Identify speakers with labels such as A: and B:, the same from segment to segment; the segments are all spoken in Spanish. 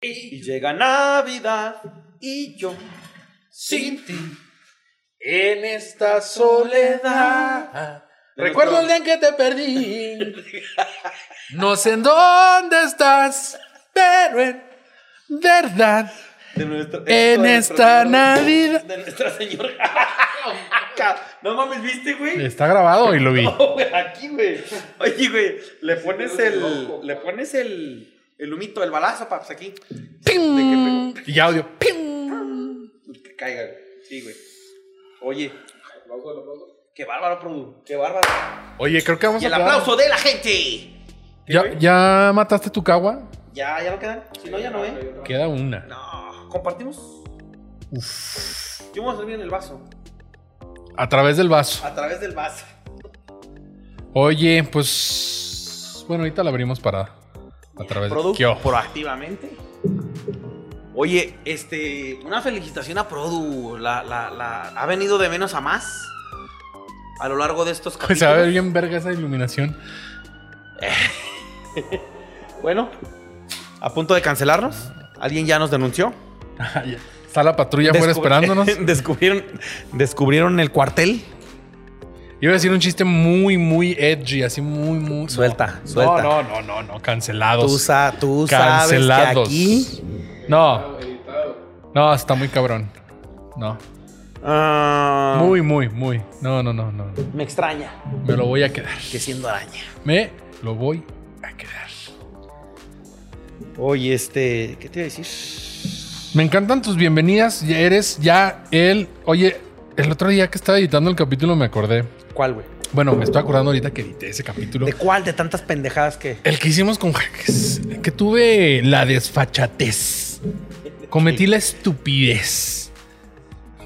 A: Y llega Navidad y yo sin ti
B: En esta soledad. Ah. Recuerdo el día en que te perdí. No sé en dónde estás, pero en verdad.
A: de nuestro-
B: En
A: de
B: esta
A: nuestro-
B: Navidad.
A: de nuestra señora. no mames, ¿viste, güey?
C: Está grabado y lo vi.
A: No, güey, aquí, güey. Oye, güey, le pones el le pones el el humito, el balazo, paps, aquí.
B: ¡Ping!
A: De
C: Y audio.
A: Pues Que caiga, güey. Sí, güey. Oye. Qué bárbaro, produ. Qué bárbaro.
C: Oye, creo que vamos
A: Y
C: a
A: el
C: acabar.
A: aplauso de la gente.
C: ¿Ya, ¿Ya mataste tu cagua?
A: Ya, ya lo quedan. Si no, ya no, eh.
C: Queda una.
A: No, compartimos. Yo me voy a servir en el vaso.
C: A través del vaso.
A: A través del vaso.
C: Oye, pues. Bueno, ahorita la abrimos para. A través del
A: Produ,
C: Kio.
A: proactivamente. Oye, este, una felicitación a Produ. La, la, la, ha venido de menos a más a lo largo de estos capítulos.
C: Pues, Se va a ver bien verga esa iluminación.
A: Bueno, a punto de cancelarnos. Alguien ya nos denunció.
C: Está la patrulla afuera
A: Descubri-
C: esperándonos.
A: descubrieron, descubrieron el cuartel.
C: Iba a decir un chiste muy, muy edgy, así muy, muy.
A: Suelta,
C: no,
A: suelta.
C: No, no, no, no, cancelados.
A: Tú, sa- tú sabes que
C: cancelados.
A: aquí.
C: No. No, está muy cabrón. No.
A: ah,
C: Muy, muy, muy. No, no, no, no.
A: Me extraña
C: Me lo voy a quedar.
A: que siendo araña.
C: Me lo voy a quedar.
A: Oye, este, ¿qué te iba a decir?
C: Me encantan tus bienvenidas. Ya eres ya el. Oye, el otro día que estaba editando el capítulo me acordé.
A: ¿Cuál, güey?
C: Bueno, me estoy acordando ahorita que edité ese capítulo.
A: ¿De cuál de tantas pendejadas que
C: El que hicimos con Jaques. Que tuve la desfachatez. Cometí la estupidez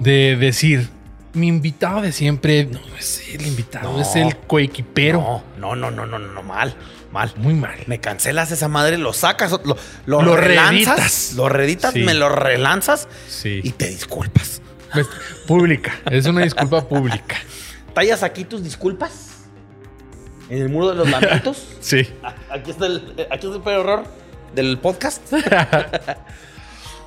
C: de decir: Mi invitado de siempre no es el invitado,
A: No.
C: es el coequipero.
A: No, no, no, no, no, no, no, mal, mal.
C: Muy mal.
A: Me cancelas esa madre, lo sacas, lo, lo,
C: Lo
A: relanzas,
C: reeditas.
A: lo reeditas,
C: Sí.
A: me lo relanzas
C: Sí.
A: y te disculpas.
C: Pues, pública. Es una disculpa pública.
A: ¿Tallas aquí tus disculpas? En el muro de los lamentos.
C: Sí.
A: Ah, aquí está el, aquí está el peor error del podcast.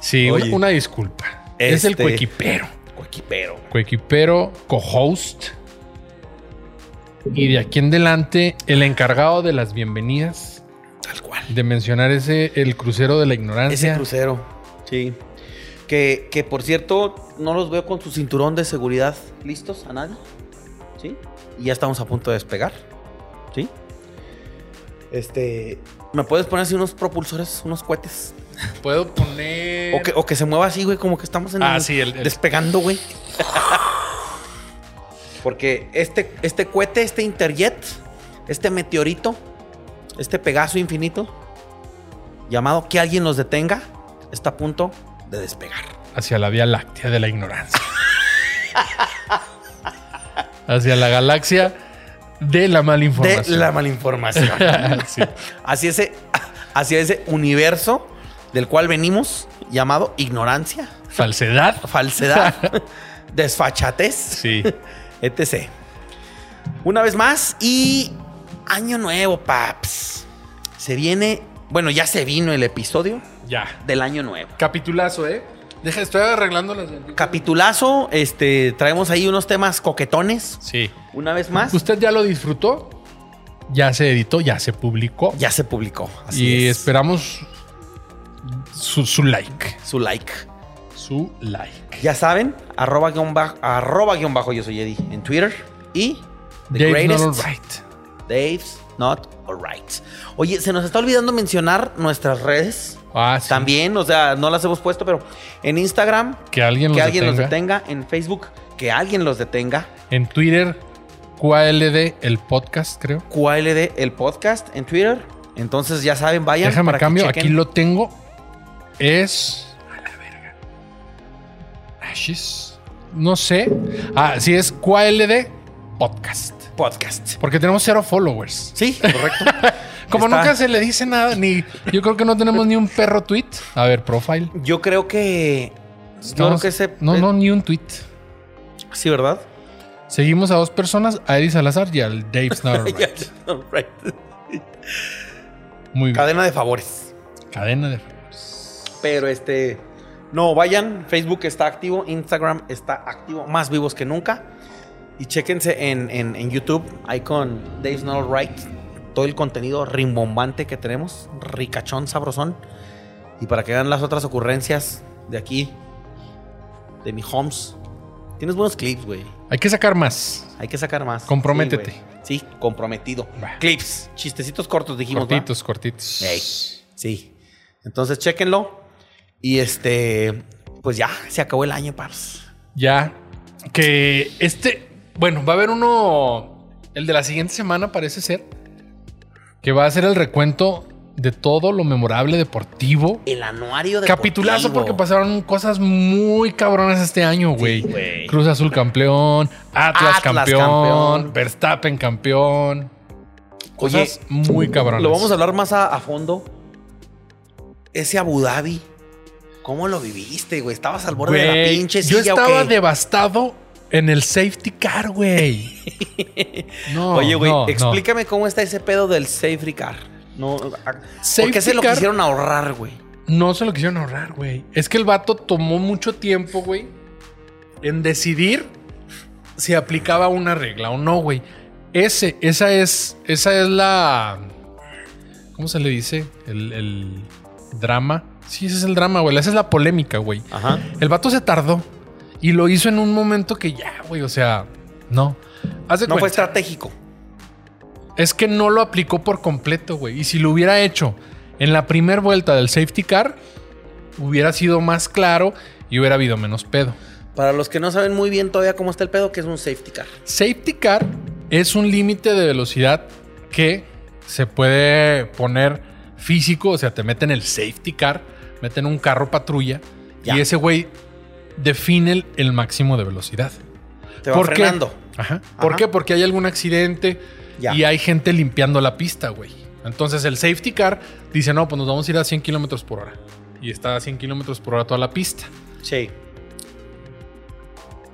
C: Sí, una-
A: Oye.
C: una disculpa. Es el
A: Este-
C: coequipero.
A: Coequipero.
C: coequipero, co-host. Y de aquí en adelante, el encargado de las bienvenidas,
A: Tal cual.
C: de mencionar ese, el crucero de la
A: Ese
C: ignorancia.
A: crucero. Sí. Que, que por cierto, no los veo con su cinturón de seguridad listos a nadie. ¿Sí? Y ya estamos a punto de despegar. ¿Sí? Este. ¿Me puedes poner así unos propulsores, unos cohetes?
C: Puedo poner.
A: O que, o que se mueva así, güey, como que estamos en
C: Eh, Ah,
A: el-
C: sí, el- el-
A: despegando, güey. Porque este, este cohete, este Interjet, este meteorito, este Pegaso infinito, llamado Que alguien los detenga, está a punto de despegar.
C: Hacia la vía láctea de la ignorancia. hacia la galaxia de la mala
A: De
C: información.
A: la malinformación.
C: Sí.
A: hacia, ese, hacia ese universo del cual venimos, llamado ignorancia,
C: Falsedad.
A: falsedad, desfachatez.
C: Sí.
A: etc. Una vez más y año nuevo, paps. Se viene, bueno, ya se vino el episodio
C: Ya.
A: del año nuevo.
C: Capitulazo, ¿eh? Deja, estoy arreglando las.
A: Capitulazo, este, traemos ahí unos temas coquetones.
C: Sí.
A: Una vez más,
C: ¿Usted ya lo disfrutó? Ya se editó, ya se publicó.
A: ya se publicó. Así
C: y
A: es.
C: esperamos su, su like.
A: su like.
C: Su like.
A: Ya saben, arroba guión bajo, arroba guión bajo yo soy Eddie en Twitter y The
C: Dave's not
A: Greatest
C: alright.
A: Dave's Not Alright. Oye, se nos está olvidando mencionar nuestras redes.
C: Ah, sí.
A: También, o sea, no las hemos puesto, pero en Instagram,
C: Que alguien,
A: que
C: los,
A: alguien
C: detenga.
A: los detenga. En Facebook, que alguien los detenga.
C: En Twitter, QLD, el podcast, creo.
A: QLD el podcast en Twitter. Entonces ya saben, vayan.
C: Déjame
A: para que
C: cambio.
A: chequen.
C: Aquí lo tengo. Es. A la verga. Ashes. No sé. Ah, sí, es QLD podcast.
A: podcast.
C: Porque tenemos cero followers.
A: Sí, correcto.
C: Como
A: Está-
C: nunca se le dice nada, ni yo creo que no tenemos ni un perro tweet. A ver, profile.
A: Yo creo que. yo creo
C: Estamos-
A: que se.
C: No, no, ni un tweet.
A: Sí, ¿verdad?
C: Seguimos a dos personas, a Eddie Salazar y al Dave Not
A: Ya,
C: Alright.
A: alright.
C: Muy bien.
A: Cadena de favores.
C: Cadena de favores.
A: Pero este. No, vayan. Facebook está activo. Instagram está activo. Más vivos que nunca. Y chéquense en, en- en YouTube. Ahí con Dave's Not Right. Todo el contenido rimbombante que tenemos. Ricachón, sabrosón. Y para que vean las otras ocurrencias de aquí. De mi Homes. Tienes buenos clips, güey.
C: Hay que sacar más.
A: Hay que sacar más.
C: Comprométete.
A: Sí, güey. Sí, comprometido.
C: Va.
A: Clips. Chistecitos cortos, dijimos. ¿va?
C: Cortitos, cortitos.
A: Ey, sí. Entonces, chéquenlo. Y este, pues ya, se acabó el año, paros.
C: Ya. Que este. Bueno, va a haber uno. El de la siguiente semana parece ser. Que va a ser el recuento de todo lo memorable deportivo.
A: El anuario de.
C: Capitulazo porque pasaron cosas muy cabronas este año, güey.
A: güey.
C: Cruz Azul campeón, Atlas,
A: Atlas
C: campeón,
A: campeón.
C: Verstappen campeón.
A: Oye,
C: Cosas muy cabronas.
A: Lo vamos a hablar más a, a fondo. Ese Abu Dhabi. ¿Cómo lo viviste, güey? Estabas al borde de la
C: Güey,
A: pinche
C: Yo
A: silla,
C: estaba
A: ¿o qué?
C: devastado en el safety car, güey. No,
A: Oye, güey,
C: no, no.
A: explícame cómo está ese pedo del safety car. No, a- ¿Por
C: Safety
A: qué se lo
C: car-
A: quisieron ahorrar, güey?
C: No se lo quisieron ahorrar, güey. Es que el vato tomó mucho tiempo, güey, en decidir si aplicaba una regla o no, güey. Ese, esa es, esa es la. ¿Cómo se le dice? El, el drama. Sí, ese es el drama, güey. Esa es la polémica, güey.
A: Ajá.
C: El vato se tardó y lo hizo en un momento que ya, güey, o sea, no. Haz de
A: No fue este.
C: cuenta.
A: estratégico.
C: Es que no lo aplicó por completo, güey. Y si lo hubiera hecho en la primera vuelta del safety car, hubiera sido más claro y hubiera habido menos pedo.
A: Para los que no saben muy bien todavía cómo está el pedo, que es un safety car.
C: Safety car es un límite de velocidad que se puede poner físico, o sea, te meten el safety car, meten un carro patrulla
A: Ya.
C: y ese güey define el, el máximo de velocidad.
A: Te va
C: ¿Por qué?
A: frenando.
C: Ajá. ¿Por
A: Ajá.
C: qué? Porque hay algún accidente
A: Ya.
C: y hay gente limpiando la pista, güey. Entonces el safety car dice, no, pues nos vamos a ir a 100 kilómetros por hora. Y está a 100 kilómetros por hora toda la pista.
A: Sí.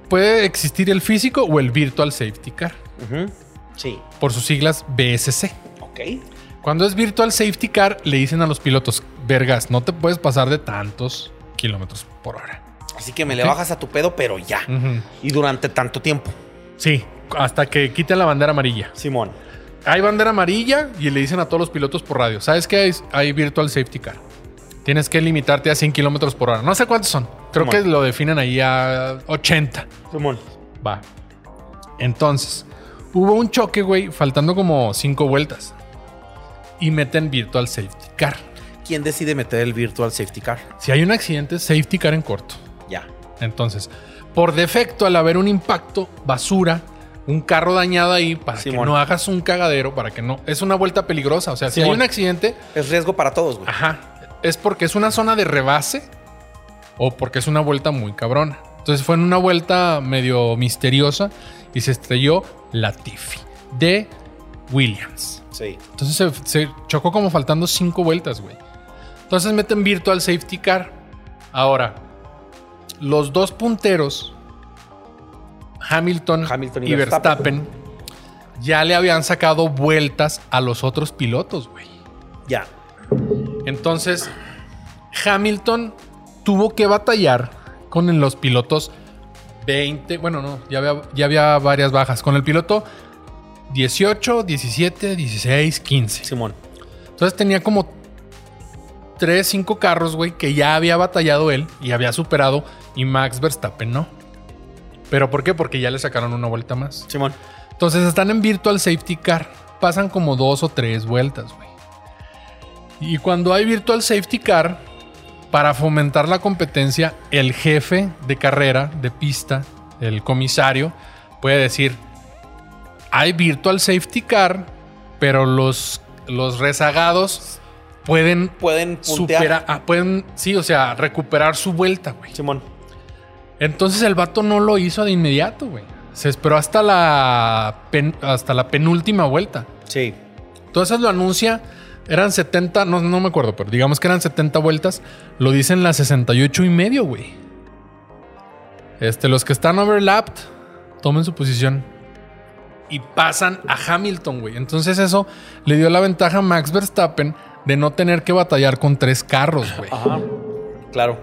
C: Puede existir el físico o el virtual safety car,
A: Ujú. Sí.
C: por sus siglas BSC.
A: Ok.
C: Cuando es virtual safety car, le dicen a los pilotos, vergas, no te puedes pasar de tantos kilómetros por hora.
A: Así que me le
C: Ok.
A: bajas a tu pedo, pero ya.
C: Ujú.
A: Y durante tanto tiempo.
C: Sí, hasta que quiten la bandera amarilla.
A: Simón.
C: Hay bandera amarilla y le dicen a todos los pilotos por radio, ¿sabes qué? Hay, hay virtual safety car. Tienes que limitarte a 100 kilómetros por hora. No sé cuántos son. Creo
A: Simón.
C: que lo definen ahí a 80.
A: Simón.
C: Va. Entonces, hubo un choque, güey, faltando como 5 vueltas. Y meten virtual safety car.
A: ¿Quién decide meter el virtual safety car?
C: Si hay un accidente, safety car en corto.
A: Ya.
C: Entonces, por defecto, al haber un impacto, basura, un carro dañado ahí, para que
A: Simón.
C: no hagas un cagadero, para que no. Es una vuelta peligrosa. O sea, si hay
A: Simón.
C: un accidente,
A: Es riesgo para todos, güey.
C: ajá, es porque es una zona de rebase o porque es una vuelta muy cabrona. Entonces fue en una vuelta medio misteriosa y se estrelló la Tiffy de Williams.
A: Sí.
C: Entonces se, se chocó como faltando cinco vueltas, güey. Entonces meten virtual safety car. Ahora, los dos punteros, Hamilton,
A: Hamilton y
C: y, Verstappen, ya le habían sacado vueltas a los otros pilotos, güey.
A: Ya.
C: Entonces, Hamilton tuvo que batallar con los pilotos 20. Bueno, no, ya había, ya había varias bajas. Con el piloto 18, 17, 16, 15.
A: Simón.
C: Entonces tenía como 3, 5 carros, güey, que ya había batallado él y había superado. Y Max Verstappen no. ¿Pero por qué? Porque ya le sacaron una vuelta más.
A: Simón.
C: Entonces están en Virtual Safety Car. Pasan como dos o tres vueltas, güey. Y cuando hay Virtual Safety Car, para fomentar la competencia, el jefe de carrera, de pista, el comisario, puede decir, hay Virtual Safety Car, pero los, los rezagados pueden...
A: Pueden puntear.
C: Supera, ah, pueden, sí, o sea, recuperar su vuelta, güey.
A: Simón.
C: Entonces el vato no lo hizo de inmediato, güey. Se esperó hasta la, pen- hasta la penúltima vuelta.
A: Sí.
C: Entonces lo anuncia, eran 70, no, no me acuerdo, pero digamos que eran 70 vueltas. Lo dicen las 68 y medio, güey. Este, los que están overlapped, tomen su posición. Y pasan a Hamilton, güey. Entonces eso le dio la ventaja a Max Verstappen de no tener que batallar con tres carros, güey.
A: Ajá. Claro.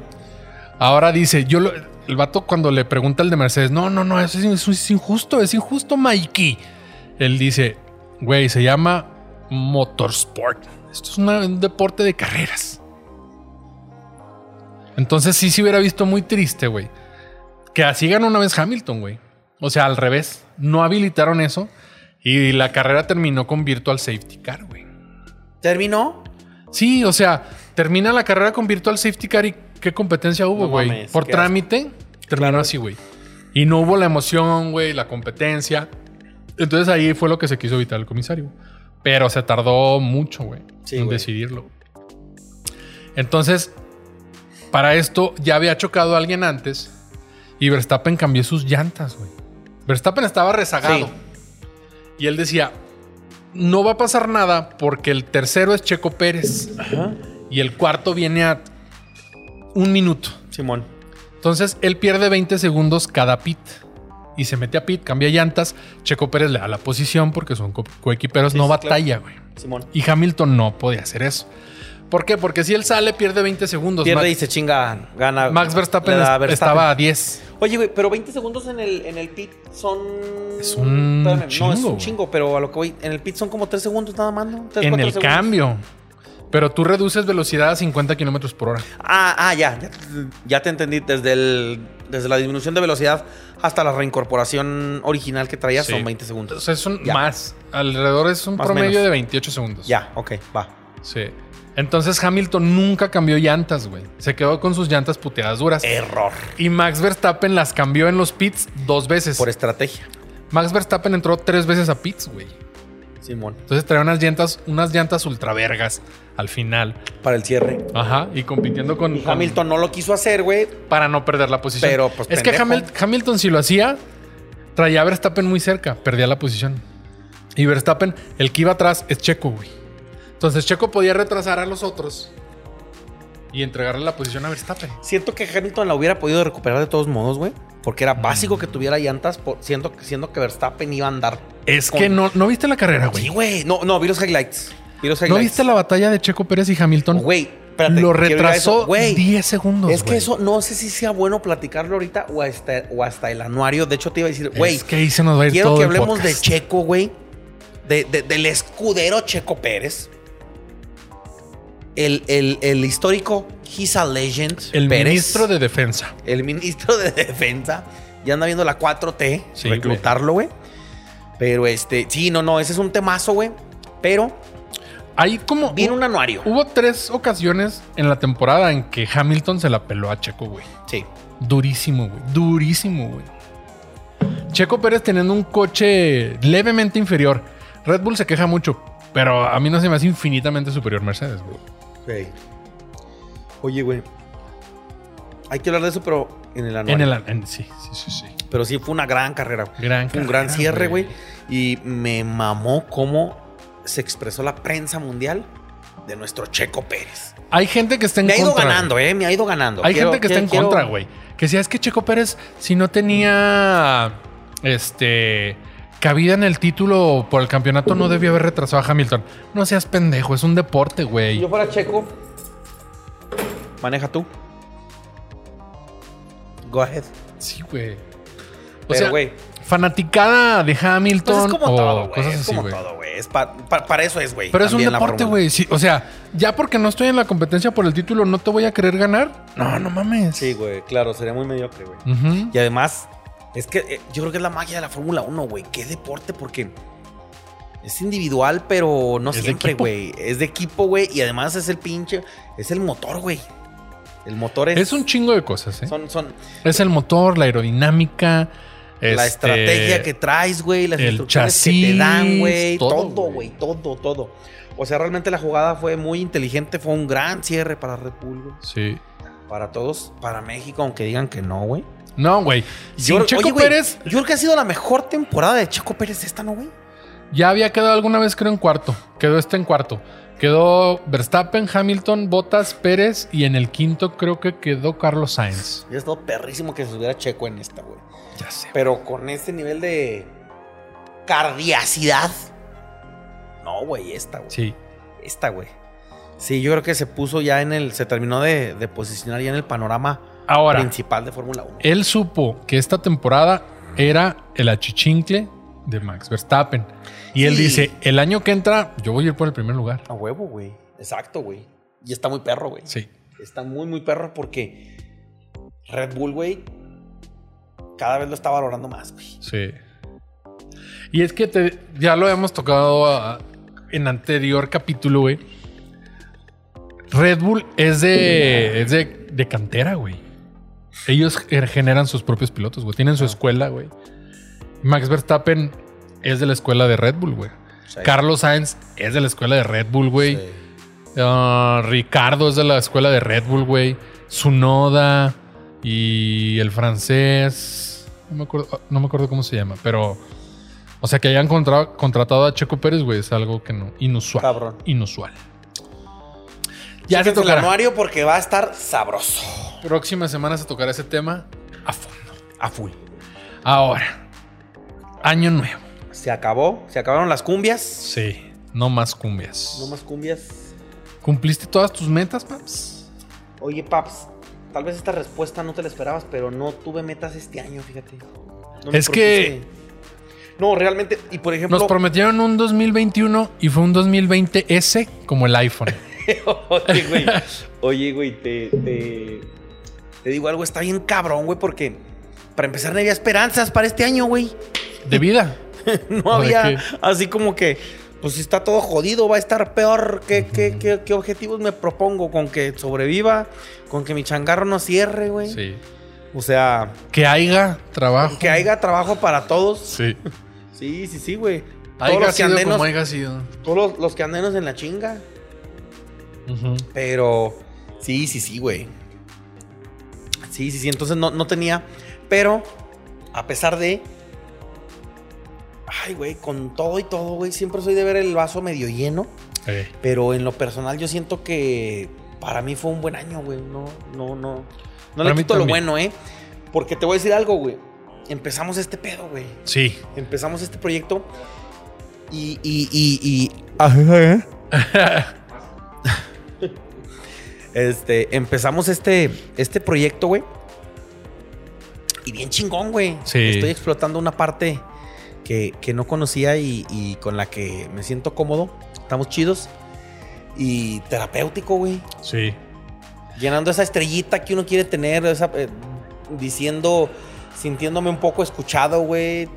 C: Ahora dice, yo lo- el vato cuando le pregunta al de Mercedes, no, no, no, eso es, eso es injusto, es injusto, Mikey. Él dice, güey, se llama motorsport. Esto es una- un deporte de carreras. Entonces sí se hubiera visto muy triste, güey. Que así ganó una vez Hamilton, güey. O sea, al revés. No habilitaron eso. Y la carrera terminó con Virtual Safety Car, güey.
A: ¿Terminó?
C: Sí, o sea, termina la carrera con Virtual Safety Car y qué competencia hubo,
A: No
C: güey.
A: mames,
C: Por
A: qué asco.
C: trámite, terminó así, güey. Y no hubo la emoción, güey, la competencia. Entonces ahí fue lo que se quiso evitar el comisario. Pero se tardó mucho, güey,
A: Sí,
C: en
A: güey.
C: decidirlo. Entonces, para esto ya había chocado a alguien antes y Verstappen cambió sus llantas, güey. Verstappen estaba rezagado.
A: Sí.
C: Y él decía, no va a pasar nada porque el tercero es Checo Pérez
A: Ajá.
C: y el cuarto viene a un minuto.
A: Simón.
C: Entonces él pierde 20 segundos cada pit y se mete a pit, cambia llantas. Checo Pérez le da la posición porque son co- coequiperos,
A: Sí,
C: no
A: sí,
C: batalla, güey.
A: Simón.
C: Y Hamilton no podía hacer eso. ¿Por qué? Porque si él sale, pierde 20 segundos.
A: Pierde
C: Ma-
A: y se chinga, gana.
C: Max Verstappen,
A: le da a
C: es- estaba a 10.
A: Oye, güey, pero 20 segundos en el, en el pit son.
C: Es un
A: no, es
C: chingo,
A: un
C: güey.
A: chingo, pero a lo que voy. En el pit son como 3 segundos nada más, ¿no? Tres,
C: En
A: cuatro
C: el
A: segundos.
C: cambio. Pero tú reduces velocidad a 50 kilómetros por hora.
A: Ah, ah, ya, ya. te- Ya te entendí. Desde, el, desde la disminución de velocidad hasta la reincorporación original que traías
C: Sí.
A: son 20
C: O
A: segundos.
C: sea, es un
A: Ya.
C: más. Alrededor es un
A: Más
C: promedio
A: menos.
C: de 28 segundos.
A: Ya, ok, va.
C: Sí. Entonces Hamilton nunca cambió llantas, güey. Se quedó con sus llantas puteadas duras.
A: Error.
C: Y Max Verstappen las cambió en los pits dos veces.
A: Por estrategia,
C: Max Verstappen entró tres veces a pits, güey.
A: Simón.
C: Entonces traía unas llantas, unas llantas ultravergas al final.
A: Para el cierre.
C: Ajá. Y compitiendo con,
A: Y
C: con-
A: Hamilton no lo quiso hacer, güey.
C: para no perder la posición.
A: Pero, pues,
C: es que
A: pendejo.
C: Hamil- Hamilton si lo hacía, traía a Verstappen muy cerca, perdía la posición. Y Verstappen, el que iba atrás es Checo, güey. Entonces Checo podía retrasar a los otros y entregarle la posición a Verstappen.
A: Siento que Hamilton la hubiera podido recuperar de todos modos, güey. Porque era
C: Mm.
A: básico que tuviera llantas, por- siendo, que- siendo que Verstappen iba a andar.
C: Es
A: con-
C: que no, ¿no viste la carrera,
A: Sí,
C: güey.
A: güey. No, no, vi los highlights. Vi los
C: ¿No
A: highlights.
C: viste la batalla de Checo Pérez y Hamilton?
A: Güey, espérate.
C: lo
A: quiero ir a
C: retrasó
A: eso. Güey,
C: 10 segundos.
A: Es que
C: güey.
A: eso no sé si sea bueno platicarlo ahorita o hasta, o hasta el anuario. De hecho, te iba a decir, güey,
C: Es que ahí se nos va a ir
A: quiero
C: todo
A: que
C: el
A: hablemos de
C: podcast.
A: Checo, güey. de- de- del escudero Checo Pérez. El, el- el histórico He's a Legend.
C: El
A: Pérez.
C: ministro de defensa.
A: el ministro de defensa ya anda viendo la 4T,
C: Sí,
A: reclutarlo, güey. Pero este, sí, no, no, ese es un temazo, güey. Pero
C: Hay como
A: viene un anuario.
C: Hubo tres ocasiones en la temporada en que Hamilton se la peló a Checo, güey.
A: Sí.
C: Durísimo, güey. Durísimo, güey. Checo Pérez teniendo un coche levemente inferior. Red Bull se queja mucho, pero a mí no se me hace infinitamente superior Mercedes, güey.
A: Oye, güey. Hay que hablar de eso, pero en el anuario.
C: En el... en- sí, sí, sí, sí.
A: Pero sí fue una gran carrera. güey.
C: Gran
A: Fue un
C: carrera,
A: gran cierre, güey. Y me mamó cómo se expresó la prensa mundial de nuestro Checo Pérez.
C: Hay gente que está en
A: Me ha ido
C: contra.
A: ganando, eh. Me ha ido ganando.
C: Hay
A: Quiero-
C: gente que está en
A: quiero-
C: contra, güey. Que si es que Checo Pérez, si no tenía este cabida en el título por el campeonato, no debió haber retrasado a Hamilton. No seas pendejo, es un deporte,
A: Si
C: güey.
A: yo fuera checo, maneja tú. Go ahead.
C: Sí, güey. O
A: Pero,
C: sea,
A: güey,
C: fanaticada de
A: pues
C: Hamilton
A: es como
C: o
A: todo, güey.
C: cosas
A: Es
C: así,
A: como
C: güey.
A: todo, güey. Es pa- pa- para eso es, güey.
C: Pero es un
A: también la
C: deporte,
A: Fórmula.
C: güey. Sí, o sea, ya porque no estoy en la competencia por el título, no te voy a querer ganar. No, no mames.
A: Sí, güey, claro, sería muy mediocre, güey.
C: Ujú.
A: Y además, es que eh, yo creo que es la magia de la Fórmula 1, güey. Qué deporte, porque es individual, pero no
C: Es de
A: siempre,
C: equipo.
A: güey. Es de equipo, güey. Y además es el pinche. Es el motor, güey. El motor es.
C: Es un chingo de cosas, ¿eh?
A: Son, son
C: Es el motor, la aerodinámica.
A: La
C: este,
A: estrategia que traes, güey, las
C: el
A: instrucciones que te
C: chasis,
A: dan, güey,
C: todo,
A: todo, güey,
C: güey.
A: todo, todo. O sea, realmente la jugada fue muy inteligente, fue un gran cierre para Red Bull, güey.
C: Sí.
A: para todos, para México, aunque digan que no, güey.
C: No, güey. Sin
A: creo-
C: Checo
A: oye, güey,
C: Pérez
A: yo creo que ha sido la mejor temporada de Checo Pérez esta, ¿no, güey?
C: ya había quedado alguna vez, creo, en cuarto. Quedó este en cuarto. Quedó Verstappen, Hamilton, Bottas, Pérez y en el quinto creo que quedó Carlos Sainz.
A: Ya estado perrísimo que se hubiera Checo en esta, güey.
C: Ya sé.
A: Pero con este nivel de cardiacidad. No, güey, esta, güey.
C: Sí.
A: Esta, güey. Sí, yo creo que se puso ya en el. Se terminó de, de posicionar ya en el panorama
C: Ahora,
A: principal de Fórmula 1.
C: él supo que esta temporada era el achichincle de Max Verstappen. Y él
A: Sí.
C: dice, el año que entra, yo voy a ir por el primer lugar.
A: A huevo, güey. Exacto, güey. Y está muy perro, güey.
C: Sí.
A: Está muy, muy perro porque Red Bull, güey, cada vez lo está valorando más, güey.
C: Sí. Y es que te- ya lo hemos tocado ah, en anterior capítulo, güey. Red Bull es de, es de, de cantera, güey. Ellos ger- generan sus propios pilotos, güey. Tienen su
A: Ah.
C: escuela, güey. Max Verstappen es de la escuela de Red Bull, güey. Carlos Sainz es de la escuela de Red Bull, güey. Ah, Ricardo es de la escuela de Red Bull, güey. Sunoda y el francés. No me acuerdo, ah, no me acuerdo cómo se llama, pero. O sea, que hayan contra- contratado a Checo Pérez, güey, es algo que no. Inusual.
A: Cabrón.
C: Inusual. Ya se
A: el
C: tocará.
A: anuario porque va a estar sabroso.
C: Próxima semana se tocará ese tema a fondo.
A: A full.
C: Ahora, año nuevo.
A: Se acabó. Se acabaron las cumbias.
C: Sí. No más cumbias.
A: No más cumbias.
C: ¿Cumpliste todas tus metas, paps?
A: Oye, Paps, tal vez esta respuesta no te la esperabas, pero no tuve metas este año, fíjate. No me
C: Es que-
A: propuse. No, realmente. Y por ejemplo.
C: Nos prometieron un 2021 y fue un 2020 S como el iPhone.
A: Oye, güey. Oye, güey, te, te- te digo algo, está bien cabrón, güey, porque para empezar no había esperanzas para este año, güey.
C: De vida.
A: No
C: Ay,
A: había
C: qué-
A: así como que, pues si está todo jodido, va a estar peor. ¿Qué, qué, qué- qué objetivos me propongo? ¿Con que sobreviva? ¿Con que mi changarro no cierre, güey?
C: Sí.
A: O sea,
C: Que haya trabajo.
A: que haya trabajo para todos.
C: Sí.
A: Sí, sí, sí, güey. Todos
C: Haya
A: los, que
C: sido
A: andenos,
C: como haya sido.
A: todos los- los que andenos en la chinga. Pero sí, sí, sí, güey. Sí, sí, sí. Entonces no, no tenía. Pero a pesar de. Ay, güey, con todo y todo, güey. Siempre soy de ver el vaso medio lleno.
C: Eh,
A: Pero en lo personal, yo siento que para mí fue un buen año, güey. No, no, no. No
C: Para
A: le
C: mí
A: quito lo
C: también.
A: bueno, ¿eh? Porque te voy a decir algo, güey. Empezamos este pedo, güey.
C: Sí.
A: Empezamos este proyecto. Y. y, y, y- Ajá. Este, empezamos este, este proyecto, güey. Y bien chingón, güey.
C: Sí.
A: Estoy explotando una parte que, que no conocía y, y con la que me siento cómodo. Estamos chidos. Y terapéutico, güey.
C: Sí.
A: Llenando esa estrellita que uno quiere tener, esa, eh, diciendo, sintiéndome un poco escuchado, güey.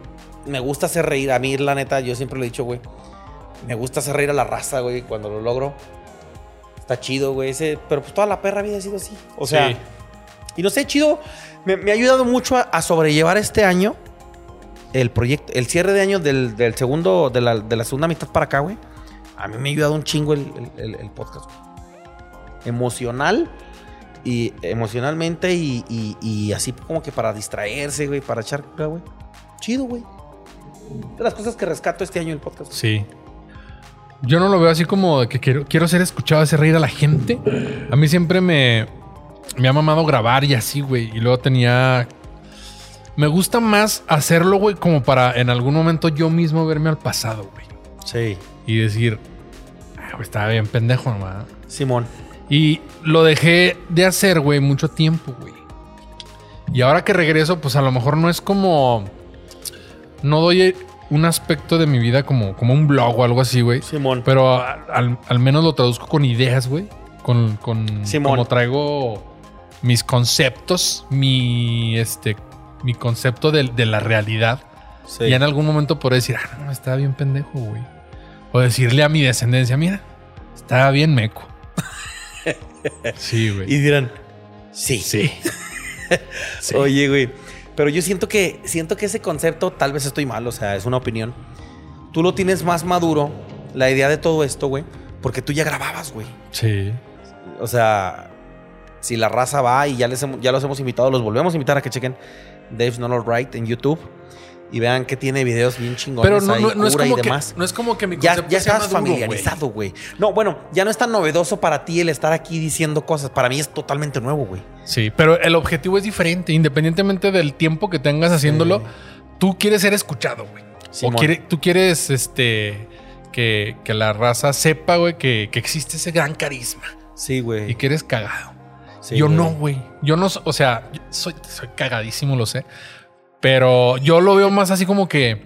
A: Me gusta hacer reír. A mí, la neta, yo siempre lo he dicho, güey. Me gusta hacer reír a la raza, güey, cuando lo logro. Está chido, güey. ese- Pero pues toda la perra vida ha sido así. O sea,
C: Sí.
A: y no sé, chido. Me, me ha ayudado mucho a, a sobrellevar este año. El proyecto, el cierre de año del, del segundo, de la, de la segunda mitad para acá, güey. A mí me ha ayudado un chingo el, el- el- el podcast. güey. Emocional y emocionalmente y, y- y así como que para distraerse, güey, para echar, cura, güey. Chido, güey. De las cosas que rescato este año el podcast.
C: Sí. Yo no lo veo así como de que quiero, quiero ser escuchado, hacer reír a la gente. A mí siempre me, me ha mamado grabar y así, güey. Y luego tenía... Me gusta más hacerlo, güey, como para en algún momento yo mismo verme al pasado, güey.
A: Sí.
C: Y decir, "Ah, güey, estaba bien pendejo nomás.
A: Simón.
C: Y lo dejé de hacer, güey, mucho tiempo, güey. Y ahora que regreso, pues a lo mejor no es como... No doy un aspecto de mi vida como, como un blog o algo así, güey.
A: Simón.
C: Pero a- al, al menos lo traduzco con ideas, güey. Con, con
A: Simón.
C: como traigo mis conceptos, mi este mi concepto de, de la realidad.
A: Sí.
C: Y en algún momento podré decir, ah, no, estaba bien pendejo, güey. O decirle a mi descendencia, mira, estaba bien meco. sí, güey.
A: Y dirán, sí.
C: Sí. Sí.
A: Oye, güey. Pero yo siento que, siento que ese concepto, tal vez estoy mal, o sea, es una opinión. Tú lo tienes más maduro, la idea de todo esto, güey, porque tú ya grababas, güey.
C: Sí.
A: O sea, si la raza va y ya, les hemos- ya los hemos invitado, los volvemos a invitar a que chequen Dave's Not Alright en YouTube y vean que tiene videos bien chingones.
C: Pero no,
A: ahí,
C: no, no es
A: cura y
C: como que,
A: demás.
C: no es como que mi
A: Ya,
C: concepto
A: ya
C: sea
A: estás
C: maduro, güey.
A: familiarizado, güey. No, bueno, ya no es tan novedoso para ti el estar aquí diciendo cosas. Para mí es totalmente nuevo, güey.
C: Sí, pero el objetivo es diferente. Independientemente del tiempo que tengas haciéndolo, tú quieres ser escuchado, güey. O
A: Simón.
C: quiere- tú quieres este, que, que la raza sepa, güey, que, que existe ese gran carisma
A: Sí, güey.
C: y que eres cagado.
A: Sí,
C: yo
A: güey.
C: no, güey. Yo no, so- o sea, yo soy, soy cagadísimo, lo sé. Pero yo lo veo más así como que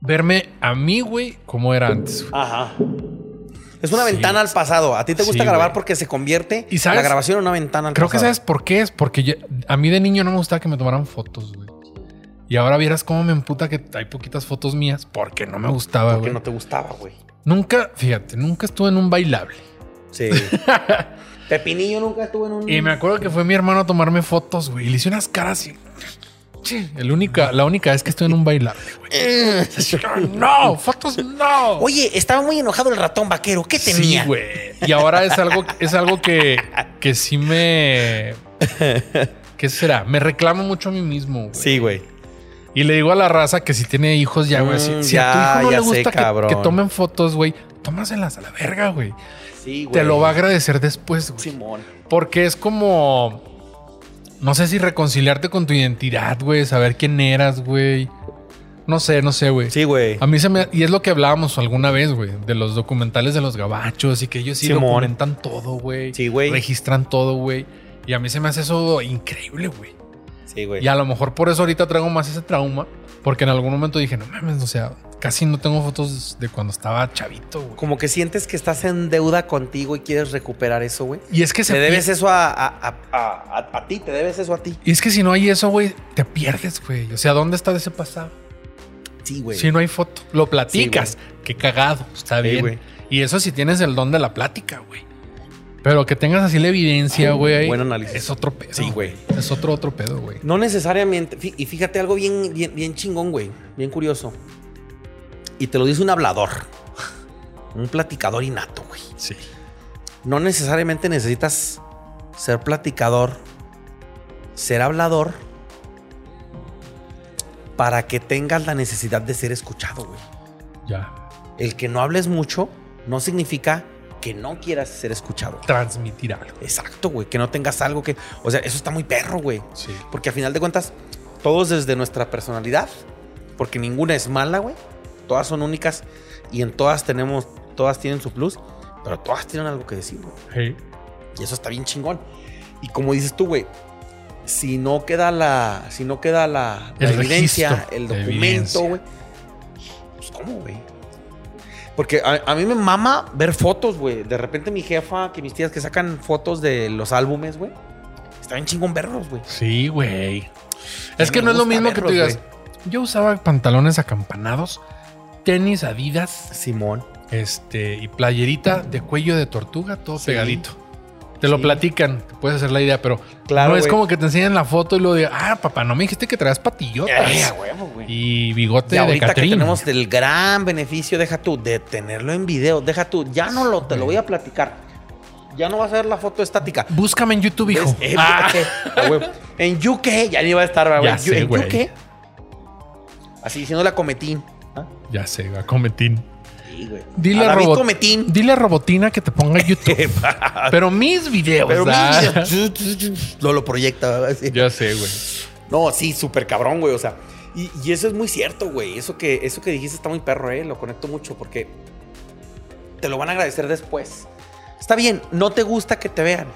C: verme a mí, güey, como era antes. güey.
A: Ajá. Es una
C: Sí.
A: ventana al pasado. A ti te gusta
C: Sí,
A: grabar
C: güey.
A: porque se convierte
C: ¿Y sabes?
A: la grabación en una ventana al
C: Creo que
A: pasado.
C: sabes por qué es, porque yo- a mí de niño no me gustaba que me tomaran fotos, güey. Y ahora vieras cómo me emputa que hay poquitas fotos mías porque no me gustaba,
A: Porque
C: güey.
A: no te gustaba, güey.
C: Nunca, fíjate, nunca estuve en un bailable.
A: Sí. Pepinillo nunca estuvo en un.
C: Y me acuerdo que fue mi hermano a tomarme fotos, güey. Y le hice unas caras y. Che, el única, la única vez que estuve en un bailable, güey. no, fotos no.
A: Oye, estaba muy enojado el ratón vaquero. ¿Qué tenía?
C: Sí, güey. Y ahora es algo, es algo que, que sí me. ¿Qué será? Me reclamo mucho a mí mismo, güey.
A: Sí, güey.
C: Y le digo a la raza que si tiene hijos ya, güey.
A: Mm,
C: Si, si
A: ya,
C: a tu hijo no
A: ya
C: le
A: sé,
C: gusta que-
A: cabrón.
C: que, tomen fotos, güey, tómaselas a la verga, güey.
A: Sí, güey.
C: Te lo va a agradecer después, güey.
A: Simón.
C: Porque es como. No sé si reconciliarte con tu identidad, güey. Saber quién eras, güey. No sé, no sé, güey.
A: Sí, güey.
C: A mí se me. Y es lo que hablábamos alguna vez, güey. De los documentales de los gabachos y que ellos sí
A: Simón.
C: documentan todo, güey.
A: Sí, güey.
C: Registran todo, güey. Y a mí se me hace eso increíble, güey.
A: Sí, güey.
C: Y a lo mejor por eso ahorita traigo más ese trauma. Porque en algún momento dije, no mames, o sea, casi no tengo fotos de cuando estaba chavito, güey.
A: Como que sientes que estás en deuda contigo y quieres recuperar eso, güey.
C: Y es que se
A: Te debes
C: pier-
A: eso a, a, a- a- a- a ti, te debes eso a ti.
C: Y es que si no hay eso, güey, te pierdes, güey. O sea, ¿dónde está ese pasado?
A: Sí, güey.
C: Si no hay foto. Lo platicas.
A: Sí,
C: Qué cagado. Está bien.
A: güey.
C: y eso si tienes el don de la plática, güey. Pero que tengas así la evidencia, güey.
A: buen análisis.
C: Es otro pedo.
A: Sí, güey.
C: Es otro, otro pedo, güey.
A: No necesariamente. Fí- Y fíjate algo bien, bien, bien chingón, güey. Bien curioso. Y te lo dice un hablador. Un platicador innato, güey.
C: Sí.
A: No necesariamente necesitas ser platicador, ser hablador, para que tengas la necesidad de ser escuchado, güey.
C: Ya.
A: El que no hables mucho no significa que no quieras ser escuchado.
C: Transmitir algo.
A: Exacto, güey. Que no tengas algo que... O sea, eso está muy perro, güey.
C: Sí.
A: Porque al final de cuentas, todos desde nuestra personalidad, porque ninguna es mala, güey. Todas son únicas y en todas tenemos, todas tienen su plus, pero todas tienen algo que decir, güey.
C: Hey.
A: Y eso está bien chingón. Y como dices tú, güey, si no queda la, si no queda la, la
C: El
A: evidencia,
C: registro
A: el
C: de
A: documento,
C: evidencia.
A: güey. Pues cómo, güey. Porque a, a mí me mama ver fotos, güey. De repente mi jefa, que mis tías que sacan fotos de los álbumes, güey. Está bien chingón verlos, güey.
C: Sí, güey.
A: Sí,
C: Es que
A: me
C: no es lo
A: gusta
C: mismo que tú
A: verlos,
C: digas. Yo usaba pantalones acampanados, tenis adidas,
A: Simón.
C: este, y playerita de cuello de tortuga, todo
A: Sí.
C: pegadito. Te lo
A: Sí.
C: platican, te puedes hacer la idea, pero
A: Claro,
C: no es
A: güey.
C: como que te enseñan la foto y luego digas, ah, papá, no me dijiste que traías patillotas
A: Eh, a huevo, güey. Y,
C: y bigote de
A: ahorita que
C: Catrina.
A: tenemos el gran beneficio, deja tú, de tenerlo en video, deja tú, ya no lo, te lo voy a platicar. Ya no vas a ver la foto estática.
C: Búscame en YouTube, hijo.
A: Es- eh, es-
C: Ah,
A: a huevo. En UK, ya ni va a estar, güey.
C: Ya
A: En
C: sé,
A: en
C: güey.
A: UK. Así diciendo la cometín. ¿ah?
C: ya sé, a Cometín.
A: Sí, güey.
C: Dile
A: a
C: a,
A: David
C: robot-
A: Cometín.
C: dile a Robotina que te ponga YouTube. pero mis videos.
A: Pero
C: ah.
A: mira, no lo proyecta, ¿verdad? Sí.
C: Ya sé, güey.
A: No, sí, súper cabrón, güey. O sea, y, y eso es muy cierto, güey. Eso que, eso que dijiste está muy perro, ¿eh? Lo conecto mucho porque te lo van a agradecer después. Está bien, no te gusta que te vean.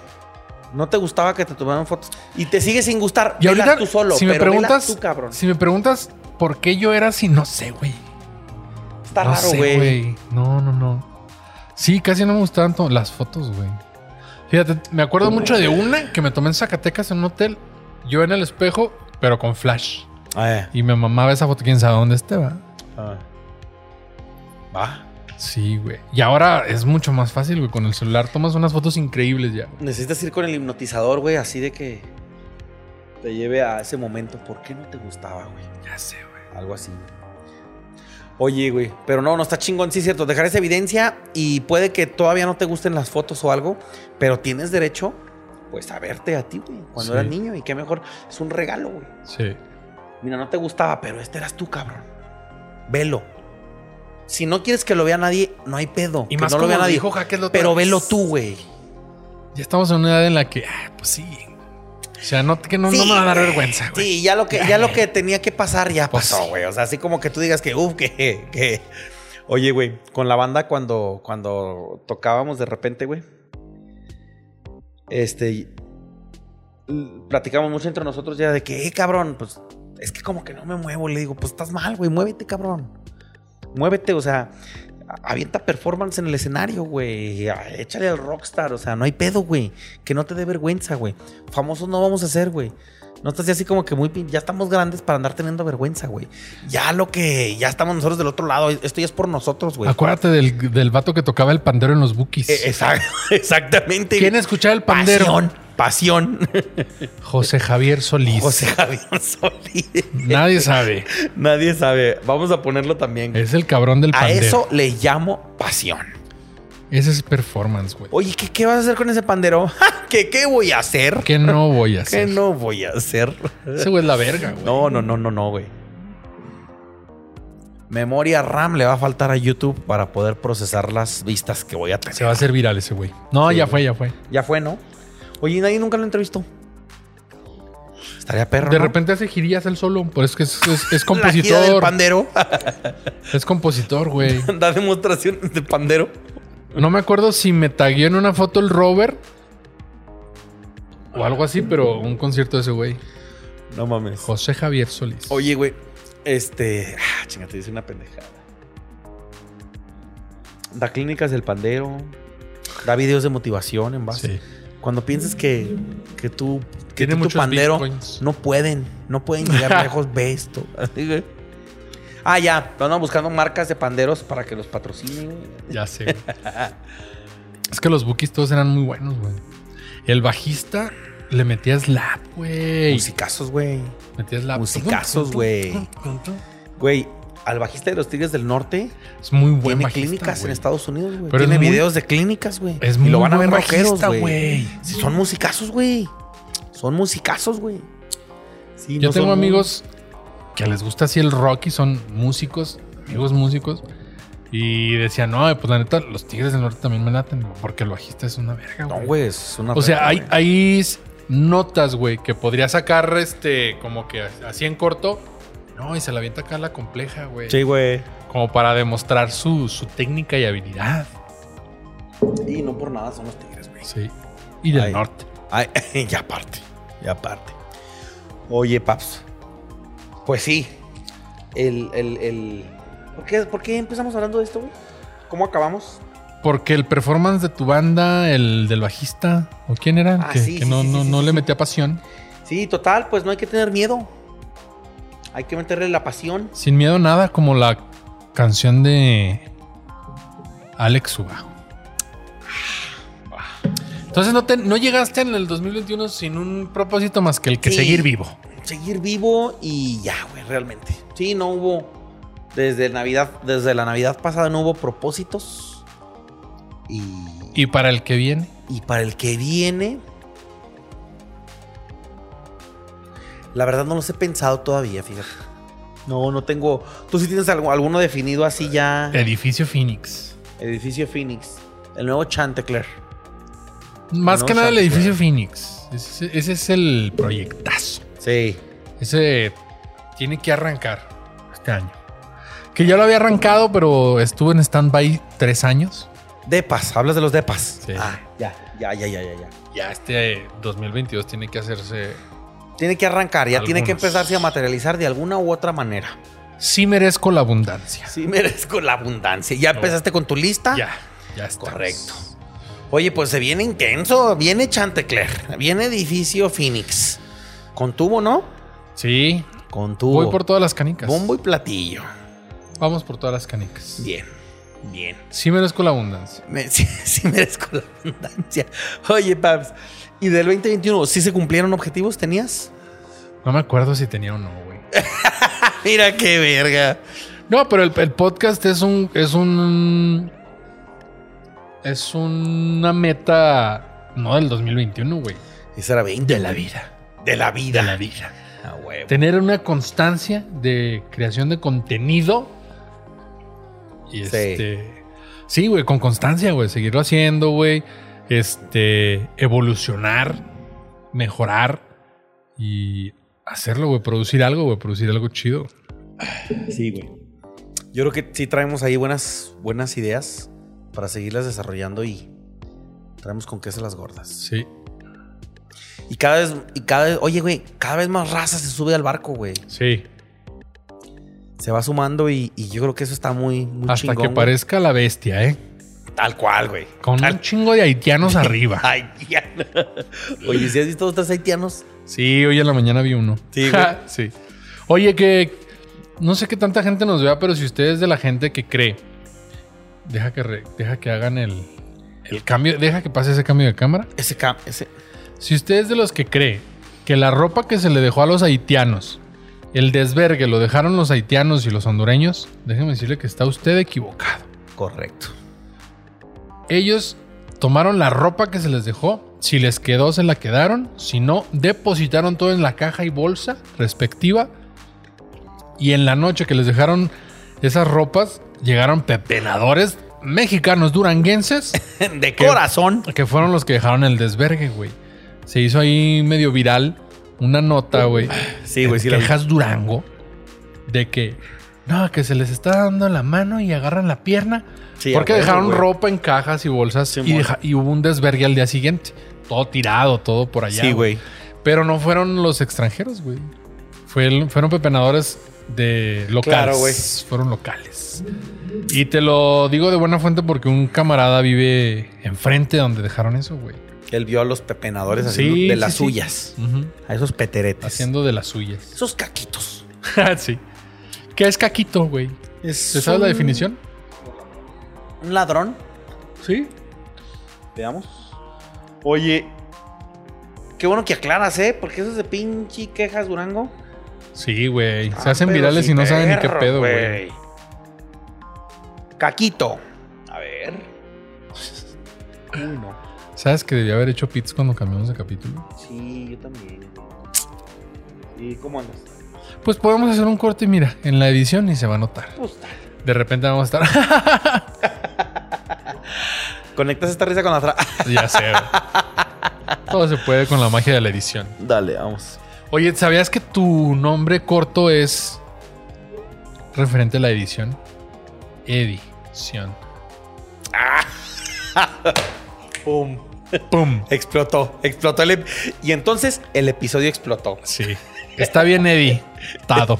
A: No te gustaba que te tomaran fotos. Y te sigue sin gustar.
C: Y
A: velas
C: ahorita,
A: tú solo,
C: si me
A: pero velas
C: preguntas,
A: tú, cabrón.
C: si me preguntas por qué yo era así, no sé, güey.
A: Está
C: no
A: raro,
C: sé,
A: güey.
C: No, no, no. Sí, casi no me gustaban to- las fotos, güey. Fíjate, me acuerdo mucho de una que me tomé en Zacatecas en un hotel, yo en el espejo, pero con flash. Y me mamaba esa foto, quién sabe dónde esté, va.
A: Va.
C: Sí, güey. Y ahora es mucho más fácil, güey. Con el celular tomas unas fotos increíbles ya.
A: Necesitas ir con el hipnotizador, güey, así de que te lleve a ese momento. ¿Por qué no te gustaba, güey?
C: Ya sé, güey.
A: Algo así. Oye, güey. Pero no, no está chingón, sí es cierto. Dejar esa evidencia y puede que todavía no te gusten las fotos o algo, pero tienes derecho, pues, a verte a ti, güey, cuando
C: Sí.
A: eras niño. Y qué mejor, es un regalo, güey.
C: Sí.
A: Mira, no te gustaba, pero este eras tú, cabrón. Velo. Si no quieres que lo vea nadie, no hay pedo.
C: Y
A: que
C: más
A: no lo
C: como
A: vea nadie.
C: dijo Jaques la otra
A: pero
C: vez.
A: velo tú, güey.
C: Ya estamos en una edad en la que, ah, pues sí. O sea, no, que no, no
A: Sí,
C: me va a dar
A: güey.
C: vergüenza, güey.
A: Sí, ya lo que, ya lo que tenía que pasar ya
C: Pues
A: pasó,
C: sí.
A: güey. O sea, así como que tú digas que, uff, que, que. Oye, güey, con la banda cuando, cuando tocábamos de repente, güey. Este. l- Platicamos mucho entre nosotros ya de que, eh, cabrón, pues es que como que no me muevo. Le digo, pues estás mal, güey, muévete, cabrón. Muévete, o sea, a- avienta performance en el escenario, güey. a- Échale al rockstar, o sea, no hay pedo, güey. Que no te dé vergüenza, güey. Famosos no vamos a ser, güey. No estás así como que muy... pin- Ya estamos grandes para andar teniendo vergüenza, güey. Ya lo que... Ya estamos nosotros del otro lado. Esto ya es por nosotros, güey.
C: Acuérdate del, del vato que tocaba el pandero en los bookies.
A: Eh, exact- exactamente.
C: ¿Quién escuchaba el pandero?
A: Pasión. Pasión.
C: José Javier Solís.
A: José Javier Solís.
C: Nadie sabe.
A: Nadie sabe. Vamos a ponerlo también.
C: Es el cabrón del
A: a
C: pandero.
A: eso le llamo pasión.
C: Ese es performance, güey.
A: Oye, ¿qué, qué vas a hacer con ese pandero? ¿Qué, qué voy a hacer?
C: ¿Qué no voy a
A: ¿Qué
C: hacer?
A: no voy a hacer?
C: Ese güey es la verga, güey.
A: No, no, no, no, no, güey. Memoria RAM le va a faltar a YouTube para poder procesar las vistas que voy a tener.
C: Se va a hacer viral ese güey. No,
A: Sí,
C: ya
A: güey.
C: fue, ya fue.
A: Ya fue, ¿no? Oye, ¿y nadie nunca lo entrevistó. Estaría perro.
C: De
A: ¿no?
C: repente hace girillas él solo. Por eso es que es, es- es
A: La gira del
C: compositor.
A: pandero.
C: Es compositor, güey.
A: da demostraciones de pandero.
C: No me acuerdo si me tagueó en una foto el Robert. O algo así, pero un concierto de ese güey.
A: No mames.
C: José Javier Solís.
A: Oye, güey. Este. Ah, chinga, te dice una pendejada. Da clínicas del pandero. Da videos de motivación en base.
C: Sí.
A: Cuando piensas que, que tú. Que
C: Tiene
A: tú, tu
C: muchos
A: pandero.
C: bitcoins.
A: No pueden. No pueden llegar lejos. Ve esto. Así, güey. Ah, ya. Andan buscando marcas de panderos para que los patrocinen. güey.
C: Ya sé. güey. es que los bookies todos eran muy buenos, güey. El bajista le metía slap, güey.
A: Musicazos, güey.
C: Metía slap.
A: Musicazos, güey. Güey, al bajista de los Tigres del Norte.
C: Es muy buen
A: Tiene
C: bajista,
A: clínicas en
C: güey.
A: Estados Unidos, güey.
C: Pero es
A: Tiene
C: muy-
A: videos de clínicas, güey.
C: Es
A: Y
C: muy
A: lo van a ver
C: buen
A: rockeros,
C: bajista,
A: güey.
C: güey.
A: Sí, Son musicazos, güey. Son musicazos, güey. Sí,
C: Yo
A: no
C: tengo
A: son muy-
C: amigos que les gusta así el rock y son músicos, amigos músicos. Y decían, no, pues la neta, los Tigres del Norte también me laten, porque el bajista es una verga,
A: No,
C: güey.
A: güey, es una.
C: o sea,
A: reta,
C: hay,
A: güey.
C: hay s- notas, güey, que podría sacar este, como que así en corto. No, y se la avienta acá la compleja, güey.
A: Sí, güey.
C: Como para demostrar su, su técnica y habilidad.
A: Y no por nada son los Tigres, güey.
C: Sí. Y del
A: Ay.
C: norte.
A: Ay, y aparte. Y aparte. Oye, Paps. Pues sí. El. el, el... ¿Por, qué, por qué empezamos hablando de esto, güey? ¿Cómo acabamos?
C: Porque el performance de tu banda, el del bajista, ¿o quién era?
A: Ah,
C: que
A: sí,
C: que
A: sí,
C: no,
A: sí,
C: no,
A: sí,
C: no
A: sí,
C: le
A: sí.
C: metía pasión.
A: Sí, total, pues no hay que tener miedo. Hay que meterle la pasión.
C: Sin miedo a nada, como la canción de Alex Ubago. Entonces no, te- no llegaste en el 2021 sin un propósito más que el que
A: Sí.
C: seguir vivo.
A: seguir vivo y ya, güey, realmente. Sí, no hubo. Desde Navidad, desde la Navidad pasada no hubo propósitos. Y, y,
C: Y para el que viene,
A: para el que viene. La verdad no los he pensado todavía, fíjate. No, no tengo. Tú sí tienes algo- alguno definido así ya.
C: Edificio Phoenix.
A: Edificio Phoenix. El nuevo Chantecler.
C: Más
A: No,
C: que nada el
A: Santa
C: Edificio Phoenix. Ese, ese es el proyectazo.
A: Sí.
C: Ese tiene que arrancar este año. Que ya lo había arrancado, pero estuvo en stand-by tres años.
A: Depas, hablas de los Depas.
C: Sí.
A: Ah, ya, ya, ya, ya, ya, ya.
C: Ya este 2022 tiene que hacerse
A: Tiene que arrancar, ya tiene que
C: Algunos.
A: empezarse a materializar de alguna u otra manera.
C: Sí merezco la abundancia.
A: Sí, merezco la abundancia. ¿Ya
C: No.
A: empezaste con tu lista?
C: Ya, ya está.
A: Ah. Correcto. Oye, pues se viene intenso. Viene Chantecler. Viene Edificio Phoenix. Con tubo, ¿no?
C: Sí,
A: Con tubo.
C: voy por todas las canicas.
A: Uh. Bombo y platillo.
C: Vamos por todas las canicas.
A: Bien. Bien.
C: Sí merezco la abundancia.
A: Me- sí, sí merezco la abundancia. Oye, Paps. ¿Y del 2021 sí se cumplieron objetivos tenías?
C: No me acuerdo si tenía o no, güey.
A: Mira qué verga.
C: No, pero el, el podcast es un es un es una meta no del 2021, güey.
A: Esa era 20. güey.
C: vida,
A: De la vida.
C: vida.
A: Ah, huevo.
C: Tener una constancia de creación de contenido y
A: Sí.
C: este Sí, güey, con constancia, güey, seguirlo haciendo, güey, este evolucionar, mejorar y hacerlo, güey, producir algo, güey, producir algo chido.
A: Sí, güey. Yo creo que sí traemos ahí buenas, buenas ideas para seguirlas desarrollando y traemos con queso las gordas.
C: Sí.
A: Y cada vez, y cada vez, oye, güey, cada vez más raza se sube al barco, güey.
C: Sí.
A: Se va sumando y, y yo creo que eso está muy, muy
C: Hasta
A: chingón,
C: que
A: güey.
C: parezca la bestia, ¿eh?
A: Tal cual, güey.
C: Con un
A: Tal-
C: chingo de haitianos arriba.
A: Haitiano. Oye, ¿sí has visto otros haitianos?
C: Sí, hoy en la mañana vi uno.
A: Sí, güey.
C: sí. Oye, que no sé qué tanta gente nos vea, pero si ustedes de la gente que cree, deja que, re- deja que hagan el, el cambio, deja que pase ese cambio de cámara.
A: Ese cam, ese.
C: Si ustedes de los que cree que la ropa que se le dejó a los haitianos, el desvergue lo dejaron los haitianos y los hondureños, déjenme decirle que está usted equivocado.
A: Correcto.
C: Ellos tomaron la ropa que se les dejó. Si les quedó, se la quedaron. Si no, depositaron todo en la caja y bolsa respectiva. Y en la noche que les dejaron esas ropas, llegaron pepenadores mexicanos duranguenses
A: De corazón.
C: que fueron los que dejaron el desvergue, güey. Se hizo ahí medio viral una nota, güey.
A: Sí, güey, sí la vi.
C: Quejas Durango de que no, que se les está dando la mano y agarran la pierna.
A: Sí,
C: porque
A: a huevo,
C: dejaron
A: güey.
C: ropa en cajas y bolsas
A: Sí,
C: y,
A: mon.
C: deja- y hubo un desvergue al día siguiente. Todo tirado, todo por allá.
A: Sí, güey.
C: Pero no fueron los extranjeros, güey. Fue el- fueron pepenadores de locales.
A: Claro, güey.
C: Fueron locales. Y te lo digo de buena fuente porque un camarada vive enfrente donde dejaron eso, güey.
A: Él vio a los pepenadores
C: Sí,
A: haciendo de
C: sí,
A: las
C: sí.
A: suyas.
C: Ujú.
A: A esos peteretes.
C: Haciendo de las suyas.
A: Esos caquitos.
C: sí. ¿Qué es caquito, güey?
A: Es
C: ¿Te sabes la
A: un-
C: definición?
A: Un ladrón.
C: Sí.
A: Veamos. Oye. Qué bueno que aclaras, ¿eh? Porque esos de pinche quejas, Durango.
C: Sí, güey. Se
A: Ah,
C: hacen
A: pero
C: virales
A: sí,
C: y no saben ni qué
A: perro,
C: pedo, güey.
A: Caquito. A ver. Uy, no.
C: ¿Sabes que debía haber hecho pits cuando cambiamos de capítulo?
A: Sí, yo también. ¿Y cómo andas?
C: Pues podemos hacer un corte, mira, en la edición y se va a notar.
A: Pues,
C: De repente vamos a estar.
A: Conectas esta risa con la otra.
C: ya sé. güey. Todo se puede con la magia de la edición.
A: Dale, vamos.
C: Oye, ¿sabías que tu nombre corto es referente a la edición? Edición.
A: Pum.
C: ¡Pum!
A: Explotó. Explotó el. ep- Y entonces el episodio explotó.
C: Sí. Está bien editado.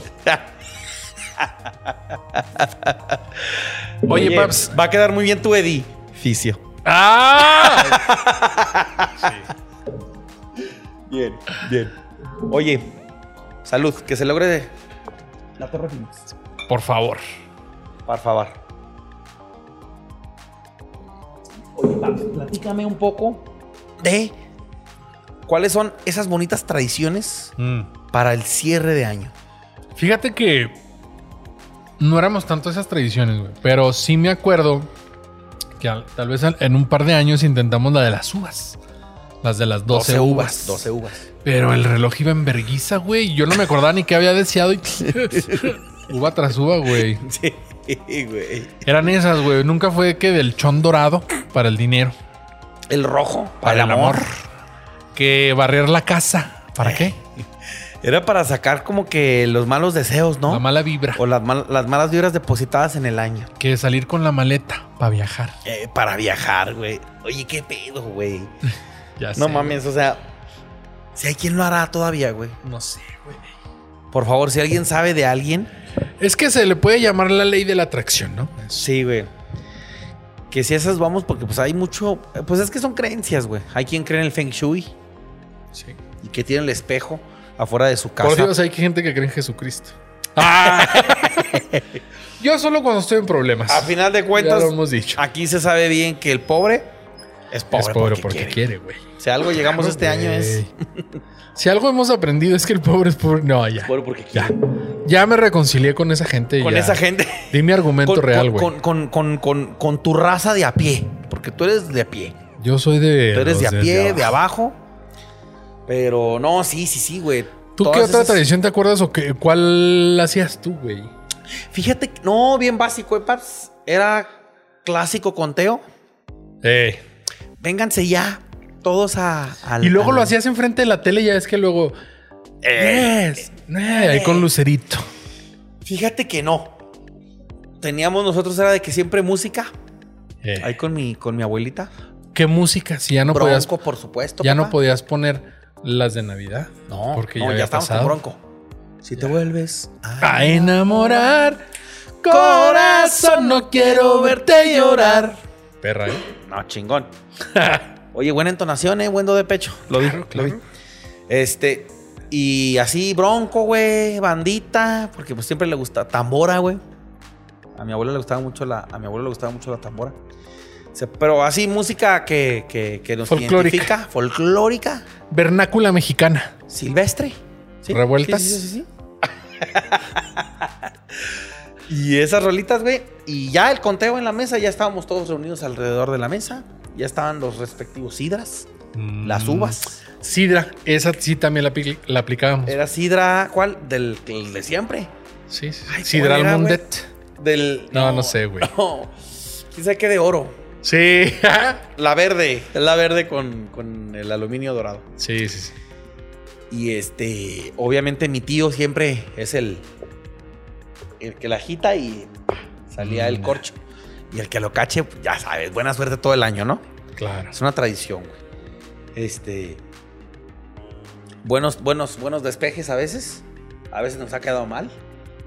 C: Oye, Paps,
A: Va a quedar muy bien tu edificio.
C: ¡Ah!
A: Bien, bien. Oye, salud, que se logre. La torre Phoenix.
C: Por favor.
A: Por favor. Oye, Paps, platícame un poco de cuáles son esas bonitas tradiciones para el cierre de año.
C: Fíjate que no éramos tanto esas tradiciones, güey. Pero sí me acuerdo que al- tal vez al- en un par de años intentamos la de las uvas. Las de las 12, uvas.
A: 12 uvas.
C: Pero el reloj iba en verguiza, güey. Yo no me acordaba ni qué había deseado. Y... uva tras uva, güey.
A: Sí, güey.
C: Eran esas, güey. Nunca fue que del chón dorado para el dinero.
A: El rojo para, el amor. Eh,
C: Que barrer la casa. ¿Para qué?
A: Era para sacar como que los malos deseos, ¿no?
C: La mala vibra.
A: o las, mal- las malas vibras depositadas en el año.
C: Que salir con la maleta para viajar.
A: Eh, para viajar, güey. Oye, qué pedo, güey.
C: Ya sé,
A: No
C: güey.
A: mames, o sea, si hay quien lo hará todavía, güey.
C: No sé, güey.
A: Por favor, si alguien sabe de alguien.
C: Es que se le puede llamar la ley de la atracción, ¿no?
A: Sí, güey. Que si esas vamos, porque pues hay mucho. eh, Pues es que son creencias, güey. Hay quien cree en el Feng Shui
C: Sí.
A: y que tiene el espejo afuera de su casa. Ah.
C: Por Dios, hay gente que cree en Jesucristo. Yo solo cuando estoy en problemas.
A: A final de
C: ya
A: cuentas,
C: lo hemos dicho.
A: aquí se sabe bien que el pobre es pobre,
C: es pobre
A: porque,
C: porque,
A: quiere.
C: quiere, güey.
A: Si algo llegamos este
C: Claro,
A: año es.
C: güey. Si algo hemos aprendido es que el pobre es pobre. No, ya.
A: Pobre porque quiere.
C: Ya. Ya me reconcilié con esa gente.
A: Con
C: ya.
A: esa gente.
C: Di mi argumento
A: con, con-
C: real, güey.
A: con- con- con- con tu raza de a pie. Porque tú eres de a pie.
C: Yo soy de.
A: Tú eres
C: los
A: de a
C: desde
A: pie,
C: abajo.
A: de abajo. Pero no, sí, sí, sí, güey.
C: ¿Tú
A: Todas
C: qué otra
A: esas-
C: tradición te acuerdas o qué, cuál hacías tú, güey?
A: Fíjate, que- no, bien básico, eh, paps. Era clásico conteo.
C: Eh.
A: Vénganse ya todos a. al-
C: Y luego
A: al-
C: lo hacías enfrente de la tele, ya es que luego.
A: Eh,
C: Yes, eh, ahí con lucerito.
A: Fíjate que no. teníamos nosotros era de que siempre música.
C: Eh,
A: Ahí con mi, con mi abuelita.
C: ¿Qué música? Si ya no
A: bronco,
C: podías,
A: por supuesto.
C: ya no
A: papá.
C: podías poner las de Navidad.
A: No,
C: porque
A: no,
C: ya,
A: ya,
C: había
A: estamos
C: pasado.
A: con bronco. Si te vuelves a-
C: A enamorar, corazón, no quiero verte llorar. Perra, ¿eh?
A: No, chingón. Oye, buena entonación, eh, buen do de pecho. Lo vi,
C: Claro,
A: lo vi.
C: claro.
A: Este, y así, bronco, güey, bandita, porque pues siempre le gusta tambora, güey. A mi abuela le gustaba mucho la, a mi abuelo le gustaba mucho la tambora. Se- Pero así, música que, que, que nos
C: Folclórica.
A: identifica, folclórica,
C: Vernácula mexicana.
A: silvestre. ¿Sí?
C: Revueltas.
A: Sí, sí, sí, sí, sí. y esas rolitas, güey. Y ya el conteo en la mesa, ya estábamos todos reunidos alrededor de la mesa. Ya estaban los respectivos sidras, las
C: Mm.
A: uvas.
C: Sidra, esa sí también la, apli- la aplicábamos.
A: Era sidra, ¿cuál? Del, del de siempre.
C: Sí, sí.
A: Ay,
C: Sidra
A: ¿cuál era, güey?
C: Almundet.
A: Del.
C: No, no sé, güey.
A: No. Quién sabe qué de oro.
C: Sí.
A: La verde. La verde con, con el aluminio dorado.
C: sí, sí, sí.
A: Y este. Obviamente mi tío siempre es el. El que la agita y pa, salía el
C: Mm.
A: corcho. Y el que lo cache, pues, ya sabes, buena suerte todo el año, ¿no?
C: Claro.
A: Es una tradición, güey. Este. Buenos, buenos, buenos despejes a veces. A veces nos ha quedado mal.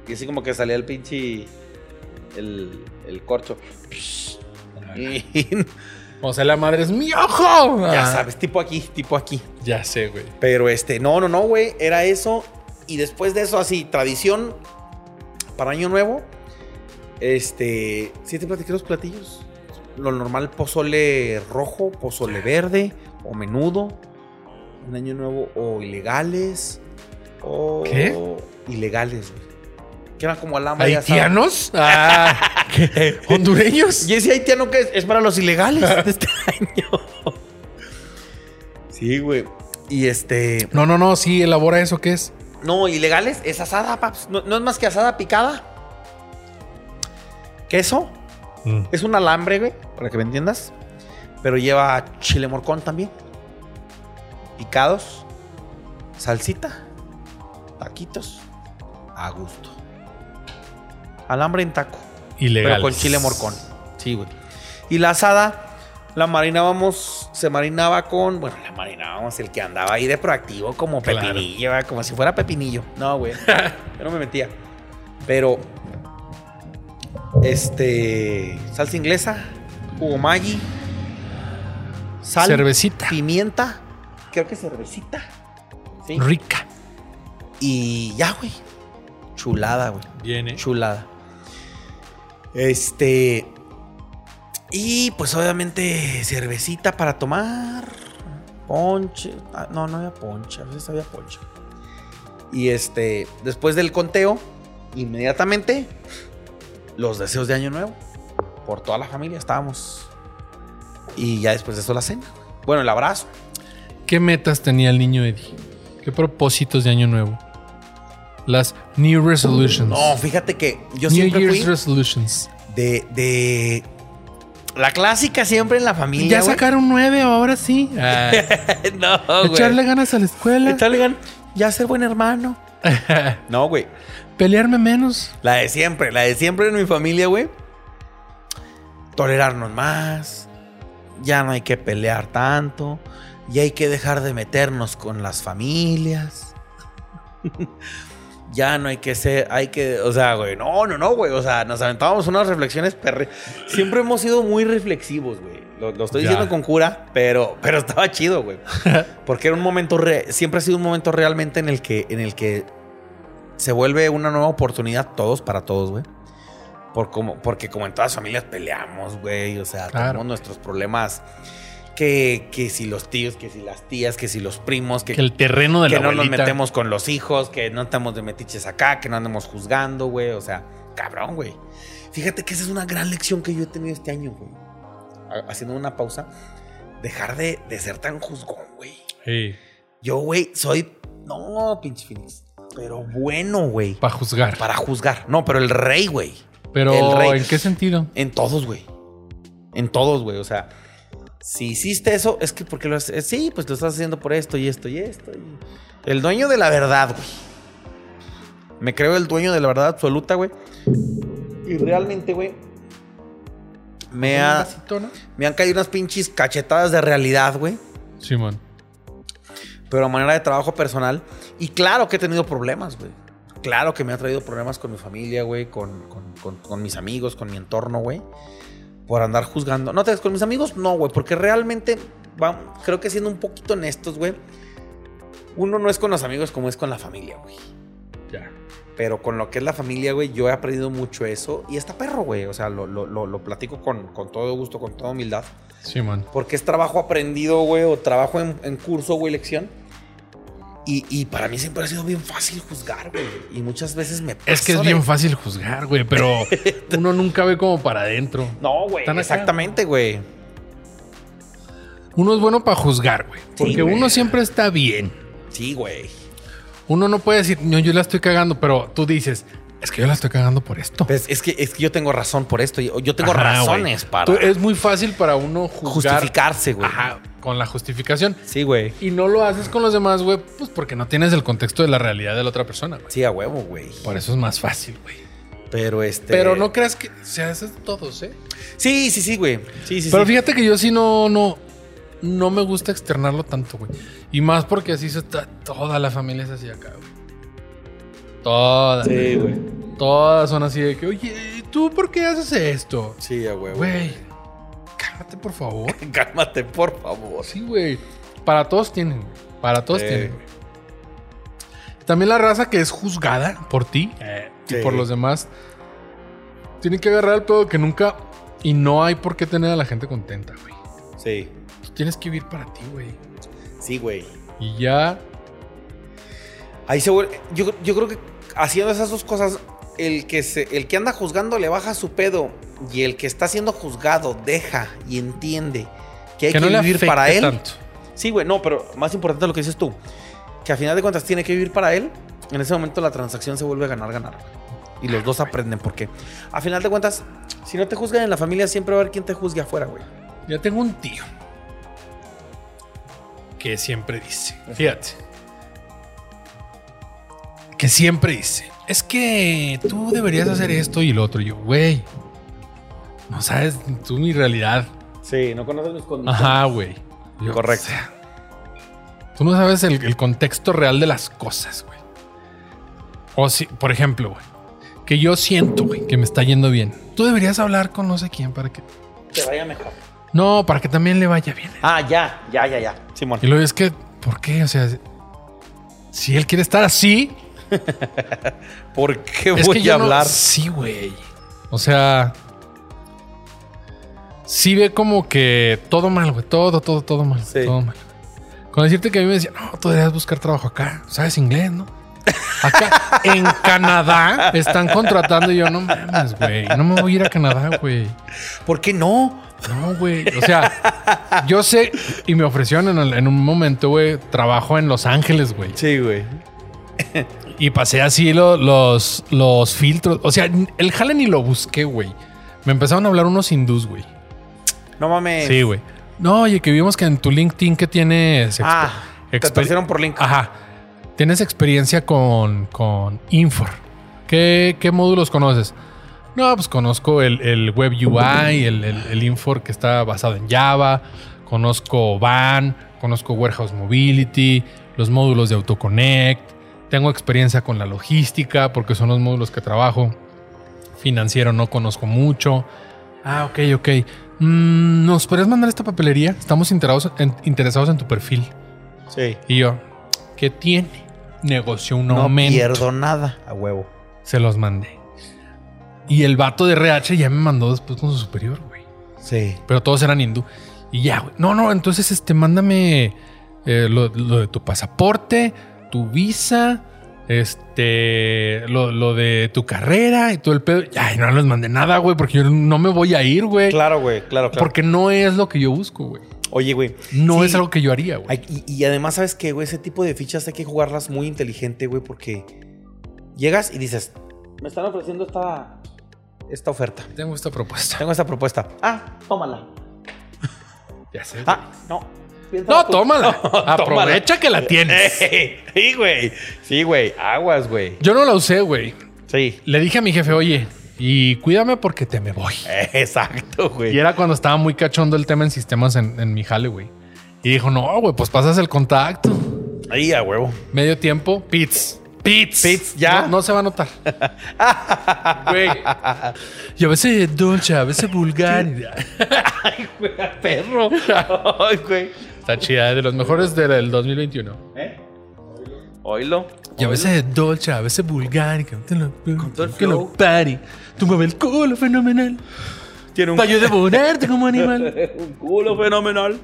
A: Y así como que salía el pinche. El, el corcho. Y-
C: O sea, la madre es mi ojo.
A: ya
C: Ah,
A: sabes, tipo aquí, tipo aquí.
C: Ya sé, güey.
A: Pero este, no, no, no, güey. Era eso. Y después de eso, así, tradición para Año Nuevo. Este. Sí, te platiqué los platillos. Lo normal, pozole rojo, pozole verde, o menudo. En Año Nuevo, o ilegales. O.
C: ¿Qué?
A: Ilegales, güey. Que eran como alhambra. ya sabes.
C: ¿Haitianos? Ah, ¿qué? ¿Hondureños?
A: Y ese haitiano que es, es para los ilegales de este año. Sí, güey. Y este.
C: No, no, no, sí, elabora eso, ¿qué es?
A: No, ilegales, es asada, paps. No, no es más que asada picada. Queso.
C: Mm,
A: Es un alambre, güey, para que me entiendas. Pero lleva chile morcón también. Picados. Salsita. Taquitos. A gusto. Alambre en taco.
C: Ilegal.
A: Pero con chile morcón. Sí, güey. Y la asada la marinábamos, se marinaba con, bueno, la marinábamos el que andaba ahí de proactivo como
C: Claro.
A: pepinillo, ¿verdad? como si fuera pepinillo. No, güey. yo no me metía. Pero este salsa inglesa, jugo Maggi, sal,
C: Cervecita.
A: pimienta, creo que cervecita. Sí.
C: Rica.
A: Y ya, güey. Chulada, güey.
C: Viene.
A: Chulada. Este. Y pues obviamente cervecita para tomar. Ponche. Ah, No, no había ponche. A veces había ponche. Y este. Después del conteo, inmediatamente. Los deseos de Año Nuevo. Por toda la familia estábamos. Y ya después de eso la cena. Bueno, el abrazo.
C: ¿Qué metas tenía el niño Eddie? ¿Qué propósitos de año nuevo? Las New Resolutions.
A: No, fíjate que yo
C: New
A: siempre
C: Year's
A: fui
C: Resolutions.
A: de, de. La clásica siempre en la familia.
C: ya
A: güey.
C: sacaron nueve, ahora sí. Ah,
A: No, güey.
C: Echarle ganas a la escuela.
A: Echarle gan- Ya ser buen hermano. No, güey.
C: Pelearme menos.
A: La de siempre, la de siempre en mi familia, güey. Tolerarnos más. Ya no hay que pelear tanto. Y hay que dejar de meternos con las familias. ya no hay que ser, hay que, o sea, güey, no, no, no, güey. O sea, nos aventábamos unas reflexiones perre. Siempre hemos sido muy reflexivos, güey. Lo, lo estoy
C: Ya.
A: diciendo con cura, pero, pero estaba chido, güey. Porque era un momento, re- siempre ha sido un momento realmente en el que, en el que se vuelve una nueva oportunidad todos para todos, güey. Por como, porque como en todas las familias peleamos, güey. O sea,
C: Claro.
A: tenemos nuestros problemas. Que, que si los tíos, que si las tías, que si los primos, que,
C: Que el terreno de
A: que
C: la
A: no nos
C: abuelita.
A: metemos con los hijos, que no estamos de metiches acá, que no andemos juzgando, güey. O sea, cabrón, güey. Fíjate que esa es una gran lección que yo he tenido este año, güey. Ha- Haciendo una pausa. Dejar de, de ser tan juzgón, güey.
C: Sí,
A: Yo, güey, soy. No, pinche Phoenix. Pero bueno, güey.
C: para juzgar.
A: Para juzgar. No, pero el rey, güey.
C: Pero,
A: el rey.
C: ¿en qué sentido?
A: En todos, güey. En todos, güey. O sea, si hiciste eso, es que porque lo haces. Sí, pues lo estás haciendo por esto y esto y esto. y- El dueño de la verdad, güey. Me creo el dueño de la verdad absoluta, güey. Y realmente, güey, me,
C: Un
A: ha-
C: vasito, ¿no?
A: me han caído unas pinches cachetadas de realidad, güey.
C: Simón.
A: pero a manera de trabajo personal. Y claro que he tenido problemas, güey. Claro que me ha traído problemas con mi familia, güey, con, con- con- con mis amigos, con mi entorno, güey, por andar juzgando. No te digas, con mis amigos, no, güey, porque realmente, va- creo que siendo un poquito honestos, güey, uno no es con los amigos como es con la familia, güey.
C: Ya.
A: Pero con lo que es la familia, güey, yo he aprendido mucho eso. Y está perro, güey. O sea, lo, lo- lo- lo platico con, con todo gusto, con toda humildad.
C: Simón.
A: Porque es trabajo aprendido, güey, o trabajo en, en curso, güey, lección. Y, y para mí siempre ha sido bien fácil juzgar, güey. Y muchas veces me
C: Es que es
A: paso de-
C: bien fácil juzgar, güey, pero uno nunca ve como para adentro.
A: No, güey.
C: Tan acá.
A: Exactamente, güey.
C: Uno es bueno para juzgar, güey. Porque
A: güey.
C: uno siempre está bien.
A: Sí, güey.
C: Uno no puede decir, no, yo la estoy cagando, pero tú dices, es que yo la estoy cagando por esto.
A: Pues es que, es que yo tengo razón por esto. Yo yo tengo
C: Ajá,
A: razones
C: güey.
A: para
C: Tú- es muy fácil para uno juzgar.
A: justificarse, güey.
C: Ajá, con la justificación.
A: Sí, güey.
C: Y no lo haces con los demás, güey, pues porque no tienes el contexto de la realidad de la otra persona, güey.
A: Sí, a huevo, güey.
C: Por eso es más fácil, güey.
A: Pero este.
C: Pero no creas que se hace todos, ¿eh?
A: Sí, sí, sí, güey. Sí, sí,
C: Pero
A: sí.
C: fíjate que yo sí no, no, no me gusta externarlo tanto, güey. Y más porque así se está, toda la familia es así acá, güey. Todas,
A: Sí, güey.
C: todas son así de que, oye, ¿tú por qué haces esto?
A: Sí, a huevo.
C: Güey, cálmate, por favor.
A: Cálmate, por favor.
C: Sí, güey. Para todos tienen, güey. Para todos
A: Sí.
C: tienen, güey. También la raza que es juzgada por ti
A: sí.
C: y por los demás. Tienen que agarrar el pedo que nunca. Y no hay por qué tener a la gente contenta, güey.
A: Sí.
C: Tú tienes que vivir para ti, güey.
A: Sí, güey.
C: Y ya.
A: Ahí se vuelve- Yo, yo creo que haciendo esas dos cosas, el que, se, el que anda juzgando le baja su pedo y el que está siendo juzgado deja y entiende que hay que,
C: no le
A: vivir
C: afecte
A: para él.
C: tanto.
A: Sí, güey, no, pero más importante lo que dices tú, que a final de cuentas tiene que vivir para él. En ese momento la transacción se vuelve ganar-ganar. Y los dos aprenden por qué. A final de cuentas, si no te juzgan en la familia, siempre va a haber quien te juzgue afuera, güey.
C: Ya tengo un tío. Que siempre dice. Fíjate. Que siempre dice. Es que tú deberías hacer esto y lo otro. Y yo, güey. No sabes tú mi realidad.
A: Sí, no conoces mis condiciones.
C: Ajá, güey. Y yo,
A: Correcto.
C: o sea, tú no sabes el, el contexto real de las cosas, güey. O si, por ejemplo, güey. Que yo siento, güey, que me está yendo bien. Tú deberías hablar con no sé quién para que.
A: Te vaya mejor.
C: No, para que también le vaya bien.
A: Ah, ya, ya, ya, ya. Simón.
C: Y luego es que, ¿por qué? O sea, si él quiere estar así,
A: ¿Por qué
C: es
A: voy
C: que yo
A: a
C: no-
A: hablar?
C: sí, güey. O sea, sí ve como que todo mal, güey. Todo, todo, todo mal.
A: Sí.
C: Todo mal. Con decirte que a mí me decía, no, tú deberías buscar trabajo acá. Sabes inglés, ¿no? Acá en Canadá están contratando y yo, no mames, güey. No me voy a ir a Canadá, güey.
A: ¿Por qué no?
C: No, güey. O sea, yo sé, y me ofrecieron en, el- en un momento, güey, trabajo en Los Ángeles, güey.
A: Sí, güey.
C: Y pasé así lo- los, los filtros. O sea, el jale ni lo busqué, güey. Me empezaron a hablar unos hindús, güey.
A: No mames.
C: Sí, güey. No, oye, que vimos que en tu LinkedIn que tienes... exper-
A: Ah, te
C: exper-
A: torcieron por link.
C: Ajá. Tienes experiencia con, con Infor. ¿Qué, qué módulos conoces? No, pues conozco el, el Web UI, el, el- el Infor que está basado en Java. Conozco Van, conozco Warehouse Mobility, los módulos de AutoConnect. Tengo experiencia con la logística porque son los módulos que trabajo. Financiero no conozco mucho. Ah, ok, ok. Mm, ¿Nos podrías mandar esta papelería? Estamos enterados- en- interesados en tu perfil. Ah,
A: Sí.
C: Y yo, ¿qué tiene? Negoció un
A: No
C: aumento.
A: pierdo nada. A huevo.
C: Se los mandé. Y el vato de RH ya me mandó después con su superior, güey.
A: Sí.
C: Pero todos eran hindú. Y ya, güey. No, no, entonces este, mándame eh, lo, lo de tu pasaporte, tu visa, este, lo, lo de tu carrera y todo el pedo. Ay, no les mandé nada, güey, porque yo no me voy a ir, güey.
A: Claro, güey. Claro, claro.
C: Porque no es lo que yo busco, güey.
A: Oye, güey.
C: No
A: sí.
C: es algo que yo haría, güey.
A: Ay, Y, y además, ¿sabes qué, güey? Ese tipo de fichas hay que jugarlas muy inteligente, güey, porque llegas y dices, me están ofreciendo esta, esta oferta.
C: Tengo esta propuesta.
A: Tengo esta propuesta. Ah, tómala.
C: Ya sé.
A: Ah, no. piénsala
C: No,
A: tú.
C: tómala.
A: Tómala.
C: Aprovecha que la tienes.
A: Ey, Sí, güey. Sí, güey. Aguas, güey.
C: Yo no la usé, güey.
A: Sí.
C: Le dije a mi jefe, oye, Y cuídame porque te me voy.
A: Exacto,
C: Y
A: güey.
C: era cuando estaba muy cachondo el tema en sistemas en, en mi jale, güey. Y dijo, no, güey, pues pasas el contacto.
A: Ahí a huevo.
C: Medio tiempo, pits. Pits.
A: Pits, ya.
C: No, no se va a notar. Güey. Y a veces dulce, a veces vulgar.
A: Ay, güey, perro. Ay, güey.
C: Está chida, de los mejores del, del 2021.
A: ¿Eh? Oílo.
C: Y a veces dolce, a veces vulgar. Que te lo,
A: todo el
C: que lo
A: flow.
C: pari. Tú mueve el culo, fenomenal.
A: Tiene un,
C: Para yo devorarte como animal.
A: un culo fenomenal.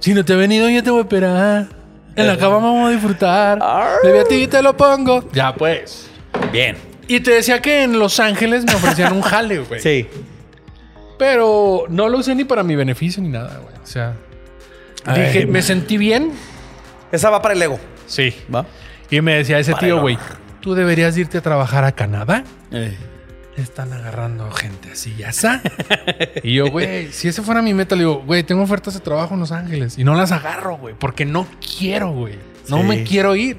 C: Si no te he venido, yo te voy a esperar. En la cama vamos a disfrutar.
A: Arr.
C: Baby, a ti te lo pongo. Ya, pues.
A: Bien.
C: Y te decía que en Los Ángeles me ofrecían un jale, güey.
A: Sí.
C: Pero no lo usé ni para mi beneficio ni nada, güey. O sea,
A: Ay,
C: dije,
A: güey.
C: me sentí bien.
A: Esa va para el ego.
C: Sí.
A: ¿Va?
C: Y me decía ese
A: Para
C: tío,
A: el
C: güey, tú deberías irte a trabajar a Canadá.
A: Eh.
C: Están agarrando gente así, ya está. y yo, güey, si esa fuera mi meta, le digo, güey, tengo ofertas de trabajo en Los Ángeles y no las agarro, güey, porque no quiero, güey. No
A: Sí.
C: me quiero ir.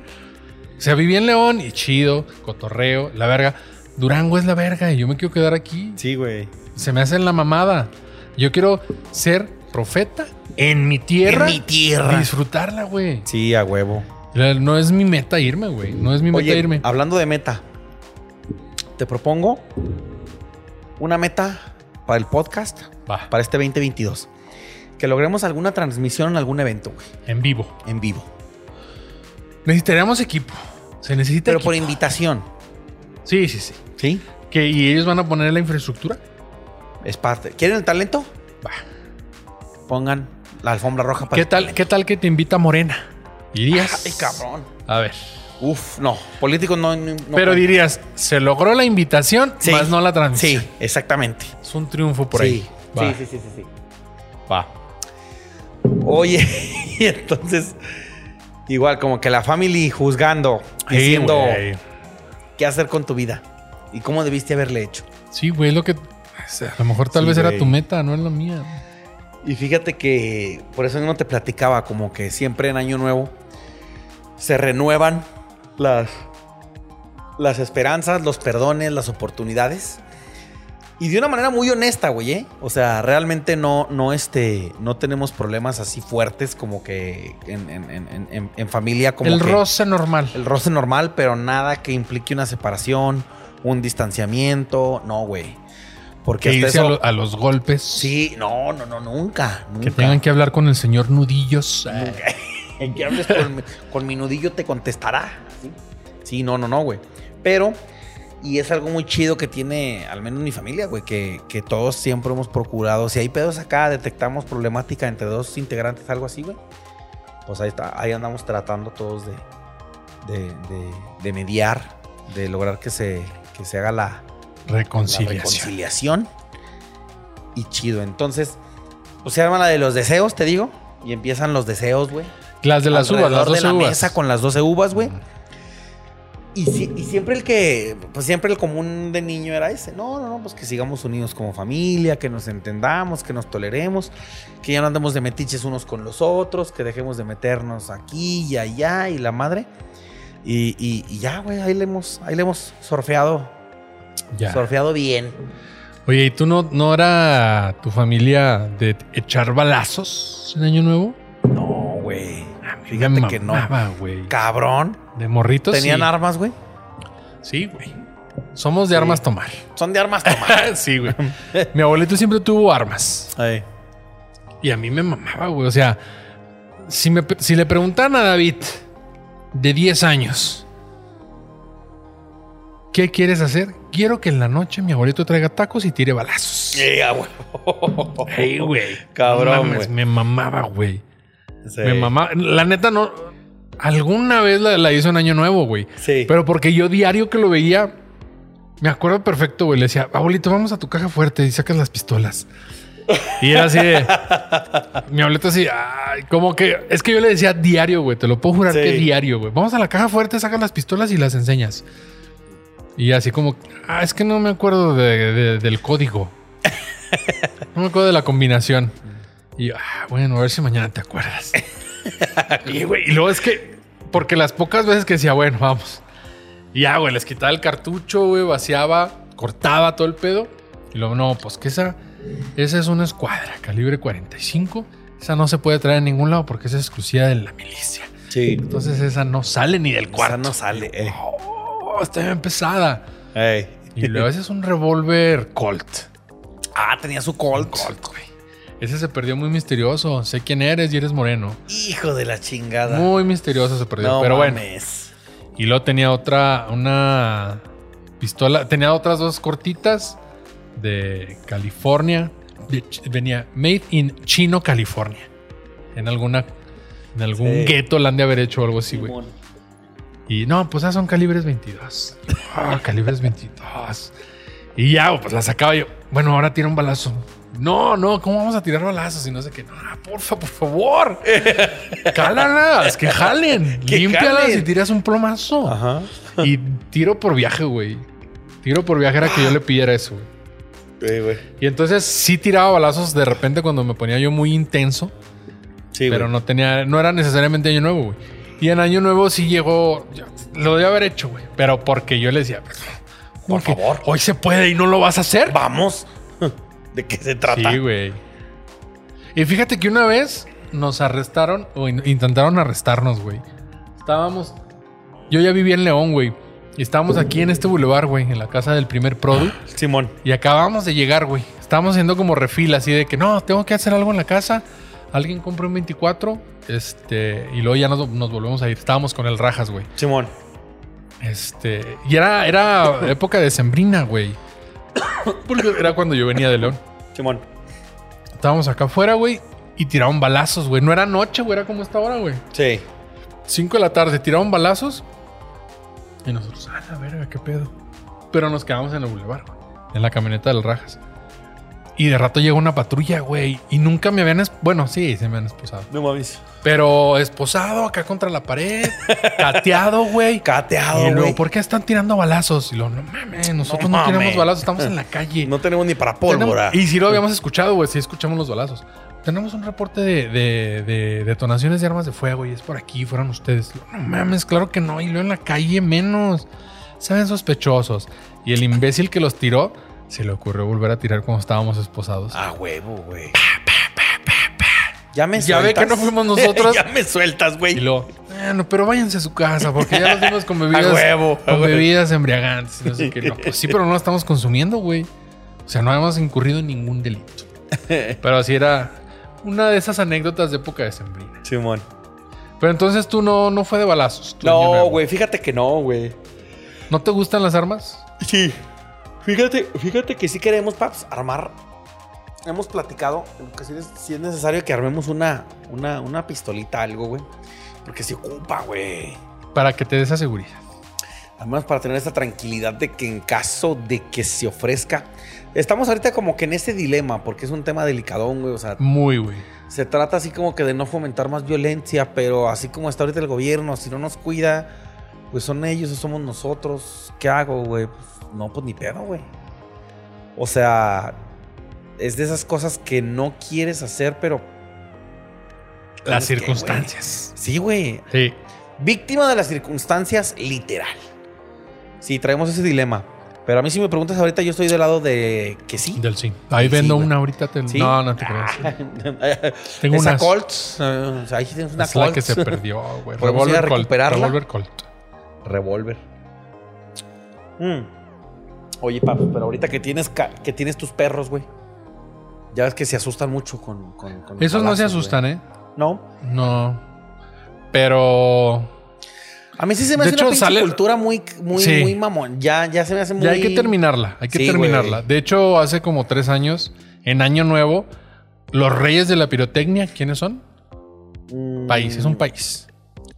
C: O sea, viví en León y chido, cotorreo, la verga. Durango es la verga y yo me quiero quedar aquí.
A: Sí, güey.
C: Se me hacen la mamada. Yo quiero ser profeta en mi tierra.
A: En mi tierra.
C: Disfrutarla, güey.
A: Sí, a huevo.
C: La- No es mi meta irme, güey. No es mi meta
A: Oye,
C: irme.
A: hablando de meta, te propongo una meta para el podcast,
C: Va,
A: para este 2022. Que logremos alguna transmisión en algún evento, güey,
C: en vivo.
A: en vivo.
C: Necesitaríamos equipo. Se necesita
A: Pero
C: equipo.
A: por invitación,
C: Sí, sí, sí.
A: ¿sí?
C: Que, ¿Y ellos van a poner la infraestructura?
A: Es parte. ¿Quieren el talento?
C: Va.
A: Pongan la alfombra roja para
C: ¿Qué tal, ¿Qué tal que te invita Morena? ¿Irías?
A: Ay, cabrón.
C: A ver.
A: Uf, no. Políticos no. no- no
C: Pero
A: cuentan.
C: dirías, se logró la invitación,
A: Sí.
C: más no la transmisión.
A: Sí, exactamente.
C: Es un triunfo por
A: Sí.
C: ahí. Va,
A: Sí, sí, sí, sí, sí.
C: va.
A: Oye, y entonces, igual, como que la family juzgando,
C: Sí,
A: diciendo
C: güey.
A: qué hacer con tu vida y cómo debiste haberle hecho.
C: Sí, güey, lo que... o sea, a lo mejor tal
A: Sí,
C: vez era
A: güey.
C: tu meta, no es la mía.
A: Y fíjate que por eso mismo te platicaba, como que siempre en Año Nuevo se renuevan las, las esperanzas, los perdones, las oportunidades. Y de una manera muy honesta, güey, ¿eh? O sea, realmente no, no, este, no tenemos problemas así fuertes como que en, en- en- en- en- en familia. Como
C: el
A: que-
C: roce normal.
A: El roce normal, pero nada que implique una separación, un distanciamiento. No, güey. Porque
C: que
A: hasta
C: irse
A: eso...
C: a, lo- a los golpes.
A: Sí, no, no, no, nunca. nunca.
C: Que tengan que hablar con el señor Nudillos. Eh,
A: En que hables con, mi- con mi nudillo te contestará. ¿sí? Sí, no, no, no, güey. Pero, y es algo muy chido que tiene, al menos mi familia, güey, que, que todos siempre hemos procurado. Si hay pedos acá, detectamos problemática entre dos integrantes, algo así, güey. Pues ahí está, ahí andamos tratando todos de, de, de- de mediar, de lograr que se, que se haga la, la
C: Reconciliación.
A: reconciliación. Y chido. Entonces, pues se arma la de los deseos, te digo. Y empiezan los deseos, güey
C: Las de las uvas, las
A: alrededor
C: dos
A: de la
C: uvas. Mm,
A: mesa con las 12 uvas, güey. Y, si- y siempre el que, pues siempre el común de niño era ese. No, no, no, pues que sigamos unidos como familia, que nos entendamos, que nos toleremos, que ya no andemos de metiches unos con los otros, que dejemos de meternos aquí y allá y la madre. Y, y- y ya, güey, ahí le hemos, ahí le hemos sorfeado,
C: Ya.
A: sorfeado bien.
C: Oye, ¿y tú no, no era tu familia de echar balazos en Año Nuevo?
A: No, güey. Ah, Fíjate
C: Me
A: que no.
C: mamaba, güey.
A: Cabrón.
C: De morritos.
A: Tenían
C: sí.
A: armas, güey.
C: Sí, güey. Somos de armas tomar.
A: Son de armas tomadas.
C: sí, güey. Mi abuelito siempre tuvo armas.
A: Ay.
C: Y a mí me mamaba, güey. O sea, si, me, pre- si le preguntaran a David de 10 años, ¿qué quieres hacer? Quiero que en la noche mi abuelito traiga tacos y tire balazos.
A: Yeah, güey.
C: Ey, güey.
A: Cabrón,
C: No mames,
A: güey.
C: Me mamaba, güey.
A: Sí.
C: Me mamaba. La neta, no. Alguna vez la, la hizo en Año Nuevo, güey.
A: Sí.
C: Pero porque yo diario que lo veía, me acuerdo perfecto, güey. Le decía, abuelito, vamos a tu caja fuerte y sacas las pistolas. Y era así de. mi abuelito así, ay, como que. Es que yo le decía diario, güey. Te lo puedo jurar
A: Sí.
C: que diario, güey. Vamos a la caja fuerte, sacas las pistolas y las enseñas. Y así como, ah, es que no me acuerdo de- de- del código. No me acuerdo de la combinación. Y yo, ah, bueno, a ver si mañana te acuerdas. y, güey, y luego es que, porque las pocas veces que decía, bueno, vamos. Y ya, güey, les quitaba el cartucho, güey, vaciaba, cortaba todo el pedo. Y luego, no, pues que esa, esa es una escuadra calibre 45. Esa no se puede traer a ningún lado porque esa es exclusiva de la milicia.
A: Sí.
C: Entonces esa no sale ni del cuarto.
A: Esa no sale. eh.
C: Oh, está bien pesada.
A: Ey.
C: Y luego ese es un revólver Colt.
A: Ah, tenía su Colt.
C: Colt, güey. Ese se perdió muy misterioso. Sé quién eres y eres moreno.
A: Hijo de la chingada.
C: Muy misterioso se perdió. pero bueno. Y luego tenía otra, una pistola. Tenía otras dos cortitas de California. De Ch- venía Made in Chino, California. En alguna. En algún
A: Sí.
C: gueto la han de haber hecho o algo así, güey.
A: Simón.
C: Y no, pues esas son calibres 22. Ah, calibres 22. Y ya, pues la sacaba yo. Bueno, ahora tira un balazo. No, no, ¿cómo vamos a tirar balazos? Y no sé qué. No, porfa, por favor. Cálalas, que jalen.
A: Que
C: Límpialas
A: jalen.
C: y tiras un plomazo.
A: Ajá.
C: Y tiro por viaje, güey. Tiro por viaje era que yo le pidiera eso, güey.
A: Sí, güey.
C: Y entonces sí tiraba balazos de repente cuando me ponía yo muy intenso
A: Sí,
C: pero
A: güey.
C: no tenía, no era necesariamente año nuevo, güey. Y en año nuevo sí llegó, yo- lo debe haber hecho, güey. Pero porque yo le decía,
A: Por
C: "Porque
A: favor.
C: hoy se puede y no lo vas a hacer.
A: Vamos. ¿De qué se trata?
C: Sí, güey. Y fíjate que una vez nos arrestaron o in- intentaron arrestarnos, güey. Estábamos, yo ya vivía en León, güey. Y estábamos aquí en este bulevar, güey, en la casa del primer produ.
A: Simón.
C: Y acabamos de llegar, güey. Estábamos haciendo como refil, así de que no, tengo que hacer algo en la casa. Alguien compra un 24. Este, y luego ya nos, nos volvemos a ir. Estábamos con el Rajas, güey.
A: Simón.
C: Este, y era, era época de sembrina, güey. Porque era cuando yo venía de León.
A: Simón.
C: Estábamos acá afuera, güey, y tiraron balazos, güey. No era noche, güey, era como esta hora, güey.
A: Sí.
C: 5 de la tarde, tiraron balazos. Y nosotros, a la verga, qué pedo. Pero nos quedamos en el bulevar, güey, en la camioneta del Rajas. Y de rato llegó una patrulla, güey. Y nunca me habían. es- Bueno, sí, se me han esposado.
A: No mames.
C: Pero esposado acá contra la pared, cateado, güey. Y
A: Cateado,
C: luego,
A: güey.
C: ¿por qué están tirando balazos? Y luego, no mames, nosotros no,
A: mames.
C: tiramos balazos, estamos en la calle.
A: No tenemos ni para pólvora.
C: Tenemos- y si lo habíamos escuchado, güey, si escuchamos los balazos. Tenemos un reporte de, de- de detonaciones de armas de fuego y es por aquí, fueron ustedes. No mames, claro que no. Y luego en la calle menos. Saben sospechosos. Y el imbécil que los tiró se le ocurrió volver a tirar cuando estábamos esposados.
A: A Ah, huevo, güey. Ya me
C: Ya ve que no fuimos nosotros.
A: ya me sueltas,
C: Y
A: güey.
C: luego, bueno, pero váyanse a su casa porque ya los vimos con bebidas.
A: A huevo, a
C: Con
A: huevo.
C: bebidas embriagantes. y No sé qué. No, pues sí, pero no lo estamos consumiendo, güey. O sea, no hemos incurrido en ningún delito. Pero así era una de esas anécdotas de época de sembrina.
A: Simón.
C: Pero entonces tú no, no fue de balazos. tú, Año
A: No,
C: Nuevo.
A: güey. Fíjate que no, güey.
C: ¿No te gustan las armas?
A: Sí. Fíjate, fíjate que sí queremos, Paps, armar. Hemos platicado que sí es, sí es necesario que armemos una, una, una pistolita, algo, güey. Porque se ocupa, güey.
C: Para que te des esa seguridad.
A: Además, para tener esa tranquilidad de que en caso de que se ofrezca. Estamos ahorita como que en ese dilema, porque es un tema delicadón, güey. O sea,
C: Muy, güey.
A: se trata así como que de no fomentar más violencia, pero así como está ahorita el gobierno, si no nos cuida, pues son ellos o somos nosotros. ¿Qué hago, güey? Pues, no, pues ni pedo, güey. O sea, es de esas cosas que no quieres hacer, pero ¿Sabes
C: Las
A: qué, güey?
C: circunstancias.
A: sí, güey.
C: Sí.
A: Víctima de las circunstancias, literal. Sí, traemos ese dilema. Pero a mí si me preguntas ahorita, yo estoy del lado de que sí.
C: Del sí. Ahí
A: Sí,
C: vendo
A: güey.
C: una ahorita. te-
A: ¿Sí? Ah,
C: No, no te creas. Tengo
A: Esa
C: unas-
A: Colt. eh, o sea, ahí sí tienes una
C: Es la que
A: Colt.
C: se perdió, güey.
A: Podemos ir a
C: Revolver Colt.
A: recuperarla.
C: Revolver Colt.
A: Revolver. Mm. Oye, papu, pero ahorita que tienes, ca- que tienes tus perros, güey. Ya ves que se asustan mucho con. con- con los
C: Esos no se
A: balazos,
C: asustan, ¿eh?
A: güey. No.
C: No. Pero
A: A mí sí se me
C: De
A: hace
C: hecho,
A: una pinche
C: sale-
A: cultura muy, muy,
C: Sí.
A: muy mamón. Ya, ya se me hace muy.
C: ya hay que terminarla, hay que
A: Sí,
C: terminarla.
A: güey.
C: De hecho, hace como tres años, en Año Nuevo, los reyes de la pirotecnia, ¿quiénes son?
A: Mm,
C: País, es un país.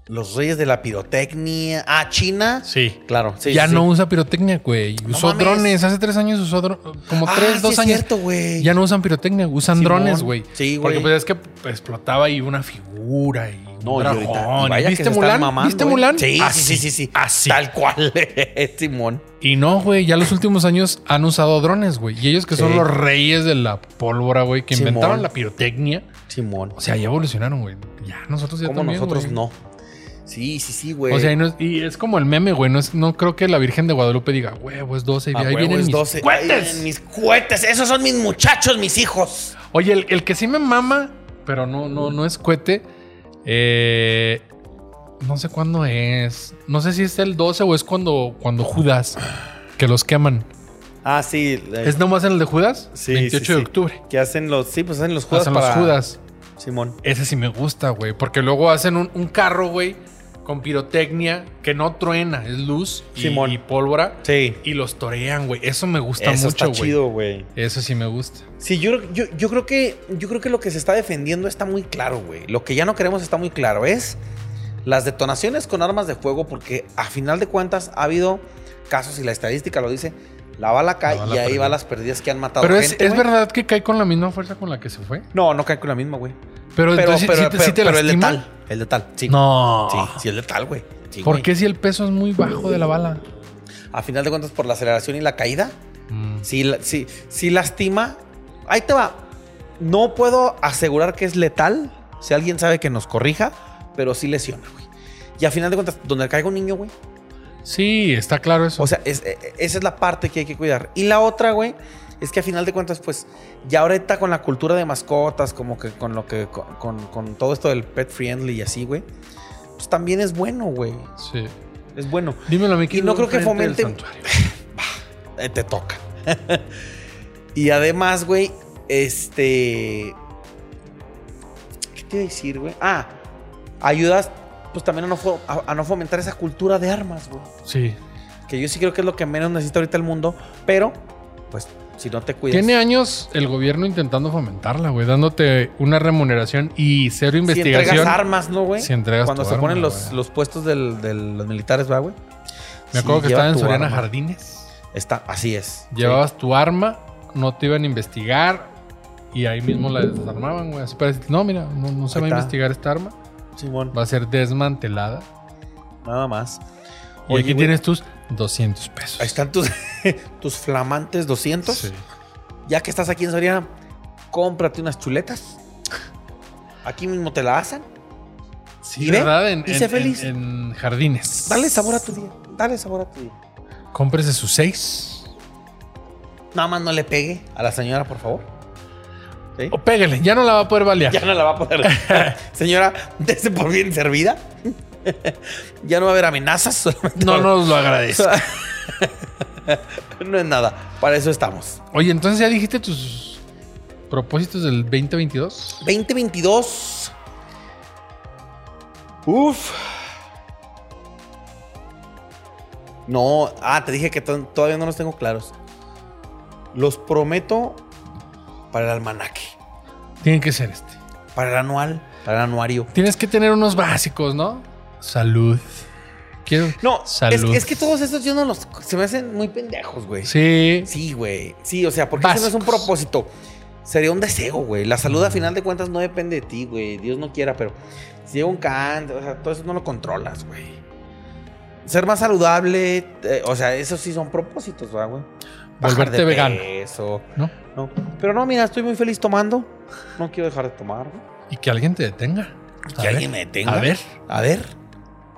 A: Los reyes de la pirotecnia. Ah, China.
C: Sí.
A: Claro. sí,
C: ya
A: sí,
C: no
A: sí.
C: usa pirotecnia, güey. Usó
A: mames.
C: drones. Hace tres años usó dro- como
A: Ah,
C: tres,
A: sí
C: dos
A: es
C: años.
A: cierto, güey.
C: Ya no usan pirotecnia, usan
A: Simón.
C: drones, güey.
A: Sí,
C: Porque
A: güey.
C: pues es que explotaba y una figura y un
A: No, y
C: dragón.
A: ahorita- y vaya que
C: ¿Viste
A: se están
C: Mulan?
A: mamando,
C: ¿Viste
A: güey.
C: Mulan? Ah,
A: Sí,
C: Así,
A: sí, sí, sí, sí.
C: Así.
A: Tal cual. eh, Simón.
C: Y no, güey, ya los últimos años han usado drones, güey. Y ellos que son
A: Sí.
C: los reyes de la pólvora, güey, que
A: Simón.
C: inventaron la pirotecnia.
A: Simón.
C: O sea, ya evolucionaron, güey. Ya nosotros ya
A: Como
C: también,
A: nosotros
C: güey.
A: no. Sí, sí, sí, güey.
C: O sea, y, no es, y es como el meme, güey. No, es- no creo que la Virgen de Guadalupe diga, huevo, es 12. Y
A: Ah,
C: ahí
A: huevo,
C: vienen
A: es
C: mis
A: 12. Ahí
C: cohetes.
A: vienen mis cohetes. Esos son mis muchachos, mis hijos.
C: Oye, el, el que sí me mama, pero no, no, no es cohete. eh, no sé cuándo es. No sé si es el 12 o es cuando, cuando Judas, que los queman.
A: Ah, sí. eh,
C: ¿Es nomás en el de Judas?
A: Sí,
C: 28
A: sí,
C: de
A: sí.
C: octubre.
A: Que hacen los. Sí, pues hacen los judas
C: Hacen
A: para.
C: los Judas.
A: Simón.
C: Ese sí me gusta, güey. Porque luego hacen un, un carro, güey, con pirotecnia que no truena, es luz y,
A: Simón.
C: y pólvora.
A: Sí.
C: Y los torean, güey. Eso me gusta
A: Está Eso
C: mucho,
A: está
C: güey.
A: chido, güey.
C: Eso sí me gusta.
A: Sí, yo, yo, yo creo que, yo creo que lo que se está defendiendo está muy claro, güey. Lo que ya no queremos está muy claro. Es las detonaciones con armas de fuego, porque a final de cuentas ha habido casos, y la estadística lo dice, la bala cae
C: La bala
A: y ahí
C: perdió.
A: van las pérdidas que han matado
C: Pero es,
A: gente,
C: es
A: güey.
C: verdad que cae con la misma fuerza con la que se fue.
A: No, no cae con la misma, güey.
C: Pero,
A: Pero,
C: entonces,
A: pero,
C: ¿sí te,
A: pero-
C: sí te
A: pero es
C: lastima?
A: letal. Es letal, sí.
C: No.
A: Sí, sí es letal, güey. Sí,
C: ¿Por
A: güey.
C: qué si el peso es muy bajo de la bala?
A: A final de cuentas, por la aceleración y la caída,
C: Mm.
A: sí, la- sí, sí lastima. Ahí te va. No puedo asegurar que es letal. Si alguien sabe que nos corrija, pero sí lesiona, güey. Y a final de cuentas, donde caiga un niño, güey.
C: Sí, está claro eso.
A: O sea, es- e- e- esa es la parte que hay que cuidar. Y la otra, güey, es que a final de cuentas, pues, ya ahorita con la cultura de mascotas, como que con lo que, con, con- con todo esto del pet friendly y así, güey, pues también es bueno, güey.
C: sí.
A: Es bueno.
C: Dímelo a mí. que
A: Y no
C: vivo
A: creo que
C: enfrente del
A: fomente-
C: santuario.
A: eh, te toca. y además, güey, este. ¿Qué te iba a decir, güey? Ah, ayudas, pues también a no, fo- a- a no fomentar esa cultura de armas, güey.
C: Sí.
A: Que yo sí creo que es lo que menos necesita ahorita el mundo, pero, pues, si no te cuidas.
C: Tiene años el gobierno intentando fomentarla, güey, dándote una remuneración y cero
A: si
C: investigación.
A: entregas armas, ¿no, güey?
C: Si entregas
A: Cuando
C: tu
A: se
C: arma,
A: ponen los,
C: güey.
A: los puestos del- de los militares, ¿va, güey?
C: Me acuerdo que estaba
A: estaban
C: en Soriana Jardines.
A: Está, así es.
C: Llevabas tu arma, no te iban a investigar y ahí mismo la desarmaban, güey. Así para decir, no, mira, no, no se
A: Ahí está.
C: va a investigar esta arma,
A: Sí, Simón,
C: va a ser desmantelada.
A: nada más.
C: Y
A: Oye,
C: aquí
A: güey,
C: tienes tus 200 pesos.
A: Ahí están tus, tus flamantes 200.
C: Sí.
A: Ya que estás aquí en Soriana, cómprate unas chuletas. Aquí mismo te la hacen.
C: Sí,
A: Y ve,
C: ¿verdad? En,
A: ¿eh? y
C: en-
A: sé feliz.
C: en- en jardines.
A: Dale sabor a tu día. Dale sabor a tu día.
C: Cómprese sus seis.
A: Nada más no le pegue a la señora, por favor. ¿Sí?
C: O pégale, ya no la va a poder balear.
A: Ya no la va a poder. señora, dése por bien servida. ya no va a haber amenazas. solamente
C: No
A: va
C: nos lo
A: a-
C: agradezco.
A: no es nada. Para eso estamos.
C: Oye, entonces ya dijiste tus propósitos del 2022.
A: 2022. Uf. No, ah, te dije que to- todavía no los tengo claros. Los prometo para el almanaque,
C: Tienen que ser este.
A: para el anual, para el anuario.
C: Tienes que tener unos básicos, ¿no? Salud. Quiero
A: No, es-
C: salud.
A: Es, que todos estos yo no los. Se me hacen muy pendejos, güey.
C: Sí.
A: Sí, güey. Sí, o sea, porque eso no es un
C: Básicos.
A: propósito. Sería un deseo, güey. La salud, a final de cuentas, no depende de ti, güey. Dios no quiera, pero si llega un cáncer, o sea, todo eso no lo controlas, güey. Ser más saludable, eh, o sea, esos sí son propósitos, ¿verdad, güey. Bajar
C: Volverte
A: de
C: vegano.
A: peso,
C: ¿No?
A: no. Pero no, mira, estoy muy feliz tomando. No quiero dejar de tomar. güey.
C: Y que alguien te detenga.
A: Que
C: A ver,
A: alguien me detenga.
C: A ver.
A: A ver.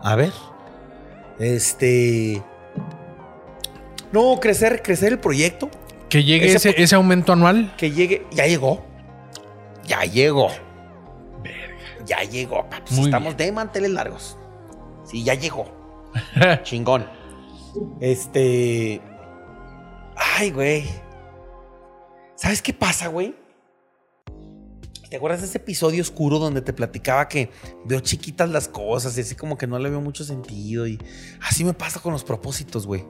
A: A ver. Este. No, crecer, crecer el proyecto.
C: Que llegue
A: Ese
C: ese, ese aumento anual.
A: Que llegue. Ya llegó. Ya llegó. Ya llegó, papi.
C: Muy
A: Estamos de manteles largos. Sí, ya llegó. Chingón. Este. Ay, güey. ¿Sabes qué pasa, güey? ¿Te acuerdas de ese episodio oscuro donde te platicaba que veo chiquitas las cosas y así como que no le veo mucho sentido? Y así me pasa con los propósitos, güey.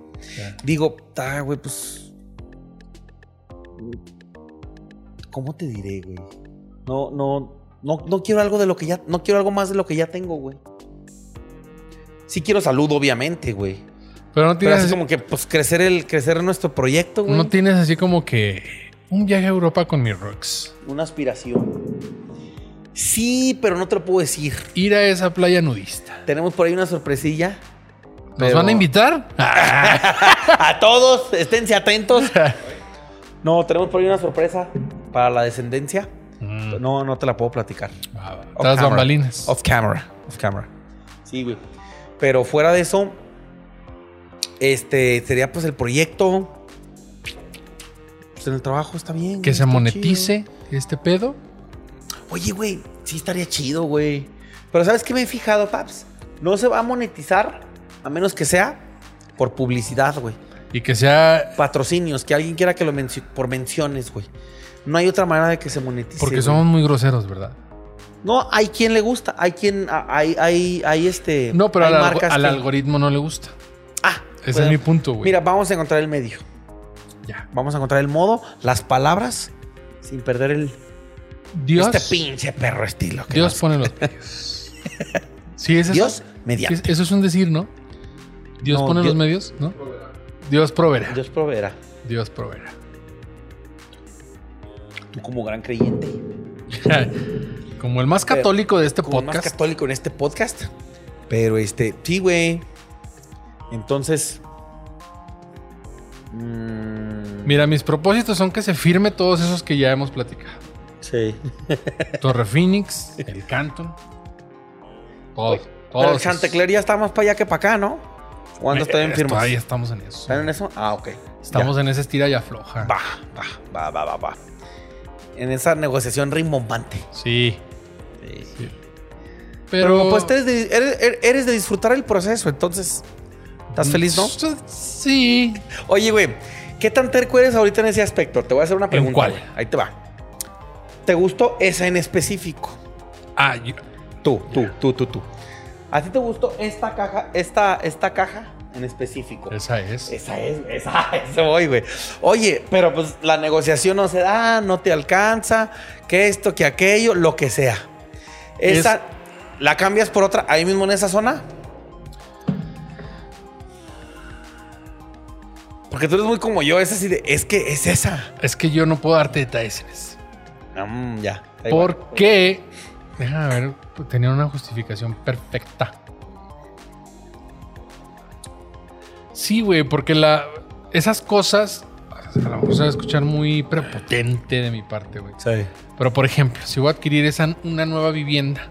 A: Digo, ta, güey, pues. ¿Cómo te diré, güey? No, no, no, no quiero algo de lo que ya. No quiero algo más de lo que ya tengo, güey. Sí quiero salud, obviamente, güey.
C: Pero no
A: Pero
C: tienes,
A: así
C: así-
A: como que, pues, crecer el, crecer nuestro proyecto, güey.
C: no tienes así como que un viaje a Europa con mis rocks.
A: Una aspiración. Sí, pero no te lo puedo decir.
C: Ir a esa playa nudista.
A: Tenemos por ahí una sorpresilla.
C: ¿Nos
A: Pero-
C: van a invitar? Ah,
A: A todos, esténse atentos. No, tenemos por ahí una sorpresa para la descendencia.
C: Mm.
A: No, no te la puedo platicar.
C: Va, va.
A: Off
C: Tras
A: camera.
C: bambalinas.
A: Off camera. Off camera. Sí, güey. Pero fuera de eso, este sería pues el proyecto. Pues en el trabajo está bien.
C: Que
A: güey,
C: se
A: está
C: monetice este pedo.
A: chido. Oye, güey, sí estaría chido, güey. Pero ¿sabes qué me he fijado, Paps? No se va a monetizar a menos que sea por publicidad, güey.
C: Y que sea
A: Patrocinios, que alguien quiera que lo mencio- por menciones, güey. No hay otra manera de que se monetice.
C: Porque
A: güey.
C: somos muy groseros, ¿verdad?
A: No, hay quien le gusta, hay quien, a- hay, hay, hay este.
C: No, pero
A: hay
C: al, algo-
A: marcas
C: al
A: que-
C: algoritmo no le gusta.
A: Ah,
C: Ese
A: bueno,
C: es mi punto, güey.
A: Mira, vamos a encontrar el medio.
C: ya.
A: Vamos a encontrar el modo, las palabras, sin perder el.
C: Dios,
A: Este pinche perro estilo. que
C: Dios
A: nos-
C: pone los medios. Sí, ese es
A: Dios
C: que
A: mediante.
C: es- Eso es un decir, ¿no? Dios
A: No,
C: pone
A: Dios-
C: los medios, ¿no? Dios proveerá.
A: Dios proveerá.
C: Dios proveerá.
A: Tú, como gran creyente,
C: Este Como el más católico de este
A: como más
C: podcast.
A: católico en este podcast. Pero este, sí, güey. Entonces. mm,
C: Mira, mis propósitos son que se firme todos esos que ya hemos platicado.
A: sí.
C: Torre Phoenix, el Canton. Todo.
A: Pero el
C: todos
A: Chantecler ya está más para allá que para acá, ¿no? ¿Cuándo
C: esos.
A: está bien
C: Eh,
A: firmas?
C: Todavía estamos en eso.
A: ¿Están en eso? Ah, ok.
C: Estamos en esa estira y afloja.
A: Va, va, va, va, va, va. En esa negociación rimbombante.
C: Sí. sí.
A: Pero,
C: Pero,
A: pues eres de, eres- eres de disfrutar el proceso, entonces. ¿Estás feliz, no?
C: mm, Sí.
A: Oye, güey, ¿qué tan terco eres ahorita en ese aspecto? Te voy a hacer una pregunta.
C: cuál?
A: güey. Ahí te va. ¿Te gustó esa en específico?
C: Ah, yo-
A: Tú, tú, tú, tú, tú. ¿A ti te gustó esta caja, esta, esta caja en específico?
C: esa es.
A: Esa es, esa, ese voy, güey. Oye, pero pues la negociación no se da, no te alcanza, que esto, que aquello, lo que sea. Esa,
C: Es-
A: ¿la cambias por otra ahí mismo en esa zona? Porque tú eres muy como yo, es así de, es que es esa.
C: Es que yo no puedo darte detalles en ese.
A: Mm, ya. da igual.
C: ¿Por qué? Déjame ver, pues, tenía una justificación perfecta. Sí, güey, porque la, esas cosas a lo mejor se va a escuchar muy prepotente de mi parte, güey.
A: Sí.
C: Pero por ejemplo, si voy a adquirir esa, una nueva vivienda,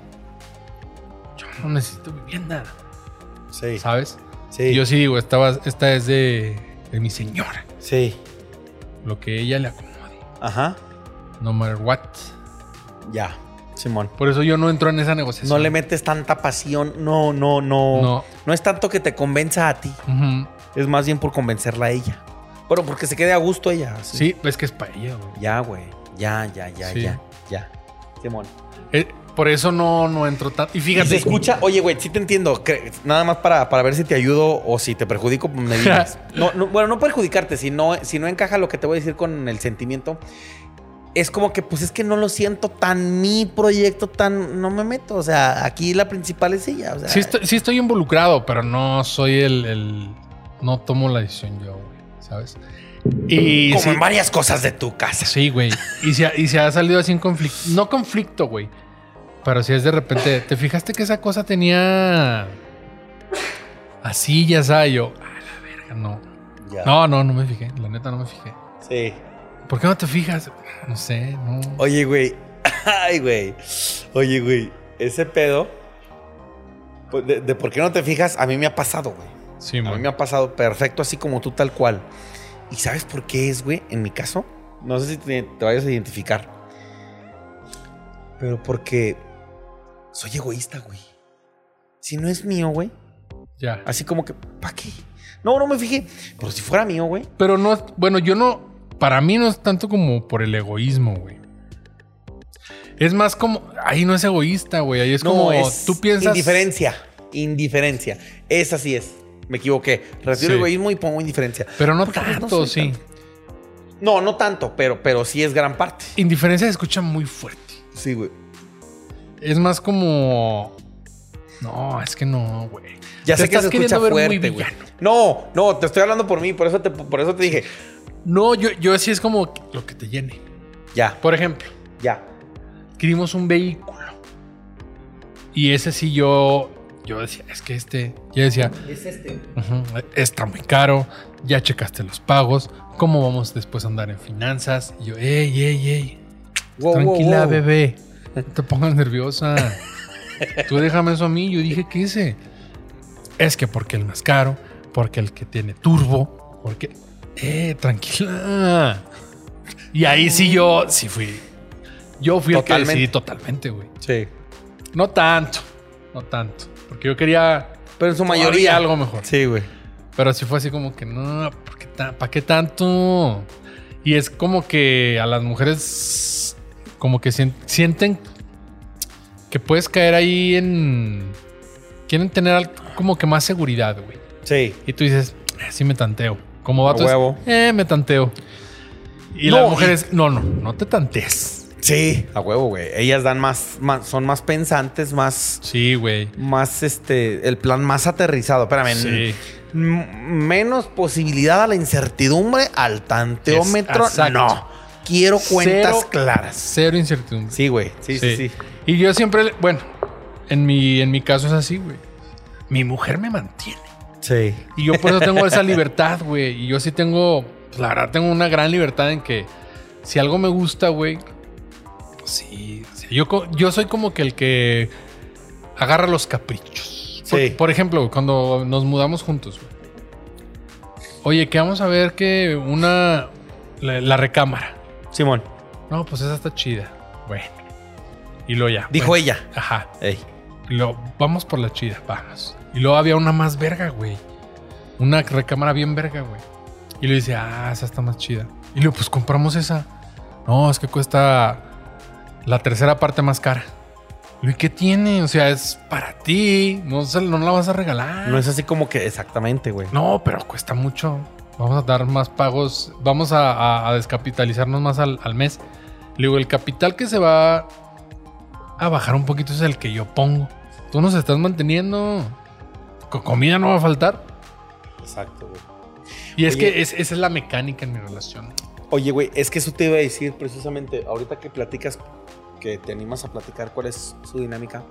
C: yo no necesito vivienda,
A: Sí.
C: ¿sabes?
A: Sí.
C: Yo sí digo, esta, va- esta es de, de mi señora,
A: sí.
C: lo que ella le acomode,
A: Ajá.
C: no matter what.
A: Ya. Simón.
C: Por eso yo no entro en esa negociación.
A: No le metes tanta pasión. No, no, no.
C: No.
A: No es tanto que te convenza a ti.
C: Ujú.
A: Es más bien por convencerla a ella. Bueno, porque se quede a gusto ella. así.
C: Sí, pues que es para ella, güey.
A: Ya, güey. Ya, ya, ya,
C: Sí.
A: ya. Ya. Simón.
C: Eh, por eso no, no entro tan. Y
A: Y
C: fíjate.
A: se escucha, oye, güey, sí te entiendo. cre- Nada más para, para ver si te ayudo o si te perjudico, pues, me digas. No, no, bueno, no perjudicarte, si no, si no encaja lo que te voy a decir con el sentimiento. Es como que, pues es que no lo siento tan mi proyecto, tan. No me meto. O sea, aquí la principal es ella. O sea,
C: Sí estoy, sí estoy involucrado, pero no soy el. el- no tomo la decisión yo, güey. ¿Sabes? Y.
A: como
C: sí-
A: en varias cosas de tu casa.
C: Sí, güey. Y se, ha- y se ha salido así en conflicto. No conflicto, güey. Pero si es de repente. ¿Te fijaste que esa cosa tenía. Así, ya sabes? Yo. A la verga, no.
A: Ya.
C: No, no, no me fijé. La neta, no me fijé.
A: Sí.
C: ¿Por qué no te fijas? No sé, no.
A: Oye, güey. Ay, güey. Oye, güey. Ese pedo. pues, De, de por qué no te fijas, a mí me ha pasado, güey.
C: Sí,
A: A mí
C: man.
A: me ha pasado perfecto, así como tú, tal cual. ¿Y sabes por qué es, güey? En mi caso, no sé si te, te vayas a identificar. Pero porque soy egoísta, güey. Si no es mío, güey.
C: Ya.
A: Así como que, ¿pa' qué? No, no me fijé. Pero si fuera mío, güey.
C: Pero no, es- bueno, yo no, para mí no es tanto como por el egoísmo, güey. Es más como, ahí no es egoísta, güey, ahí es
A: no,
C: como,
A: es
C: tú piensas...
A: Indiferencia. Indiferencia. Esa sí es. Me equivoqué. Retiro
C: Sí.
A: egoísmo y pongo indiferencia.
C: Pero no
A: Porque, pues, no
C: tanto,
A: soy
C: sí.
A: tanto. No, no tanto, pero, pero sí es gran parte.
C: Indiferencia se escucha muy fuerte.
A: Sí, güey.
C: Es más como... No, es que no, güey.
A: Ya
C: Te
A: sé que
C: estás
A: se escucha
C: queriendo ver muy
A: fuerte, güey.
C: villano.
A: No, no, te estoy hablando por mí, por eso te, por eso te dije.
C: No, yo, yo sí es como lo que te llene.
A: Ya,
C: Por ejemplo,
A: ya.
C: adquirimos un vehículo. Y ese sí yo... Yo decía, es que este... Yo decía,
A: Es este.
C: Ujú, Está muy caro, ya checaste los pagos, ¿cómo vamos después a andar en finanzas? Y yo, ey, ey, ey, tranquila, bebé, no te pongas nerviosa. Tú déjame eso a mí. Yo dije, ¿qué hice? Es que porque el más caro, porque el que tiene turbo, porque. Eh, tranquila. Y ahí sí yo, sí fui. Yo fui el
A: Totalmente.
C: que decidí totalmente, güey.
A: Sí.
C: No tanto, no tanto. Porque yo quería
A: Pero en su
C: todavía
A: mayoría.
C: algo mejor.
A: Sí, güey.
C: Pero sí fue así como que, no, ¿para qué tanto? Y es como que a las mujeres como que sien- sienten que puedes caer ahí en... Quieren tener al- como que más seguridad, güey.
A: Sí.
C: Y tú dices, "Ah, sí me tanteo. Como vato es,
A: huevo.
C: eh, me tanteo. Y
A: No,
C: las mujeres, no, no, no te tantes.
A: Sí. A huevo, güey. Ellas dan más, más- son más pensantes, más,
C: Sí, güey.
A: más, este, el plan más aterrizado. Espérame.
C: Sí.
A: M- menos posibilidad a la incertidumbre, al tanteómetro.
C: Es- exacto.
A: no. Quiero cuentas
C: Cero-
A: claras.
C: Cero incertidumbre.
A: Sí, güey. Sí, sí, sí.
C: Y yo siempre, le- bueno, en mi, en mi caso es así, güey. Mi mujer me mantiene.
A: Sí.
C: Y yo por eso tengo esa libertad, güey. Y yo sí tengo, pues, la verdad, tengo una gran libertad en que si algo me gusta, güey, pues, sí. sí. Yo, co- yo soy como que el que agarra los caprichos. Por,
A: Sí.
C: por ejemplo, güey, cuando nos mudamos juntos, güey. Oye, que vamos a ver que una. La, la recámara.
A: Simón.
C: No, pues esa está chida. Bueno. Y lo ya.
A: Dijo
C: bueno.
A: ella.
C: Ajá.
A: Ey.
C: Y luego, vamos por la chida, vamos. Y luego había una más verga, güey. Una recámara bien verga, güey. Y le dice, ah, esa está más chida. Y luego, pues compramos esa. No, es que cuesta la tercera parte más cara. ¿Y qué tiene? O sea, es para ti. No, se- no la vas a regalar.
A: No es así como que exactamente, güey.
C: No, pero cuesta mucho. Vamos a dar más pagos. Vamos a, a- a descapitalizarnos más al, al mes. Le digo, el capital que se va a bajar un poquito es el que yo pongo. Tú nos estás manteniendo. Co- comida no va a faltar.
A: Exacto, güey.
C: Y es
A: Oye.
C: que es- esa es la mecánica en mi relación.
A: Oye, güey, es que eso te iba a decir precisamente ahorita que platicas, que te animas a platicar cuál es su dinámica.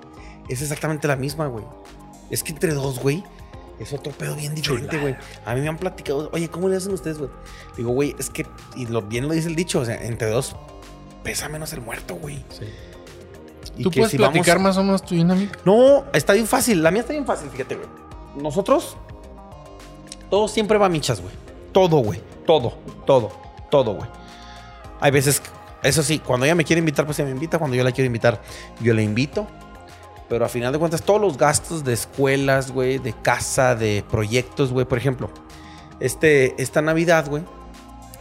A: Es exactamente la misma, güey. Es que entre dos, güey, es otro pedo bien diferente, güey. A mí me han platicado, oye, ¿cómo le hacen ustedes, güey? Digo, güey, es que, y lo, bien lo dice el dicho, o sea, entre dos pesa menos el muerto, güey. Y
C: Tú
A: que
C: puedes
A: si vamos-
C: platicar más o menos tu dinámica.
A: No, está bien fácil. La mía está bien fácil, fíjate, güey. Nosotros, todo siempre va a michas, güey. Todo, güey. Todo, todo, todo, güey. Hay veces, eso sí, cuando ella me quiere invitar, pues ella me invita. Cuando yo la quiero invitar, yo la invito. Pero a final de cuentas, todos los gastos de escuelas, güey, de casa, de proyectos, güey. Por ejemplo, este, esta Navidad, güey,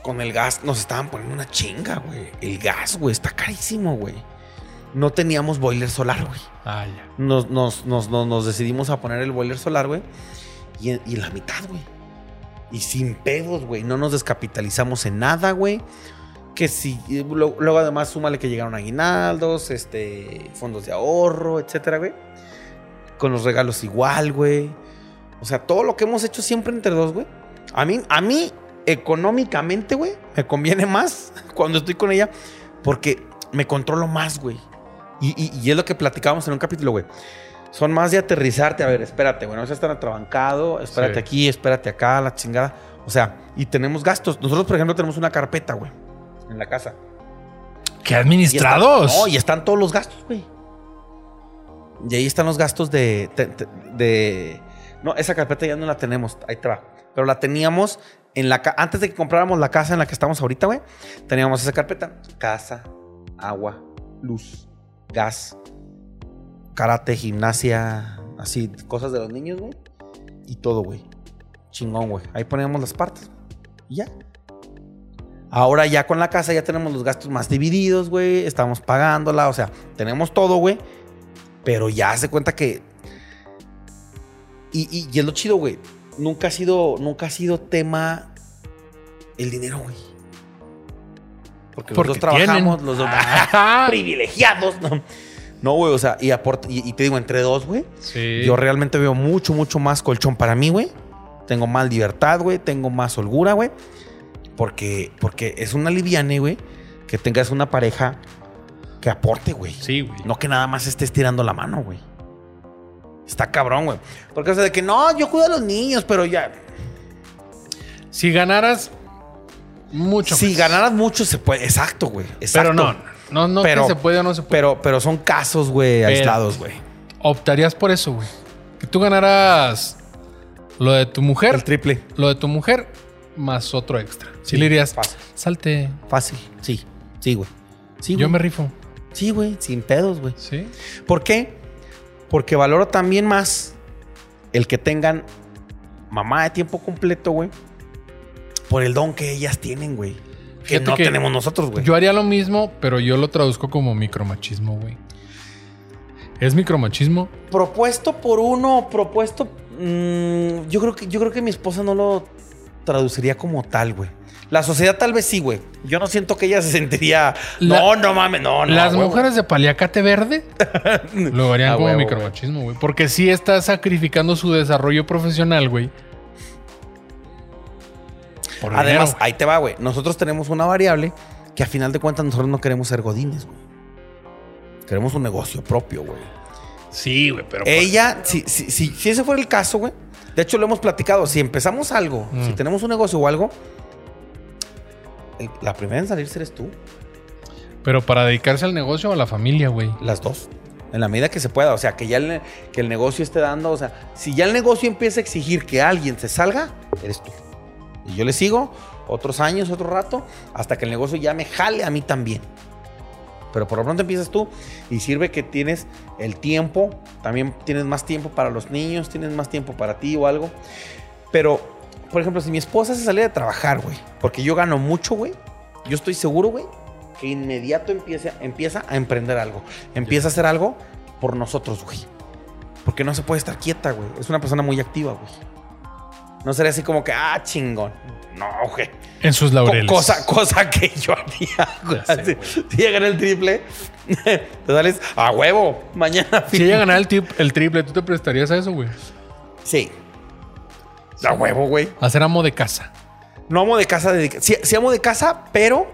A: con el gas nos estaban poniendo una chinga, güey. El gas, güey, está carísimo, güey. No teníamos boiler solar, güey
C: Ah, ya.
A: nos, nos, nos, nos, nos decidimos a poner el boiler solar, güey. Y, y la mitad, güey. Y sin pedos, güey. No nos descapitalizamos en nada, güey. Que si. y lo- Luego, además, súmale que llegaron aguinaldos, este, fondos de ahorro, etcétera, güey. Con los regalos igual, güey. O sea, todo lo que hemos hecho siempre entre dos, güey. A mí, a mí económicamente, güey, me conviene más cuando estoy con ella porque me controlo más, güey. Y, y- y es lo que platicábamos en un capítulo, güey. Son más de aterrizarte. A ver, espérate, güey. No seas tan atrabancado. Espérate
C: Sí.
A: aquí, espérate acá, la chingada. O sea, y tenemos gastos. Nosotros, por ejemplo, tenemos una carpeta, güey, en la casa. Y
C: ¿Qué
A: está-
C: administrados?
A: no, y están todos los gastos, güey. Y ahí están los gastos de, te- te- de- No, esa carpeta ya no la tenemos. Ahí te va. Pero la teníamos en la... ca- Antes de que compráramos la casa en la que estamos ahorita, güey. Teníamos esa carpeta. Casa, agua, luz, gas, karate, gimnasia, así, cosas de los niños, güey. Y todo, güey. Chingón, güey. Ahí poníamos las partes. Y ya. Ahora ya con la casa ya tenemos los gastos más divididos, güey. Estamos pagándola, o sea, tenemos todo, güey. Pero ya se cuenta que... Y, y- y es lo chido, güey. Nunca ha sido, nunca ha sido tema el dinero, güey. Porque los
C: Porque
A: dos trabajamos,
C: tienen.
A: los dos...
C: Ajá.
A: privilegiados. No, No, güey, o sea, y, aporta, y, y te digo, entre dos, güey,
C: Sí.
A: yo realmente veo mucho, mucho más colchón para mí, güey. Tengo más libertad, güey, tengo más holgura, güey. Porque, porque es una liviane, güey, que tengas una pareja que aporte, güey.
C: Sí, güey.
A: No que nada más estés tirando la mano, güey. Está cabrón, güey. Porque, o sea, de que no, yo cuido a los niños, pero ya.
C: Si ganaras mucho.
A: si
C: más.
A: ganaras mucho, se puede. Exacto, güey.
C: Pero
A: Exacto.
C: no. No, no, que
A: Pero-
C: se puede o no se puede.
A: Pero, pero son casos, güey, aislados, güey.
C: optarías por eso, güey. Que tú ganaras lo de tu mujer,
A: El triple.
C: lo de tu mujer más otro extra. Si
A: Sí,
C: le dirías,
A: fácil.
C: salte,
A: Fácil. Sí. Sí, güey. Sí,
C: yo
A: güey.
C: me rifo.
A: Sí, güey. Sin pedos, güey.
C: Sí.
A: ¿Por qué? Porque valoro también más el que tengan mamá de tiempo completo, güey. Por el don que ellas tienen, güey. Que
C: Fíjate
A: no
C: que
A: tenemos nosotros, güey.
C: Yo haría lo mismo, pero yo lo traduzco como micromachismo, güey. ¿Es micromachismo?
A: Propuesto por uno, propuesto. mm, yo, creo que, yo creo que mi esposa no lo traduciría como tal, güey. La sociedad tal vez sí, güey. Yo no siento que ella se sentiría.
C: La-
A: no, no mames, no, no.
C: Las
A: güey,
C: mujeres de paliacate verde lo harían
A: Ah,
C: como
A: huevo,
C: micromachismo, güey. Porque sí está sacrificando su desarrollo profesional, güey. Por
A: güey. Además,
C: dinero.
A: ahí te va, güey. Nosotros tenemos una variable que a final de cuentas nosotros no queremos ser godines, güey. Queremos un negocio propio, güey.
C: sí, güey, pero.
A: Ella, si, si, si, si ese fuera el caso, güey. De hecho, lo hemos platicado. Si empezamos algo,
C: Mm.
A: si tenemos un negocio o algo, el- la primera en salirse eres tú.
C: Pero para dedicarse al negocio o a la familia, güey.
A: Las dos. En la medida que se pueda. O sea, que ya el, ne- que el negocio esté dando. O sea, si ya el negocio empieza a exigir que alguien se salga, eres tú. Y yo le sigo otros años, otro rato, hasta que el negocio ya me jale a mí también. Pero por lo pronto empiezas tú y sirve que tienes el tiempo, también tienes más tiempo para los niños, tienes más tiempo para ti o algo. Pero, por ejemplo, si mi esposa se saliera de trabajar, güey, porque yo gano mucho, güey, yo estoy seguro, güey, que inmediato empieza, empieza a emprender algo. Empieza a hacer algo por nosotros, güey. Porque no se puede estar quieta, güey. Es una persona muy activa, güey. No sería así como que, ah, chingón. No, güey.
C: En sus
A: Co-
C: laureles.
A: Cosa, cosa que yo haría, güey.
C: Ya sé,
A: Si- si llegan el triple, te sales a huevo. Mañana.
C: Si ella ganara el, tip- el triple, ¿tú te prestarías a eso, güey?
A: Sí. A huevo, güey.
C: A ser amo de casa.
A: No amo de casa. dedica- Sí, sí amo de casa, pero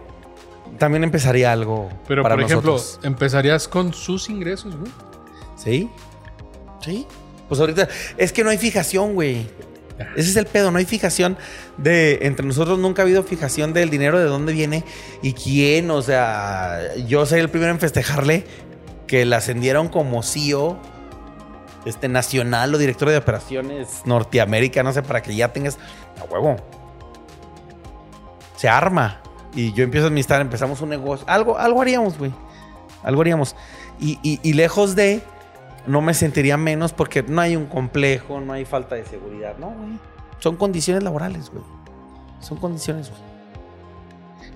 A: también empezaría algo
C: Pero,
A: para
C: por ejemplo,
A: nosotros.
C: empezarías con sus ingresos, güey.
A: ¿Sí? ¿Sí? Pues ahorita es que no hay fijación, güey. Ese es el pedo, no hay fijación de entre nosotros nunca ha habido fijación del dinero de dónde viene y quién, o sea, yo soy el primero en festejarle que la ascendieron como CEO este nacional o director de operaciones Norteamérica, no sé, para que ya tengas a huevo. Se arma y yo empiezo a administrar, empezamos un negocio, algo algo haríamos, güey. Algo haríamos. Y, y- y lejos de, no me sentiría menos porque no hay un complejo, no hay falta de seguridad. No, güey. Son condiciones laborales, güey. Son condiciones, güey.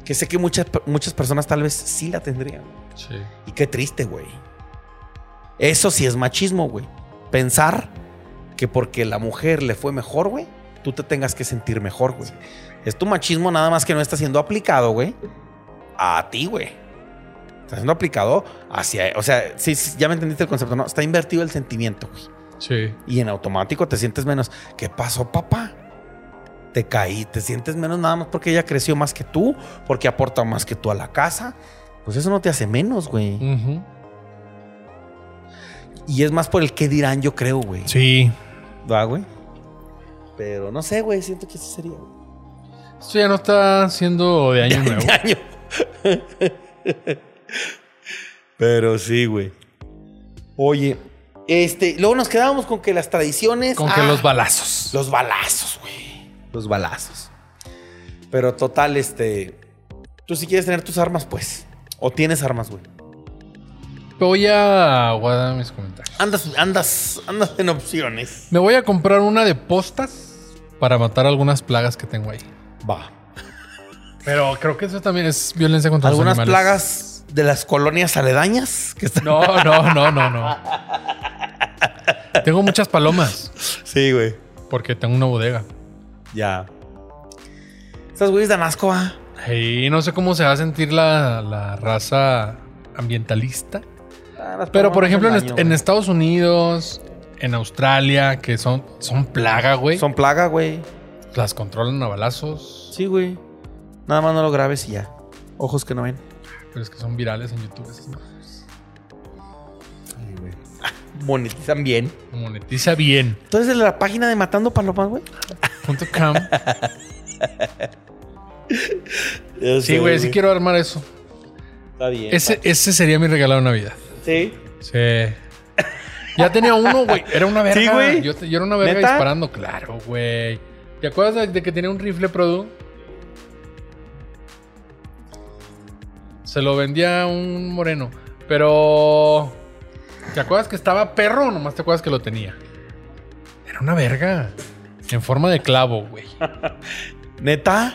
A: Que sé que muchas, muchas personas tal vez sí la tendrían.
C: Sí.
A: Y qué triste, güey. Eso sí es machismo, güey. Pensar que porque la mujer le fue mejor, güey, tú te tengas que sentir mejor, güey. Es tu machismo nada más que no está siendo aplicado, güey, a ti, güey. Está siendo aplicado hacia... O sea, sí, sí, ya me entendiste el concepto, ¿no? Está invertido el sentimiento, güey.
C: Sí.
A: Y en automático te sientes menos. ¿Qué pasó, papá? Te caí, te sientes menos nada más porque ella creció más que tú, porque aporta más que tú a la casa. Pues eso no te hace menos, güey.
C: Ujú.
A: Y es más por el que dirán, yo creo, güey.
C: Sí.
A: ¿Va, güey? Pero no sé, güey. Siento que eso sería, güey.
C: Esto ya no está siendo de año nuevo.
A: De año. Pero sí, güey. Oye, este, luego nos quedábamos con que las tradiciones.
C: Con que
A: Ah,
C: los balazos.
A: Los balazos, güey. Los balazos. Pero total, este. Tú si quieres tener tus armas, pues. O tienes armas, güey.
C: Voy a guardar mis comentarios.
A: Andas, andas, andas en opciones.
C: Me voy a comprar una de postas para matar algunas plagas que tengo ahí.
A: Va.
C: Pero creo que eso también es violencia contra los
A: Algunas
C: animales.
A: plagas de las colonias aledañas que están.
C: No, no, no, no, no. tengo muchas palomas
A: Sí, güey.
C: porque tengo una bodega.
A: Ya. Estas güeyes dan asco, ¿ah?
C: Y no sé cómo se va a sentir la, la raza ambientalista.
A: Ah, las
C: Pero,
A: palomas
C: por ejemplo, en,
A: hacen
C: est-
A: daño,
C: en este
A: güey.
C: Estados Unidos, en Australia, que son, son plaga, güey.
A: Son plaga, güey.
C: Las controlan a balazos.
A: Sí, güey. Nada más no lo grabes y ya. Ojos que no ven.
C: Pero es que son virales en YouTube. esas madres.
A: Monetizan bien.
C: Monetiza bien.
A: Entonces, la página de Matando Palomas, güey.
C: Punto com. Sí, güey, sí quiero armar eso.
A: Está bien.
C: Ese, ese sería mi regalo de Navidad.
A: Sí.
C: Sí. Ya tenía uno, güey. Era una verga.
A: Sí, güey.
C: Yo, te- yo era una verga
A: ¿Neta?
C: disparando, claro, güey. ¿Te acuerdas de, de que tenía un rifle Produ? Se lo vendía a un moreno. Pero. ¿Te acuerdas que estaba perro o nomás te acuerdas que lo tenía? Era una verga. En forma de clavo, güey.
A: Neta,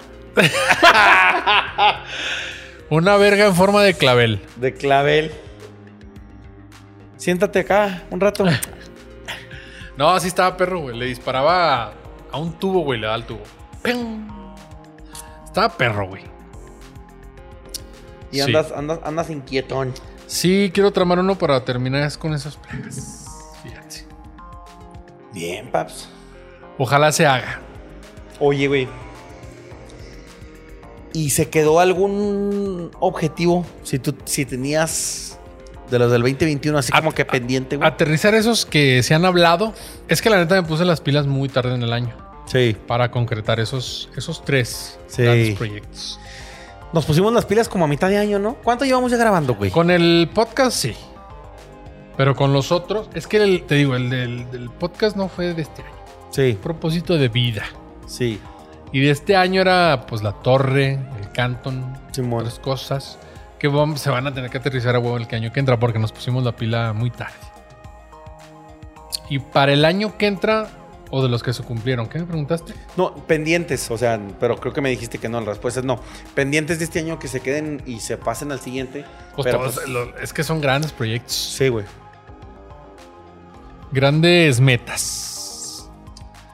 C: Una verga en forma de clavel.
A: de clavel. Siéntate acá un rato.
C: No, así estaba perro, güey. Le disparaba a- a un tubo, güey. Le daba al tubo. ¡Ping! Estaba perro, güey.
A: Y
C: Sí.
A: andas, andas, andas inquietón.
C: Sí, quiero tramar uno para terminar con esas plagas. Fíjate.
A: Bien, paps.
C: Ojalá se haga.
A: Oye, güey. ¿Y se quedó algún objetivo? Si tú si tenías de los del 2021, así como que pendiente, güey.
C: Aterrizar esos que se han hablado. Es que la neta me puse las pilas muy tarde en el año
A: Sí.
C: para concretar esos, esos tres
A: Sí.
C: grandes proyectos.
A: Nos pusimos las pilas como a mitad de año, ¿no? ¿Cuánto llevamos ya grabando, güey?
C: Con el podcast, sí. Pero con los otros, es que el- te digo, el del, del podcast no fue de este año.
A: Sí,
C: Propósito de vida.
A: sí.
C: Y de este año era pues la torre, el canton,
A: Simón.
C: otras cosas que vam- se van a tener que aterrizar a huevo el que año que entra porque nos pusimos la pila muy tarde. Y para el año que entra, o de los que se cumplieron, ¿qué me preguntaste?
A: No, pendientes, o sea, pero creo que me dijiste que no, la respuesta es no. Pendientes de este año que se queden y se pasen al siguiente.
C: Pues
A: pero
C: todos,
A: pues-
C: lo- es que son grandes proyectos,
A: Sí, güey.
C: grandes metas.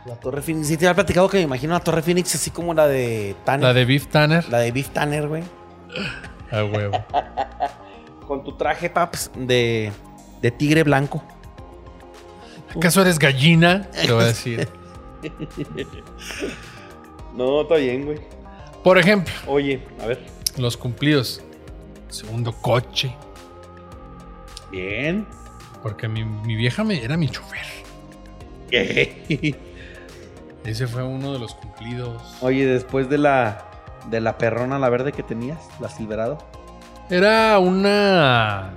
A: La Torre Phoenix. Sí, te había platicado que me imagino la Torre Phoenix así como la de Tanner.
C: La de Beef Tanner,
A: la de Biff Tanner, güey.
C: a huevo.
A: Con tu traje, paps, de, de tigre blanco.
C: ¿Acaso eres gallina? Te voy a decir.
A: No, está bien, güey.
C: Por ejemplo,
A: Oye, a ver.
C: los cumplidos. Segundo coche,
A: Bien.
C: porque mi, mi vieja me, era mi chofer. Ese fue uno de los cumplidos.
A: Oye, después de la de la perrona la verde que tenías, la Silverado.
C: Era una.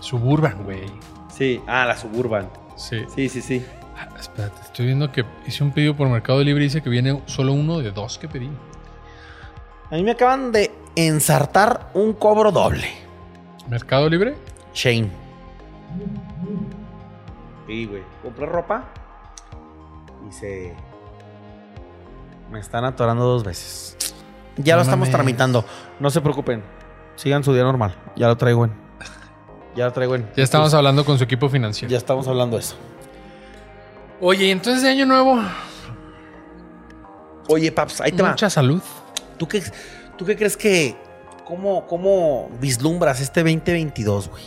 C: Suburban, güey.
A: Sí, ah, la Suburban.
C: Sí.
A: Sí, sí, sí.
C: Ah, espérate, estoy viendo que hice un pedido por Mercado Libre y dice que viene solo uno de dos que pedí.
A: A mí me acaban de ensartar un cobro doble.
C: ¿Mercado Libre?
A: Shane. Sí, güey. Compré ropa y se. Me están atorando dos veces. Ya
C: No
A: lo estamos
C: mames.
A: tramitando. No se preocupen. Sigan su día normal. Ya lo traigo en. Ya lo traigo en.
C: Ya estamos hablando con su equipo financiero.
A: Ya estamos hablando de eso.
C: Oye, ¿y entonces de año nuevo.
A: Oye, Paps, ahí te va.
C: Mucha salud.
A: ¿Tú qué, ¿Tú qué crees que... ¿Cómo, cómo vislumbras este 2022, güey?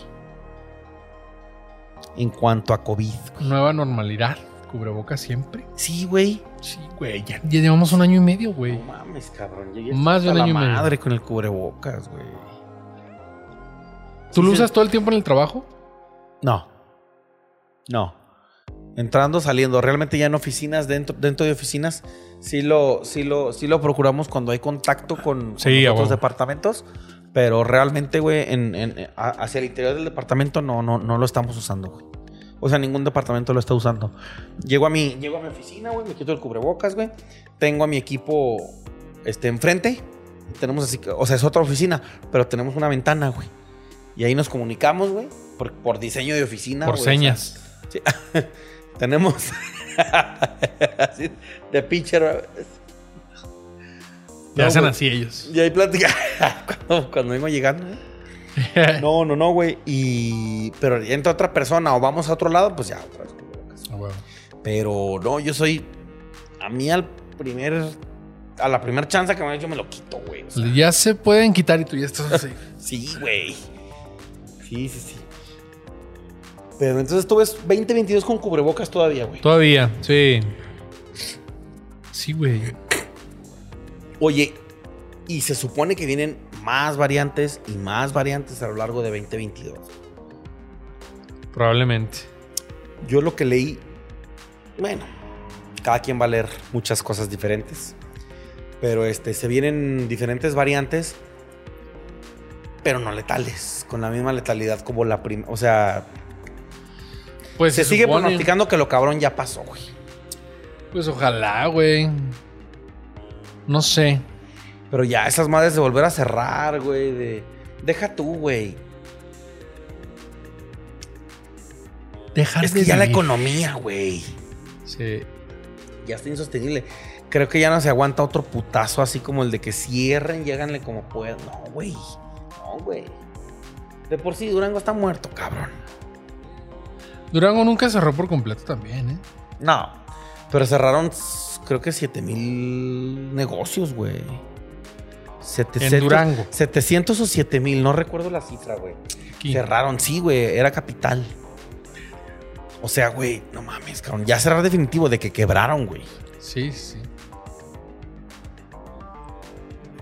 A: En cuanto a COVID. güey.
C: Nueva normalidad. Cubrebocas siempre.
A: Sí, güey.
C: Sí, güey. Ya, ya llevamos un año y medio, güey.
A: No mames, cabrón. Yo ya
C: Más de
A: estoy hasta
C: un año y
A: la
C: medio.
A: madre con el cubrebocas, güey.
C: ¿Tú lo
A: Sí, sí.
C: usas todo el tiempo en el trabajo?
A: No. No. Entrando, saliendo. Realmente ya en oficinas, dentro, dentro de oficinas, sí lo, sí lo, sí lo procuramos cuando hay contacto con, con
C: Sí,
A: los
C: a
A: otros
C: huevo.
A: departamentos. Pero realmente, güey, en, en- a- hacia el interior del departamento no, no, no lo estamos usando, güey. O sea, ningún departamento lo está usando. Llego a mi, llego a mi oficina, güey, me quito el cubrebocas, güey. Tengo a mi equipo este, enfrente. Tenemos así, que- o sea, es otra oficina, pero tenemos una ventana, güey. Y ahí nos comunicamos, güey, por, por diseño de oficina.
C: por
A: güey, o sea,
C: señas.
A: tenemos así, de pitcher. güey.
C: Ya
A: No,
C: hacen
A: güey.
C: así ellos.
A: Y ahí platica cuando, cuando vengo llegando. ¿eh? No, no, no, güey. Y pero entra otra persona o vamos a otro lado, pues ya otra vez cubrebocas.
C: A Ah, huevo.
A: Pero no, yo soy a mí al primer a la primera chance que me dan, yo me lo quito, güey. o sea,
C: Ya se pueden quitar y tú ya estás así.
A: Sí, güey. Sí, sí, sí. Pero entonces tú ves 2022 con cubrebocas todavía, güey.
C: Todavía, sí. Sí, güey.
A: Oye, y se supone que vienen más variantes y más variantes a lo largo de 2022.
C: Probablemente.
A: Yo lo que leí, bueno, cada quien va a leer muchas cosas diferentes, pero este, se vienen diferentes variantes pero no letales. Con la misma letalidad como la primera. O sea,
C: Pues
A: se, sigue
C: supone-
A: pronosticando que lo cabrón ya pasó, güey.
C: Pues ojalá, güey. No sé.
A: Pero ya, esas madres de volver a cerrar, güey. De, deja tú, güey.
C: Dejar
A: Es
C: de
A: que ya la
C: vivir.
A: economía, güey.
C: Sí.
A: Ya está insostenible. Creo que ya no se aguanta otro putazo así como el de que cierren, lléganle como puedan. No, güey. No, güey. De por sí, Durango está muerto, cabrón.
C: Durango nunca cerró por completo también, ¿eh?
A: No. Pero cerraron, s- creo que 7 mil negocios, güey. 700,
C: Durango.
A: 700 o 7 mil, no recuerdo la cifra, güey.
C: Aquí.
A: Cerraron, sí, güey, era capital. O sea, güey, no mames, cabrón. Ya cerrar definitivo de que quebraron, güey.
C: Sí, sí.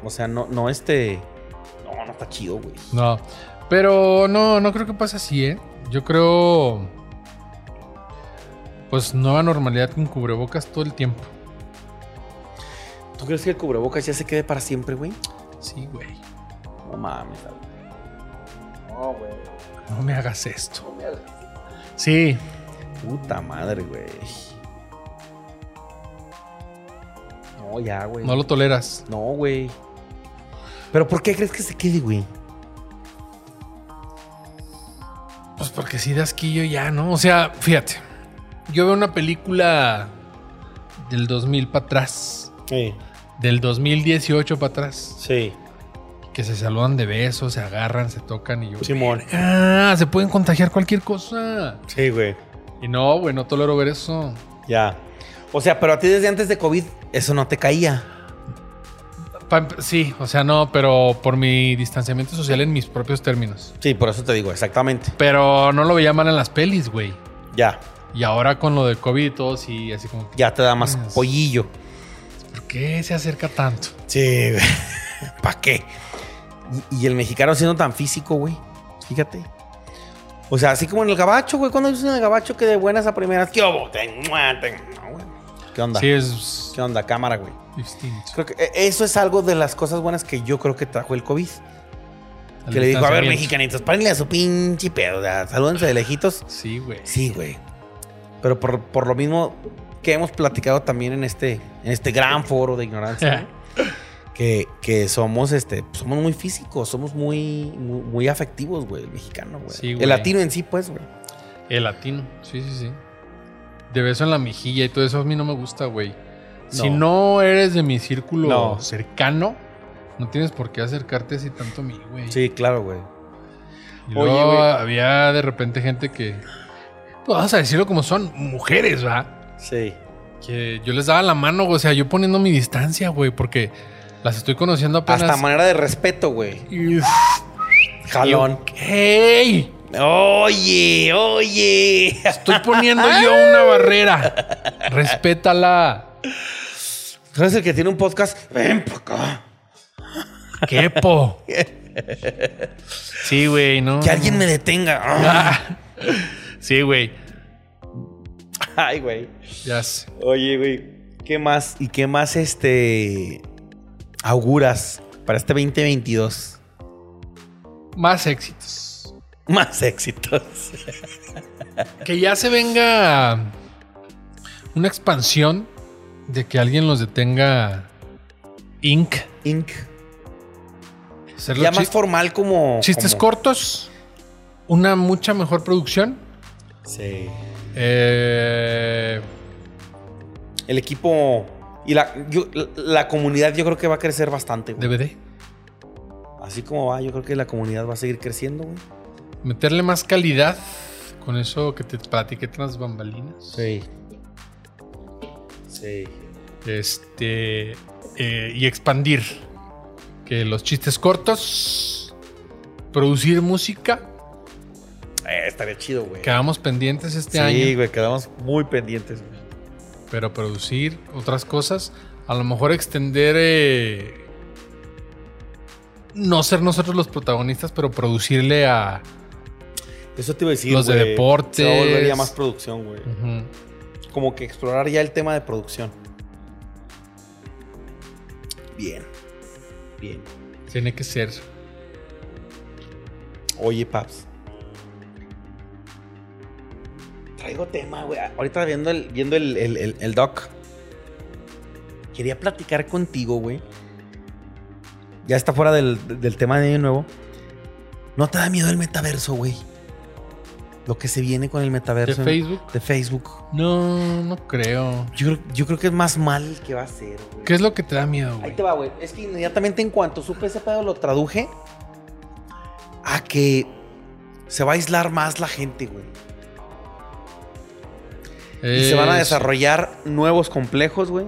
A: O sea, no, no este. No, no está chido, güey.
C: No. Pero no, no creo que pase así, ¿eh? Yo creo. Pues nueva normalidad con cubrebocas todo el tiempo.
A: ¿Tú crees que el cubrebocas ya se quede para siempre, güey?
C: Sí, güey.
A: No mames, No, güey.
C: No me hagas esto. Sí.
A: Puta madre, güey. No, ya, güey.
C: No lo toleras.
A: No, güey. ¿Pero por qué crees que se quede, güey?
C: Pues porque sí de asquillo ya, ¿no? O sea, fíjate. Yo veo una película del 2000 para atrás.
A: Sí,
C: Del 2018 para atrás.
A: sí.
C: Que se saludan de besos, se agarran, se tocan y yo.
A: Simón.
C: Ah, se pueden contagiar cualquier cosa.
A: Sí, güey.
C: Y no, güey, no tolero ver eso.
A: Ya. O sea, pero a ti desde antes de COVID eso no te caía.
C: Pa- sí, o sea, no, pero por mi distanciamiento social en mis propios términos.
A: Sí, por eso te digo, exactamente.
C: Pero no lo veía mal en las pelis, güey.
A: Ya.
C: Y ahora con lo del COVID y todo, sí, así como,
A: Ya te da más
C: Yes.
A: pollillo.
C: ¿por qué se acerca tanto?
A: Sí, güey. ¿Para qué? Y, y el mexicano siendo tan físico, güey. Fíjate. O sea, así como en el gabacho, güey. Cuando dices en el gabacho que de buenas a primeras, ¿qué obo? Te mua, te mua, güey. ¿Qué onda?
C: Sí, es
A: ¿Qué onda? Cámara, güey.
C: distinto.
A: Creo que eh, eso es algo de las cosas buenas que yo creo que trajo el COVID.
C: El
A: que le dijo, a ver,
C: distanciamiento".
A: mexicanitos, párenle a su pinche pedo. o sea, salúdense de lejitos.
C: Sí, güey.
A: Sí, güey. Pero por, por lo mismo que hemos platicado también en este, en este gran foro de ignorancia, ¿no? que, que somos, este, somos muy físicos, somos muy, muy, muy afectivos, güey, el mexicano, güey.
C: Sí, güey.
A: el latino en sí, pues, güey.
C: El latino, sí, sí, sí. De beso en la mejilla y todo eso a mí no me gusta, güey. Si
A: No.
C: no eres de mi círculo
A: No.
C: cercano, no tienes por qué acercarte así tanto a mí, güey.
A: Sí, claro, güey.
C: Y
A: Oye,
C: luego
A: güey.
C: había de repente gente que. pues, vamos a decirlo como son, mujeres, ¿va?
A: Sí.
C: Que yo les daba la mano, güey. O sea, yo poniendo mi distancia, güey, porque las estoy conociendo apenas.
A: Hasta manera de respeto, güey.
C: Y-
A: Jalón.
C: y- ¡Hey!
A: Oye, oye.
C: Estoy poniendo yo una barrera. Respétala.
A: ¿Sabes el que tiene un podcast? Ven para acá.
C: Quepo. Sí, güey, ¿no?
A: Que alguien me detenga.
C: Ah. Sí, güey.
A: Ay, güey.
C: Ya sé.
A: Oye, güey, ¿qué más? ¿Y qué más este auguras para este 2022?
C: Más éxitos.
A: Más éxitos.
C: Que ya se venga una expansión de que alguien los detenga. Inc.
A: Inc.
C: Hacer los
A: Ya
C: chi-
A: más formal como
C: chistes
A: como-
C: cortos. Una mucha mejor producción.
A: Sí.
C: Eh,
A: El equipo y la, yo- la- la comunidad yo creo que va a crecer bastante, güey.
C: DVD.
A: Así como va, yo creo que la comunidad va a seguir creciendo, güey.
C: Meterle más calidad con eso que te platiqué tras bambalinas.
A: Sí. Sí.
C: Este. eh, y expandir. Que los chistes cortos. Producir música.
A: Eh, estaría chido, güey.
C: Quedamos pendientes este
A: sí,
C: año.
A: güey, quedamos muy pendientes, güey.
C: Pero producir otras cosas. A lo mejor extender. eh, no ser nosotros los protagonistas, pero producirle a.
A: Eso te iba a decir,
C: Los de
A: güey.
C: deportes.
A: Se va a volver ya más producción, güey.
C: Ujú.
A: como que explorar ya el tema de producción. Bien. Bien.
C: Tiene que ser.
A: Oye, Paps. Traigo tema, güey. Ahorita viendo el, viendo el, el- el- el doc. Quería platicar contigo, güey. Ya está fuera del, del tema de año nuevo. ¿No te da miedo el metaverso, güey? Lo que se viene con el
C: ¿De
A: metaverso. en-
C: Facebook?
A: De Facebook.
C: No, no creo.
A: Yo, creo- yo creo que es más mal que va a ser, güey.
C: ¿Qué es lo que te da miedo,
A: Ahí
C: güey?
A: te va, güey. Es que inmediatamente en cuanto supe ese pedo lo traduje a que se va a aislar más la gente, güey. Y se van a
C: Es-
A: desarrollar nuevos complejos, güey.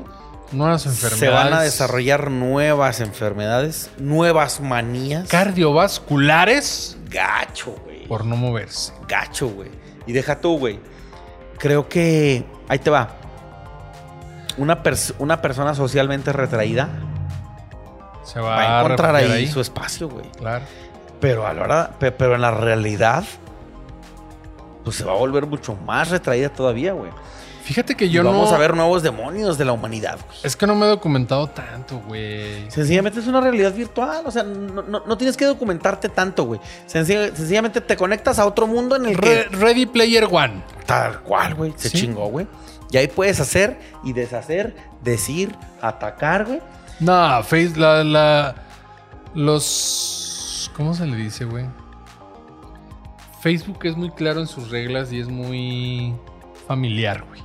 C: Nuevas enfermedades.
A: Se van a desarrollar nuevas enfermedades, nuevas manías.
C: Cardiovasculares
A: gacho, güey.
C: por no moverse.
A: Gacho, güey. Y deja tú, güey. Creo que... Ahí te va. Una, pers- una persona socialmente retraída
C: Se va,
A: va a encontrar ahí,
C: refugiar
A: su espacio, güey.
C: Claro.
A: Pero a la hora- pe- pero en la realidad, pues se va a volver mucho más retraída todavía, güey.
C: Fíjate que
A: Y
C: yo
A: vamos
C: no.
A: a ver nuevos demonios de la humanidad, güey.
C: Es que no me he documentado tanto, güey.
A: Sencillamente es una realidad virtual, o sea, no, no- no tienes que documentarte tanto, güey. Senci- sencillamente te conectas a otro mundo en el
C: Re-
A: que
C: Ready Player One.
A: tal cual, güey, se
C: Sí.
A: chingó, güey. Y ahí puedes hacer y deshacer, decir, atacar, güey.
C: No, Face, la, la- Los. ¿Cómo se le dice, güey? Facebook es muy claro en sus reglas y es muy familiar, güey.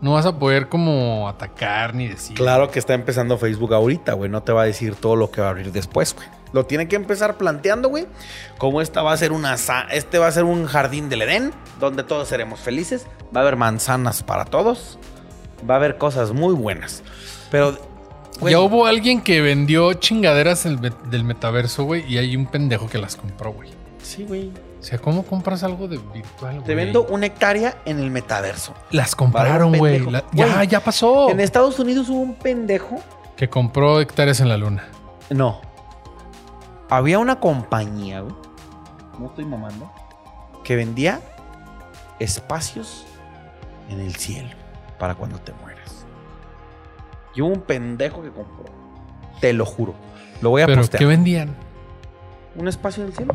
C: No vas a poder como atacar ni decir.
A: Claro que está empezando Facebook ahorita, güey. No te va a decir todo lo que va a abrir después, güey. Lo tiene que empezar planteando, güey. Como esta va a ser una sa- este va a ser un jardín del Edén donde todos seremos felices. Va a haber manzanas para todos. Va a haber cosas muy buenas. Pero güey,
C: Ya hubo alguien que vendió chingaderas del, met- del metaverso, güey, y hay un pendejo que las compró, güey.
A: sí, güey.
C: O sea, ¿cómo compras algo de virtual, güey?
A: Te vendo una hectárea en el metaverso.
C: Las compraron,
A: Varón
C: güey.
A: pendejo.
C: La- Ya,
A: Güey,
C: ya pasó.
A: En Estados Unidos hubo un pendejo.
C: Que compró hectáreas en la luna.
A: No. Había una compañía, güey. No estoy mamando. Que vendía espacios en el cielo para cuando te mueras. Y hubo un pendejo que compró. Te lo juro. Lo voy a
C: Pero
A: postear.
C: ¿qué vendían?
A: Un espacio en el cielo.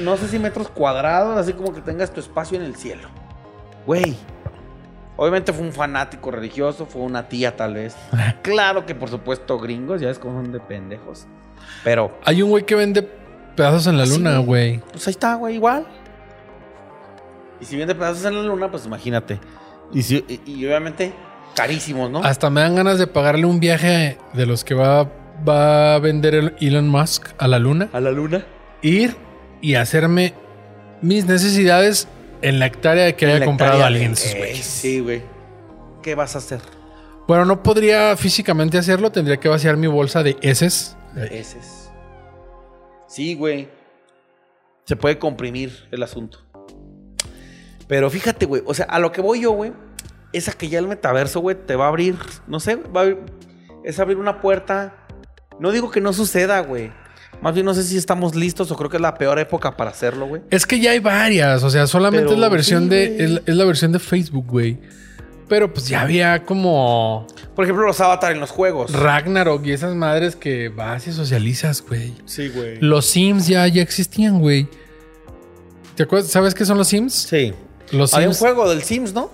A: No sé si metros cuadrados, así como que tengas tu espacio en el cielo. Güey. Obviamente fue un fanático religioso, fue una tía tal vez. Claro que por supuesto gringos, ya es como son de pendejos. Pero
C: Hay un güey que vende pedazos en la
A: Sí,
C: luna, güey.
A: pues ahí está, güey, igual. Y si vende pedazos en la luna, pues imagínate. Y, si- y- y obviamente carísimos, ¿no?
C: Hasta me dan ganas de pagarle un viaje de los que va, va a vender el Elon Musk a la luna.
A: A la luna.
C: Ir y hacerme mis necesidades en la hectárea que haya
A: La
C: comprado
A: hectárea,
C: alguien.
A: eh,
C: esos güeyes.
A: Sí, güey. ¿Qué vas a hacer?
C: Bueno, no podría físicamente hacerlo. Tendría que vaciar mi bolsa de heces.
A: Ese es. Sí, güey. Se puede comprimir el asunto. Pero fíjate, güey. O sea, a lo que voy yo, güey. Esa que ya el metaverso, güey, te va a abrir. No sé, va a abrir- es abrir una puerta. No digo que no suceda, güey. Más bien no sé si estamos listos o creo que es la peor época para hacerlo, güey.
C: Es que ya hay varias, o sea, solamente
A: Pero
C: es la versión
A: sí,
C: de
A: güey.
C: es la, es la versión de Facebook, güey. Pero pues ya había como
A: Por ejemplo, los avatar en los juegos.
C: Ragnarok y esas madres que vas y socializas, güey.
A: Sí, güey.
C: Los Sims ya ya existían, güey. ¿Te acuerdas? ¿Sabes qué son los Sims?
A: Sí.
C: Los
A: Había un
C: Sims.
A: juego del Sims, ¿no?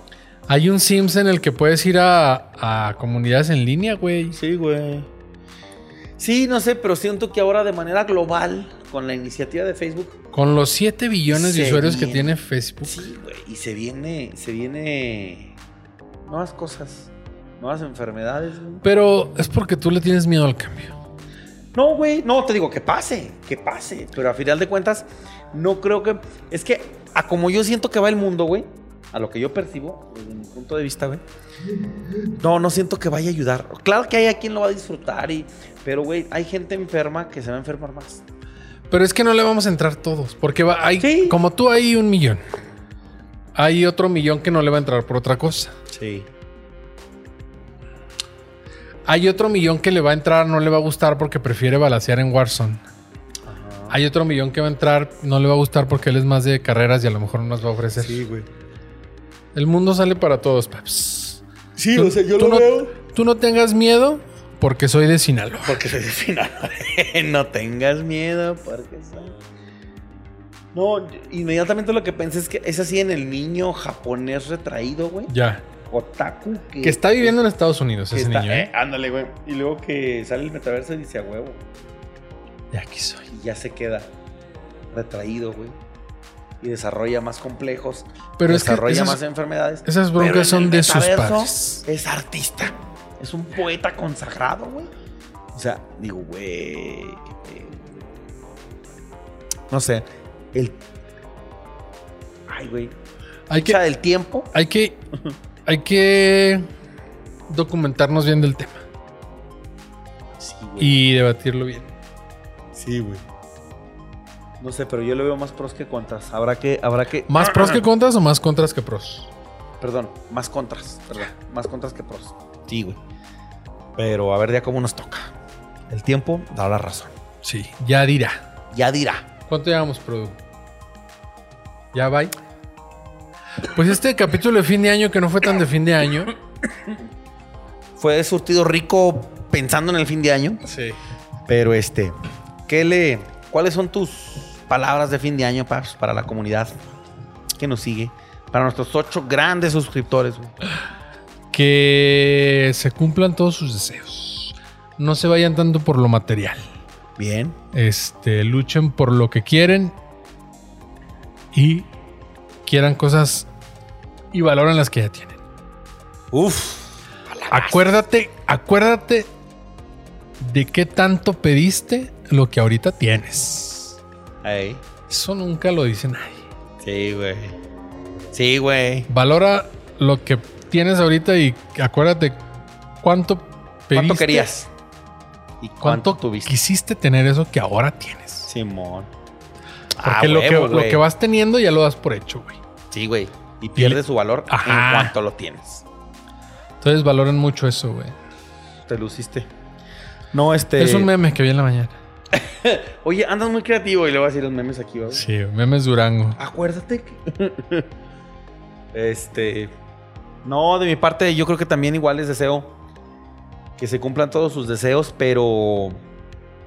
C: Hay un Sims en el que puedes ir a, a comunidades en línea, güey.
A: Sí, güey. Sí, no sé, pero siento que ahora de manera global, con la iniciativa de Facebook,
C: Con los 7 billones de
A: Se
C: usuarios que
A: viene.
C: tiene Facebook.
A: sí, güey, y se viene, se viene nuevas cosas, nuevas enfermedades. güey.
C: Pero es porque tú le tienes miedo al cambio.
A: No, güey, no, te digo que pase, que pase, pero a final de cuentas, no creo que, es que a como yo siento que va el mundo, güey, a lo que yo percibo, desde mi punto de vista, güey, no, no siento que vaya a ayudar. Claro que hay a quien lo va a disfrutar, y, pero, güey, hay gente enferma que se va a enfermar más.
C: Pero es que no le vamos a entrar todos, porque va, hay,
A: Sí.
C: como tú hay un millón. Hay otro millón que no le va a entrar por otra cosa.
A: Sí.
C: Hay otro millón que le va a entrar, no le va a gustar porque prefiere balasear en Warzone. Hay otro millón que va a entrar, no le va a gustar porque él es más de carreras y a lo mejor no nos va a ofrecer.
A: güey.
C: El mundo sale para todos, paps.
A: Sí,
C: Tú- tú no- Tú no tengas miedo Porque soy de Sinaloa.
A: Porque soy de Sinaloa. no tengas miedo, porque soy. No, inmediatamente lo que pensé es que es así en el niño japonés retraído, güey.
C: Ya.
A: Otaku.
C: Que está viviendo en Estados Unidos
A: que
C: ese
A: está-
C: niño, ¿eh?
A: eh, ándale, güey. Y luego que sale el metaverso y dice a huevo.
C: De aquí soy.
A: Y ya se queda retraído, güey. Y desarrolla más complejos.
C: Pero es que
A: desarrolla
C: esas,
A: más enfermedades.
C: esas
A: Pero en
C: broncas son
A: el
C: de sus
A: metaverso
C: padres.
A: Es artista. Es un poeta consagrado, güey. O sea, digo, güey. qué pedo. No sé. El. Ay, güey.
C: Hay
A: O sea,
C: que,
A: del tiempo.
C: hay que, hay que documentarnos bien del tema
A: Sí, güey.
C: y debatirlo bien.
A: Sí, güey. No sé, pero yo le veo más pros que contras. Habrá que. Habrá que.
C: ¿Más pros que contras o más contras que pros?
A: Perdón, más contras. Perdón. Más contras que pros. Sí, güey. Pero a ver ya cómo nos toca. El tiempo da la razón.
C: Sí, ya dirá.
A: Ya dirá.
C: ¿Cuánto llevamos, producto? Ya bye. Pues este capítulo de fin de año que no fue tan de fin de año.
A: Fue surtido rico pensando en el fin de año.
C: Sí.
A: Pero este, ¿qué le, ¿cuáles son tus palabras de fin de año Paps, para la comunidad que nos sigue? Para nuestros ocho grandes suscriptores. güey.
C: Que se cumplan todos sus deseos. No se vayan tanto por lo material.
A: Bien.
C: Este, luchen por lo que quieren y quieran cosas y valoren las que ya tienen.
A: Uf.
C: Acuérdate, acuérdate de qué tanto pediste lo que ahorita tienes.
A: Ey.
C: Eso nunca lo dice nadie.
A: Sí, güey. Sí, güey.
C: Valora lo que tienes ahorita y acuérdate cuánto pediste.
A: ¿Cuánto querías? ¿Y
C: ¿Cuánto,
A: cuánto, tuviste?
C: quisiste tener eso que ahora tienes?
A: Simón.
C: Porque lo,
A: Ah, huevo,
C: que, lo
A: güey.
C: que vas teniendo ya lo das por hecho, güey.
A: Sí, güey. Y pierde su valor
C: Ajá.
A: en cuanto lo tienes.
C: Entonces valoren mucho eso, güey.
A: Te luciste. No, este.
C: Es un meme que vi en la mañana.
A: Oye, andas muy creativo y le voy a decir los memes aquí, ¿va? güey?
C: Sí, memes Durango.
A: Acuérdate que. este. No, de mi parte, yo creo que también igual les deseo que se cumplan todos sus deseos, pero.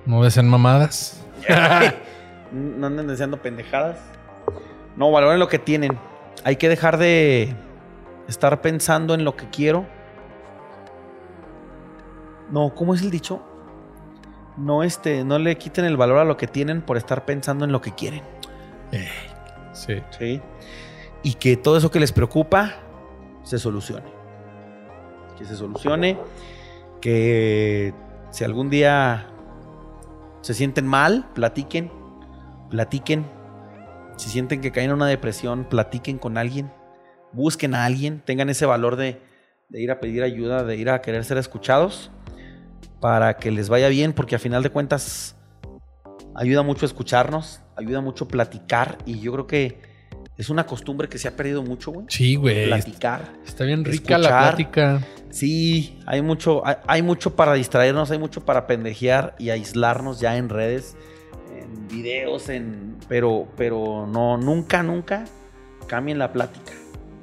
C: No desean mamadas.
A: no anden deseando pendejadas. No, valoren lo que tienen. Hay que dejar de estar pensando en lo que quiero. No, ¿cómo es el dicho? No, este, no le quiten el valor a lo que tienen por estar pensando en lo que quieren.
C: Ey, sí.
A: Sí. Y que todo eso que les preocupa se solucione. Que se solucione. Que si algún día se sienten mal, platiquen. Platiquen. Si sienten que caen en una depresión, platiquen con alguien. Busquen a alguien. Tengan ese valor de, de ir a pedir ayuda, de ir a querer ser escuchados. Para que les vaya bien, porque a final de cuentas ayuda mucho escucharnos, ayuda mucho platicar y yo creo que es una costumbre que se ha perdido mucho, güey.
C: Sí, güey.
A: Platicar.
C: Está bien rica la
A: Escuchar.
C: plática.
A: Sí, hay mucho, hay, hay mucho para distraernos, hay mucho para pendejear y aislarnos ya en redes, en videos, en pero, pero no, nunca, nunca cambien la plática.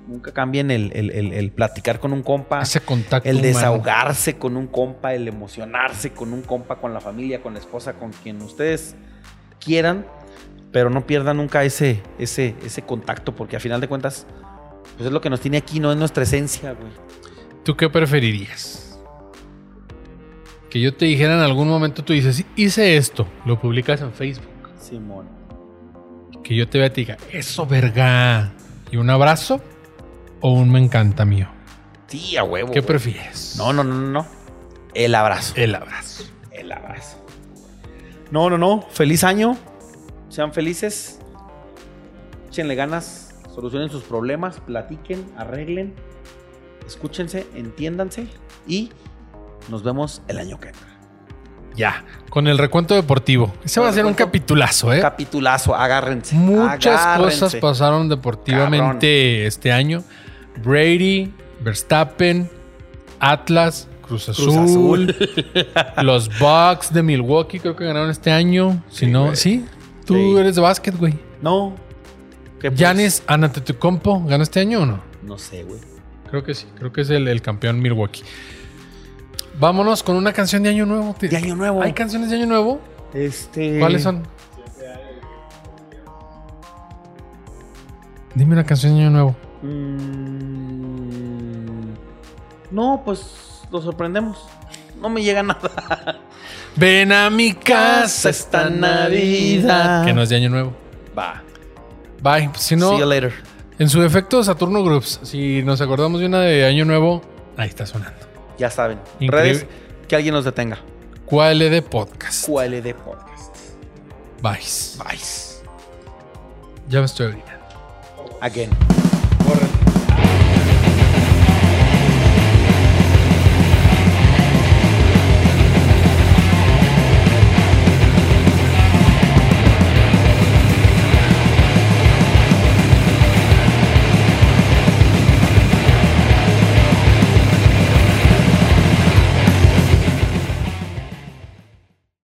A: Nunca cambien el, el- el- el platicar con un compa.
C: Ese contacto.
A: El
C: humano.
A: desahogarse con un compa, el emocionarse con un compa, con la familia, con la esposa, con quien ustedes quieran, pero no pierdan nunca ese, ese, ese contacto, porque a final de cuentas, pues es lo que nos tiene aquí, no es nuestra esencia, güey.
C: ¿Tú qué preferirías? Que yo te dijera en algún momento, tú dices, hice esto, lo publicas en Facebook.
A: Simón.
C: Que yo te vea y te diga, eso, verga. ¿Y un abrazo o un me encanta mío?
A: Sí, a huevo.
C: ¿Qué
A: güey.
C: prefieres?
A: No, no, no, no, no. El abrazo.
C: El abrazo.
A: El abrazo. No, no, no. Feliz año. Sean felices. Échenle ganas. Solucionen sus problemas. Platiquen. Arreglen. Escúchense. Entiéndanse. Y nos vemos el año que entra.
C: Ya, con el recuento deportivo. Ese va a ser un
A: Recuento-
C: capitulazo, ¿eh?
A: Capitulazo. Agárrense.
C: Muchas
A: agárrense.
C: cosas pasaron deportivamente este año. Brady, Verstappen, Atlas, Cruz Azul,
A: Cruz Azul.
C: los Bucks de Milwaukee creo que ganaron este año. Si
A: Sí,
C: no,
A: güey.
C: sí. Tú
A: Sí.
C: eres de básquet, güey.
A: No. ¿Qué pues?
C: Giannis Antetokounmpo ganó este año o no?
A: No sé, güey.
C: Creo que sí. Creo que es el, el campeón Milwaukee. Vámonos con una canción de Año Nuevo.
A: De Año Nuevo.
C: ¿Hay canciones de Año Nuevo?
A: Este...
C: ¿Cuáles son? Dime una canción de Año Nuevo.
A: Mm, No, pues lo sorprendemos. No me llega nada.
C: Ven a mi casa esta
A: esta
C: Navidad.
A: Navidad.
C: Que no es de Año Nuevo.
A: Va.
C: Bye. Pues, si no,
A: See you later.
C: en su defecto, Saturno Groups. Si nos acordamos de una de Año Nuevo, ahí está sonando.
A: Ya saben.
C: Increíble.
A: Redes, que alguien nos detenga.
C: ¿Cuál de podcast?
A: ¿Cuál de podcast?
C: Bye.
A: Vice.
C: Ya me estoy olvidando.
A: Again.